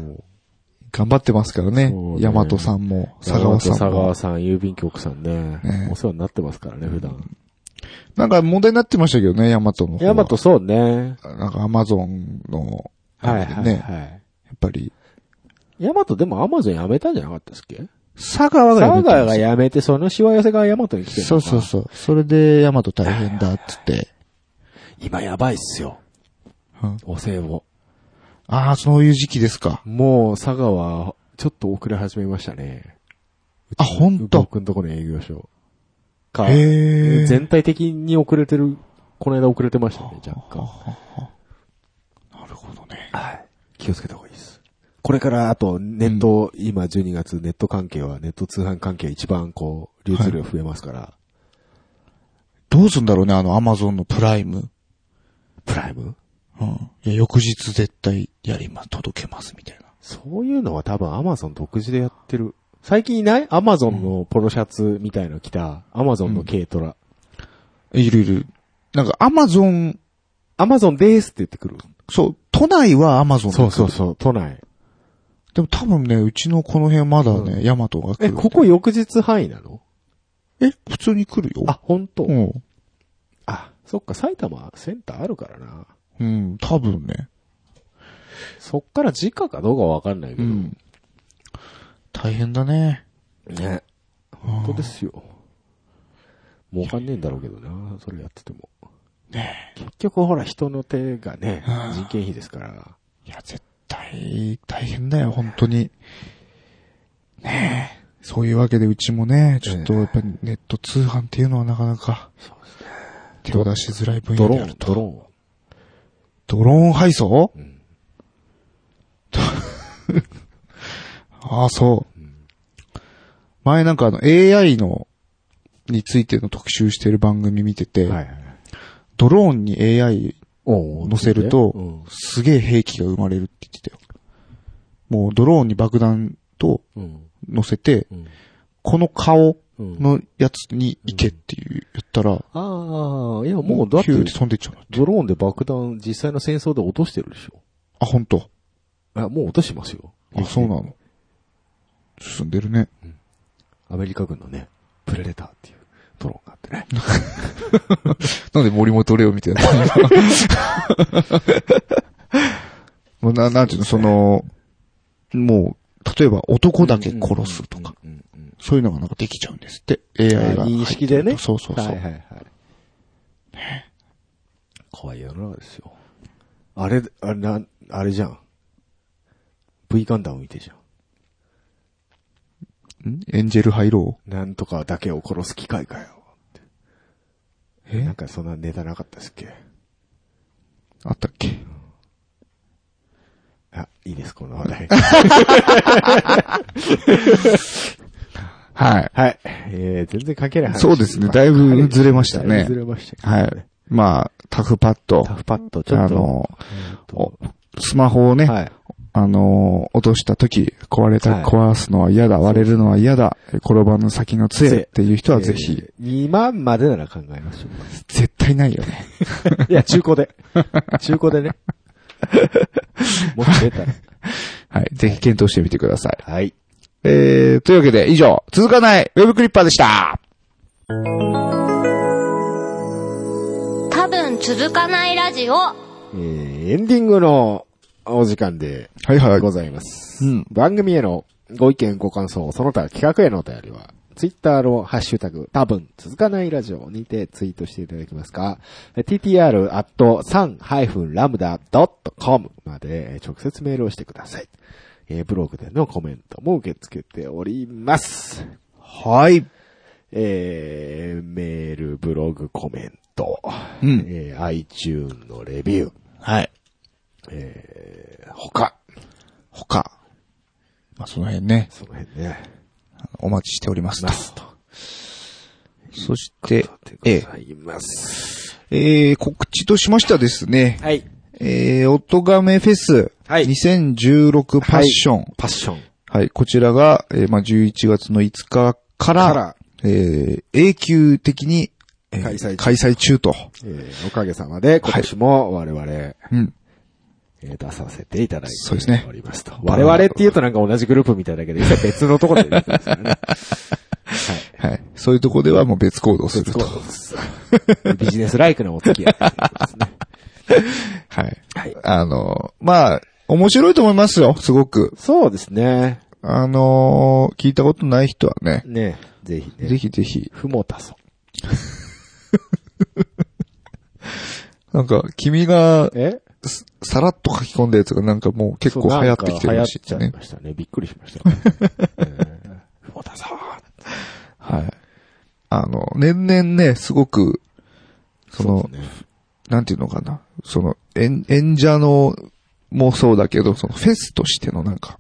Speaker 6: 頑張ってますからね
Speaker 2: そう。ね
Speaker 6: ヤマトさんも、佐川さんも。
Speaker 2: 佐川さん、郵便局さんね。お世話になってますからね、普段。
Speaker 6: なんか問題になってましたけどね、ヤマトの方は。
Speaker 2: ヤマトそうね。
Speaker 6: なんかアマゾンの、
Speaker 2: はい
Speaker 6: で
Speaker 2: はい
Speaker 6: ね
Speaker 2: はい。
Speaker 6: やっぱり、
Speaker 2: ヤマトでもアマゾン辞めたんじゃなかったっすっけ
Speaker 6: 佐川がや
Speaker 2: サ
Speaker 6: め
Speaker 2: ガ
Speaker 6: た
Speaker 2: ヤが
Speaker 6: んですよ
Speaker 2: 辞めて、そのしわ寄せがヤマトに来てる
Speaker 6: そうそうそう。それでヤマト大変だっつって。
Speaker 2: 今やばいっすよ
Speaker 6: うん。
Speaker 2: お歳暮。
Speaker 6: ああ、そういう時期ですか。
Speaker 2: もう、佐賀は、ちょっと遅れ始めましたね。
Speaker 6: あ、ほんと。
Speaker 2: 僕のとこの営業所。か、
Speaker 6: へえ。
Speaker 2: 全体的に遅れてる、この間遅れてましたね、若干。
Speaker 6: なるほどね。
Speaker 2: はい。気をつけた方がいいです。これから、あと、ネット、今12月、ネット関係は、ネット通販関係は一番、こう、流通量増えますから、
Speaker 6: どうすんだろうね、あのアマゾンのプライム。
Speaker 2: プライム
Speaker 6: うん。いや、翌日絶対やりま、届けますみたいな。
Speaker 2: そういうのは多分アマゾン独自でやってる。最近いないアマゾンのポロシャツみたいの着た、アマゾンの軽トラ。
Speaker 6: いるいる。なんかアマゾン、
Speaker 2: アマゾンですって言ってくる。
Speaker 6: そう、都内はアマゾン。
Speaker 2: そうそうそう、都内。
Speaker 6: でも多分ね、うちのこの辺まだね、ヤマトが来
Speaker 2: え、
Speaker 6: る。
Speaker 2: ここ翌日範囲なの
Speaker 6: え、普通に来るよ。
Speaker 2: あ、、本当、
Speaker 6: うん。
Speaker 2: あ、そっか、埼玉センターあるからな。
Speaker 6: うん、多分ね。
Speaker 2: そっから直かどうかはわかんないけど。
Speaker 6: うん。大変だね。
Speaker 2: ね。本当ですよ。儲かんねえんだろうけどな、それやってても。ね結局ほら人の手がね、人件費ですから。
Speaker 6: いや、絶対、大変だよ、本当に。ねえ。そういうわけで、うちもね、ちょっと、やっぱりネット通販っていうのはなかなか、手を出しづらい分
Speaker 2: ドロ
Speaker 6: 野であ
Speaker 2: ー
Speaker 6: る
Speaker 2: ン、ド
Speaker 6: と。
Speaker 2: ローン。
Speaker 6: ドローン配送、 ああ、そう。前なんかあの、AI の、についての特集してる番組見てて、
Speaker 2: はいはい。
Speaker 6: ドローンに AI
Speaker 2: お
Speaker 6: 乗せると、すげえ兵器が生まれるって言ってたよ。もうドローンに爆弾と
Speaker 2: うん。
Speaker 6: 乗せて、
Speaker 2: うん。
Speaker 6: この顔
Speaker 2: うん。
Speaker 6: のやつに行けっていう、やったら、
Speaker 2: ああ、いやもうだって
Speaker 6: ヒ、ューって飛んでっちゃう。
Speaker 2: ドローンで爆弾実際の戦争で落としてるでしょ。
Speaker 6: あ、本当
Speaker 2: あ、もう落としてますよ。
Speaker 6: あ、そうなの。進んでるね。
Speaker 2: アメリカ軍のね、プレデターっていうドローンがあってね。
Speaker 6: なんで森本レオみたいな。 もうな、なんていうの、その、もう、例えば男だけ殺すとか、
Speaker 2: うんうん。
Speaker 6: そういうのがなんかできちゃうんですって。AI が。
Speaker 2: 認識でね。
Speaker 6: そうそうそう。
Speaker 2: はいはいはい。怖い世の中ですよ。あれ、あれな、あれじゃん。V ガンダム見てじゃん。
Speaker 6: んエンジェル入ろう。
Speaker 2: なんとかだけを殺す機械かよ。ってなんかそんなネタなかったっすっけ
Speaker 6: あったっけ
Speaker 2: あ、いいです、この話 題。
Speaker 6: はい。
Speaker 2: はい。えー、全然関係ない話。
Speaker 6: そうですね。だいぶずれました
Speaker 2: だい
Speaker 6: ね
Speaker 2: ぶず。れましたけどね
Speaker 6: はい。まあ、タフパッド。
Speaker 2: タフパッド、ちょ
Speaker 6: あ
Speaker 2: っと。
Speaker 6: の、
Speaker 2: えーと
Speaker 6: おスマホをね、
Speaker 2: はい。
Speaker 6: あのー落とした時、壊れた、
Speaker 2: はい
Speaker 6: 壊すのは嫌だ、割れるのは嫌だ、転ばぬ先の杖っていう人はぜひ、
Speaker 2: えー。2万までなら考えましょ
Speaker 6: 絶対ないよね。
Speaker 2: う。いや、中古で。中古でね。もし出たら。
Speaker 6: はい。ぜひ検討してみてください。
Speaker 2: はい。
Speaker 6: えー、というわけで以上、続かないウェブクリッパーでした。
Speaker 5: 多分続かないラジオ
Speaker 2: えー、エンディングのお時間で
Speaker 6: はいはい。
Speaker 2: ございます。
Speaker 6: うん
Speaker 2: 番組へのご意見、ご感想、その他企画へのお便りは、ツイッターのハッシュタグ、多分続かないラジオにてツイートしていただけますか、ttr.san-lambda.com までえー直接メールをしてください。えーブログでのコメントも受け付けております。
Speaker 6: はい。
Speaker 2: えー、メール、ブログ、コメント、
Speaker 6: うん
Speaker 2: えー iTune のレビュー、
Speaker 6: はい。
Speaker 2: えー、他、
Speaker 6: 他。まあ、その辺ね、
Speaker 2: その辺ね、
Speaker 6: お待ちしておりますと。
Speaker 2: ますと。
Speaker 6: そして、
Speaker 2: でございます。
Speaker 6: えー、告知としましてはですね、
Speaker 2: はい。
Speaker 6: えー、おとがめフェス、
Speaker 2: はい
Speaker 6: 2016パッション、はい、
Speaker 2: パッション。
Speaker 6: こちらが、えー、まあ、11月の5日から、
Speaker 1: から
Speaker 6: えー、永久的に、えー
Speaker 1: 開催中
Speaker 6: 開催中と。
Speaker 1: えーおかげさまで、今年も我々、え
Speaker 6: うん。
Speaker 2: えー出させていただいて
Speaker 6: そうですね
Speaker 2: おりますと。我々って言うとなんか同じグループみたいだけど、実は別のところで出てますからね。
Speaker 6: はい。そういうとこではもう別行動すると。
Speaker 2: はい。ビジネスライクなお付き合いということですね。
Speaker 6: はい。
Speaker 2: はい。
Speaker 6: あのー、まあ、面白いと思いますよ、すごく。
Speaker 2: そうですね。
Speaker 6: あのー、聞いたことない人はね、
Speaker 2: ねぜひね。
Speaker 6: ぜひぜひ、
Speaker 2: ふもたそ。
Speaker 6: なんか、君が、
Speaker 2: え
Speaker 6: すさらっと書き込んだやつがなんかもう結構流行ってきてるらしいです
Speaker 2: 流行っ
Speaker 6: ね
Speaker 2: ちゃい。ましたね。びっくりしました。えーふもたそ
Speaker 6: はい。あの、年々ね、すごく、その、
Speaker 2: うですね
Speaker 6: なんていうのかな。その、演演者の、もそうだけど、そのフェスとしてのなんか、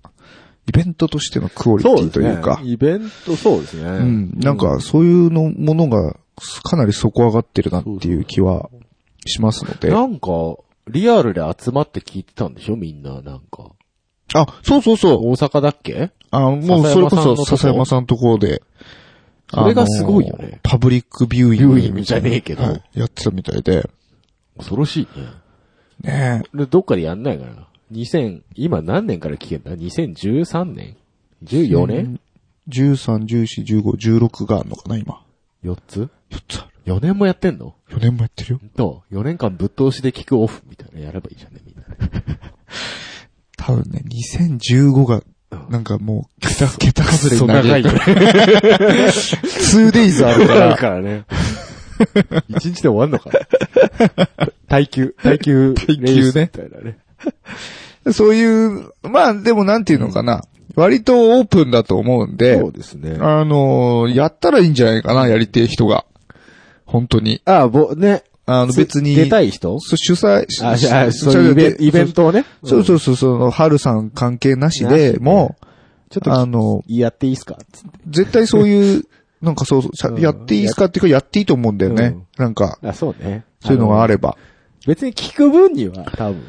Speaker 6: イベントとしてのクオリティというか、
Speaker 2: イベント、そうですね。う
Speaker 6: うん、なんかそういうのものがかなり底上がってるなっていう気はしますので。
Speaker 2: なんか、リアルで集まって聞いてたんでしょみんな、なんか。
Speaker 6: あ、そうそうそう。
Speaker 2: 大阪だっけ
Speaker 6: あ、もうそれこそ笹
Speaker 2: 笹
Speaker 6: 山
Speaker 2: 山
Speaker 6: さんのところで。
Speaker 2: それがすごいよね
Speaker 6: あのパブリックビューイング。
Speaker 2: ビューイングじゃねえけど
Speaker 6: はいやってたみたいで。
Speaker 2: 恐ろしいね。
Speaker 6: ねえ。
Speaker 2: で、どっかでやんないかな。2000、今何年から聞けんだ ?2013 年 ?14 年、
Speaker 6: 13、14、15、16があるのかな、今。
Speaker 2: ?4 つ
Speaker 6: 4つある。
Speaker 2: ?4 年もやってんの
Speaker 6: 4年もやってるよ。
Speaker 2: と、4年間ぶっ通しで聞くオフみたいなのやればいいじゃんね、みんなね。
Speaker 6: 多分ね、2015が、なんかもう、 桁、桁外れになる。
Speaker 2: よね。
Speaker 6: 2days ある
Speaker 2: あ
Speaker 6: か
Speaker 2: る
Speaker 6: ら。
Speaker 2: からね。 一日で終わんのかな 耐久、耐久、耐
Speaker 6: 久ね
Speaker 2: みたいなね。
Speaker 6: そういう、まあでもなんていうのかな。割とオープンだと思うんで、
Speaker 2: そうですね。
Speaker 6: あのーやったらいいんじゃないかな、やりてえ人が。本当に。
Speaker 2: あ、ぼ、ね。
Speaker 6: あの別に。
Speaker 2: 出たい人
Speaker 6: そう主催、
Speaker 2: あ、じゃあ、
Speaker 6: 主
Speaker 2: そういうイベ
Speaker 6: 催
Speaker 2: イベントをね。
Speaker 6: そう
Speaker 2: う
Speaker 6: そ
Speaker 2: ん。
Speaker 6: うそう、その、春さん関係なしでも、
Speaker 2: ちょっと
Speaker 6: あの、
Speaker 2: やっていいっすかつって
Speaker 6: 絶対そ ういう、なんかそうそうさ、
Speaker 2: うん
Speaker 6: やっていいですかっていうか、やっていいと思うんだよね
Speaker 2: うん。
Speaker 6: なんか、
Speaker 2: あ、そうね。
Speaker 6: そういうのがあ
Speaker 2: れ。
Speaker 6: れば。
Speaker 2: 別に聞く分には、多分。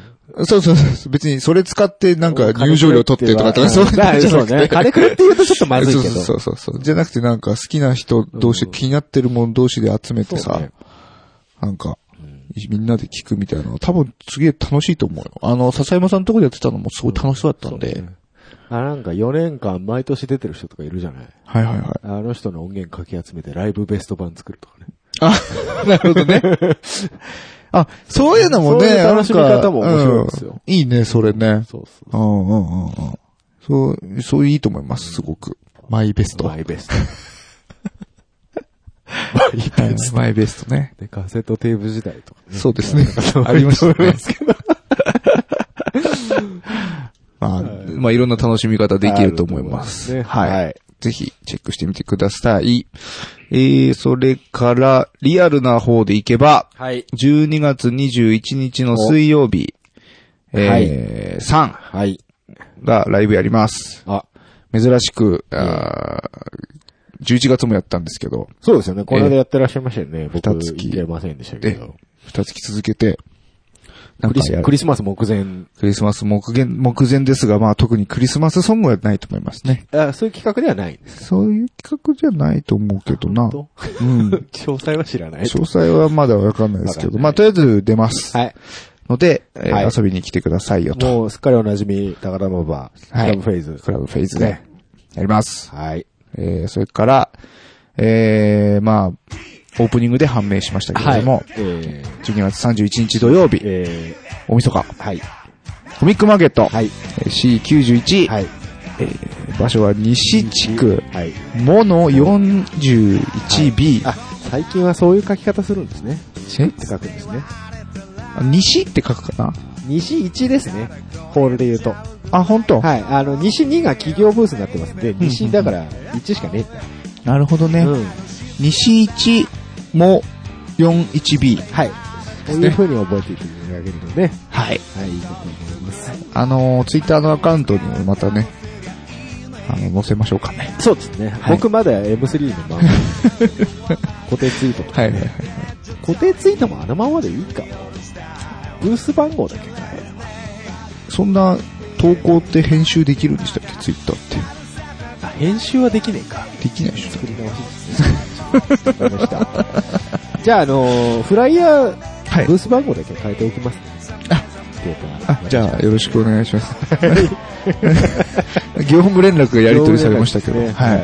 Speaker 6: そうそうそう、別にそれ使ってなんか入場料取ってとかとか、そうい
Speaker 2: ん
Speaker 6: う
Speaker 2: だ
Speaker 6: のじゃ
Speaker 2: そ
Speaker 6: な
Speaker 2: う
Speaker 6: くて
Speaker 2: ね。金くれって言うとちょっとまずい
Speaker 6: そう
Speaker 2: けど。
Speaker 6: そうそうそう。じゃなくてなんか好きな人同士、
Speaker 2: うん
Speaker 6: 気になってる者同士で集め
Speaker 2: そ
Speaker 6: て
Speaker 2: う
Speaker 6: さ
Speaker 2: ね、
Speaker 6: なんか、みんなで聞くみたいなのは多分すげえ楽しいと思うよ。あの、笹山さんのとこでやってたのもすごい楽しそうだったん
Speaker 2: そ
Speaker 6: で
Speaker 2: う。ねあ、なんか4年間毎年出てる人とかいるじゃない
Speaker 6: はいはいはい。
Speaker 2: あの人の音源かき集めてライブベスト版作るとかね。
Speaker 6: なるほどね。あ、そういうのもね、
Speaker 2: そういう楽しみ方
Speaker 6: なんか
Speaker 2: も面白いですよ
Speaker 6: うんいいね、それね。
Speaker 2: そうそう
Speaker 6: う。んうんうんうん。そう、そういいと思います、すごく。マイベスト。
Speaker 2: マイベスト。マイベ
Speaker 6: はいマイベストね。
Speaker 2: で、カセットテープ時代とかね。
Speaker 6: そうですね。 ありましたね。まあ、まあ、いろんな楽しみ方できると思います。
Speaker 2: あると思いますね
Speaker 6: は
Speaker 2: はいい。
Speaker 6: ぜひ、チェックしてみてください。えー、それから、リアルな方でいけば、
Speaker 2: はい。
Speaker 6: 12月21日の水曜日、えー
Speaker 2: はい。
Speaker 6: 3がライブや ります。
Speaker 2: あ、
Speaker 6: 珍しく、あー11月もやったんですけど、
Speaker 2: そうですよね。この間やってらっしゃいましたよね。僕、
Speaker 6: 二月
Speaker 2: 行けませんでしたけど。
Speaker 6: 2月続けて、なん
Speaker 2: ク
Speaker 6: か
Speaker 2: リス
Speaker 6: や
Speaker 2: ク
Speaker 6: る
Speaker 2: リスマス目前。
Speaker 6: クリスマス目前目前ですが、まあ特にクリスマスソングはないと思いますね。
Speaker 2: あ、そういう企画ではないんです。
Speaker 6: そういう企画じゃないと思うけど
Speaker 2: 本
Speaker 6: な。
Speaker 2: 当
Speaker 6: うん。
Speaker 2: 詳細は知らない。
Speaker 6: 詳細はまだわかんないですけど、まあとりあえず出ます。
Speaker 2: はい。
Speaker 6: ので、えー
Speaker 2: はい
Speaker 6: 遊びに来てくださいよと。
Speaker 2: もうすっかりおなじみ、高田馬場、ク
Speaker 6: はい
Speaker 2: ラブフェイズ。
Speaker 6: クラブフェイズで
Speaker 2: ね
Speaker 6: やります。
Speaker 2: はい。
Speaker 6: えー、それから、えー、まあ、オープニングで判明しましたけれども、
Speaker 2: えー
Speaker 6: 12月31日土曜日、
Speaker 2: え
Speaker 6: 大晦日、
Speaker 2: ーはい。
Speaker 6: コミックマーケット、
Speaker 2: はい。
Speaker 6: えー C91、
Speaker 2: はい。
Speaker 6: 場所は西地区、
Speaker 2: はい。
Speaker 6: モノ 41B、
Speaker 2: あ、最近はそういう書き方するんですね。
Speaker 6: え
Speaker 2: って書くんですね。
Speaker 6: 西って書くかな
Speaker 2: 西1ですね。ホールで言うと。は
Speaker 6: あ、本当。
Speaker 2: い。あの、西2が企業ブースになってますんで、西だから1しかねえんだ
Speaker 6: なるほどね。
Speaker 2: うん。
Speaker 6: 西1も 41B。
Speaker 2: はい。そういう風に覚えていていただけるとね。
Speaker 6: はい。
Speaker 2: はい、いいかと思います。
Speaker 6: あのー、ツイッターのアカウントにもまたね、あの、載せましょうかね。
Speaker 2: そうですね。
Speaker 6: い
Speaker 2: 僕まだ M3 の まま。固定ツイートとか。
Speaker 6: はいはいはい。
Speaker 2: 固定ツイートもあのままでいいかも。ブース番号だけ変える。
Speaker 6: そんな投稿って編集できるんでしたっけツイッターっ
Speaker 2: あ、編集はできねえか。
Speaker 6: て。できないでしょ
Speaker 2: 作り直しですね。わかりました。 じゃあ、あのーフライヤー、
Speaker 6: はい
Speaker 2: ブー。ス番号だけ変えておきます、ね。
Speaker 6: あ
Speaker 2: データ
Speaker 6: あ、じゃあ、よろしくお願いします。 業務連絡がやり取りされましたけど。
Speaker 2: そうですね
Speaker 6: はい。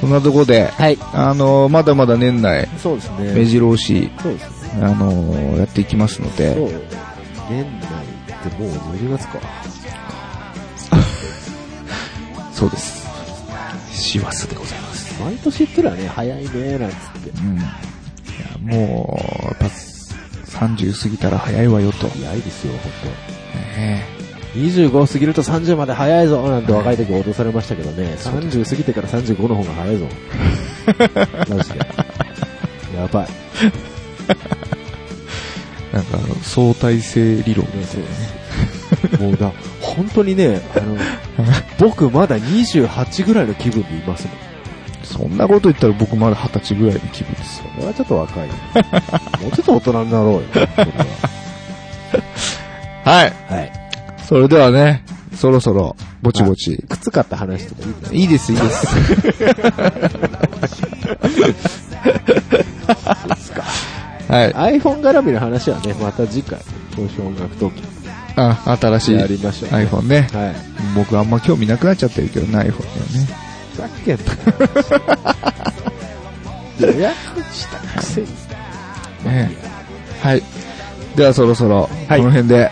Speaker 6: そんなとこで、
Speaker 2: はい。
Speaker 6: あのーまだまだ年内、
Speaker 2: そうです
Speaker 6: 目
Speaker 2: ね。
Speaker 6: 白押し、
Speaker 2: そうですね。
Speaker 6: あのーやっていきますの
Speaker 2: そう
Speaker 6: で、。
Speaker 2: 年内ってもう12月か。
Speaker 6: そうです。師走でございます。
Speaker 2: 毎年言ってるわね、早いねーなんつって。
Speaker 6: うん。いやもう、やっぱ、30過ぎたら早いわよと。
Speaker 2: 早いですよ、ほん
Speaker 6: ね
Speaker 2: と。25過ぎると30まで早いぞなんて若い時脅されましたけどね、30過ぎてから35の方が早いぞ。 マジで。やばい。ね、
Speaker 6: なんか、相対性理論。
Speaker 2: そうです。もうだ、本当にね、あ の、僕まだ28ぐらいの気分でいますもん。
Speaker 6: そんなこと言ったら僕まだ二十歳ぐらいの気分ですよ。
Speaker 2: それはちょっと若い。もうちょっと大人になろうよ、それは
Speaker 6: はい。
Speaker 2: はい。
Speaker 6: それではね、そろそろ、ぼちぼち。
Speaker 2: 靴買った話とかいいんだ
Speaker 6: いいです、いいです。はい。
Speaker 2: iPhone 絡みの話はね、また次回、今週音楽トーク
Speaker 6: あ、新しい
Speaker 2: やりましょうね
Speaker 6: iPhone ね。
Speaker 2: はい。
Speaker 6: 僕あんま興味なくなっちゃってるけどね、iPhone だよね。
Speaker 2: ふざけんな予約したくせに。
Speaker 6: ねはい。ではそろそろ、この辺で、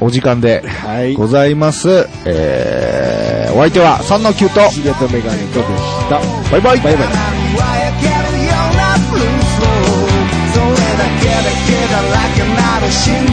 Speaker 6: お時間で
Speaker 2: はい。
Speaker 6: ございます。えー、お相手は3の9と、
Speaker 2: シゲとメガネとでした。
Speaker 6: バイバイ。
Speaker 2: バイバイ。
Speaker 3: 「わやけるようなブルースロー」「それだけで気だらけなる心情」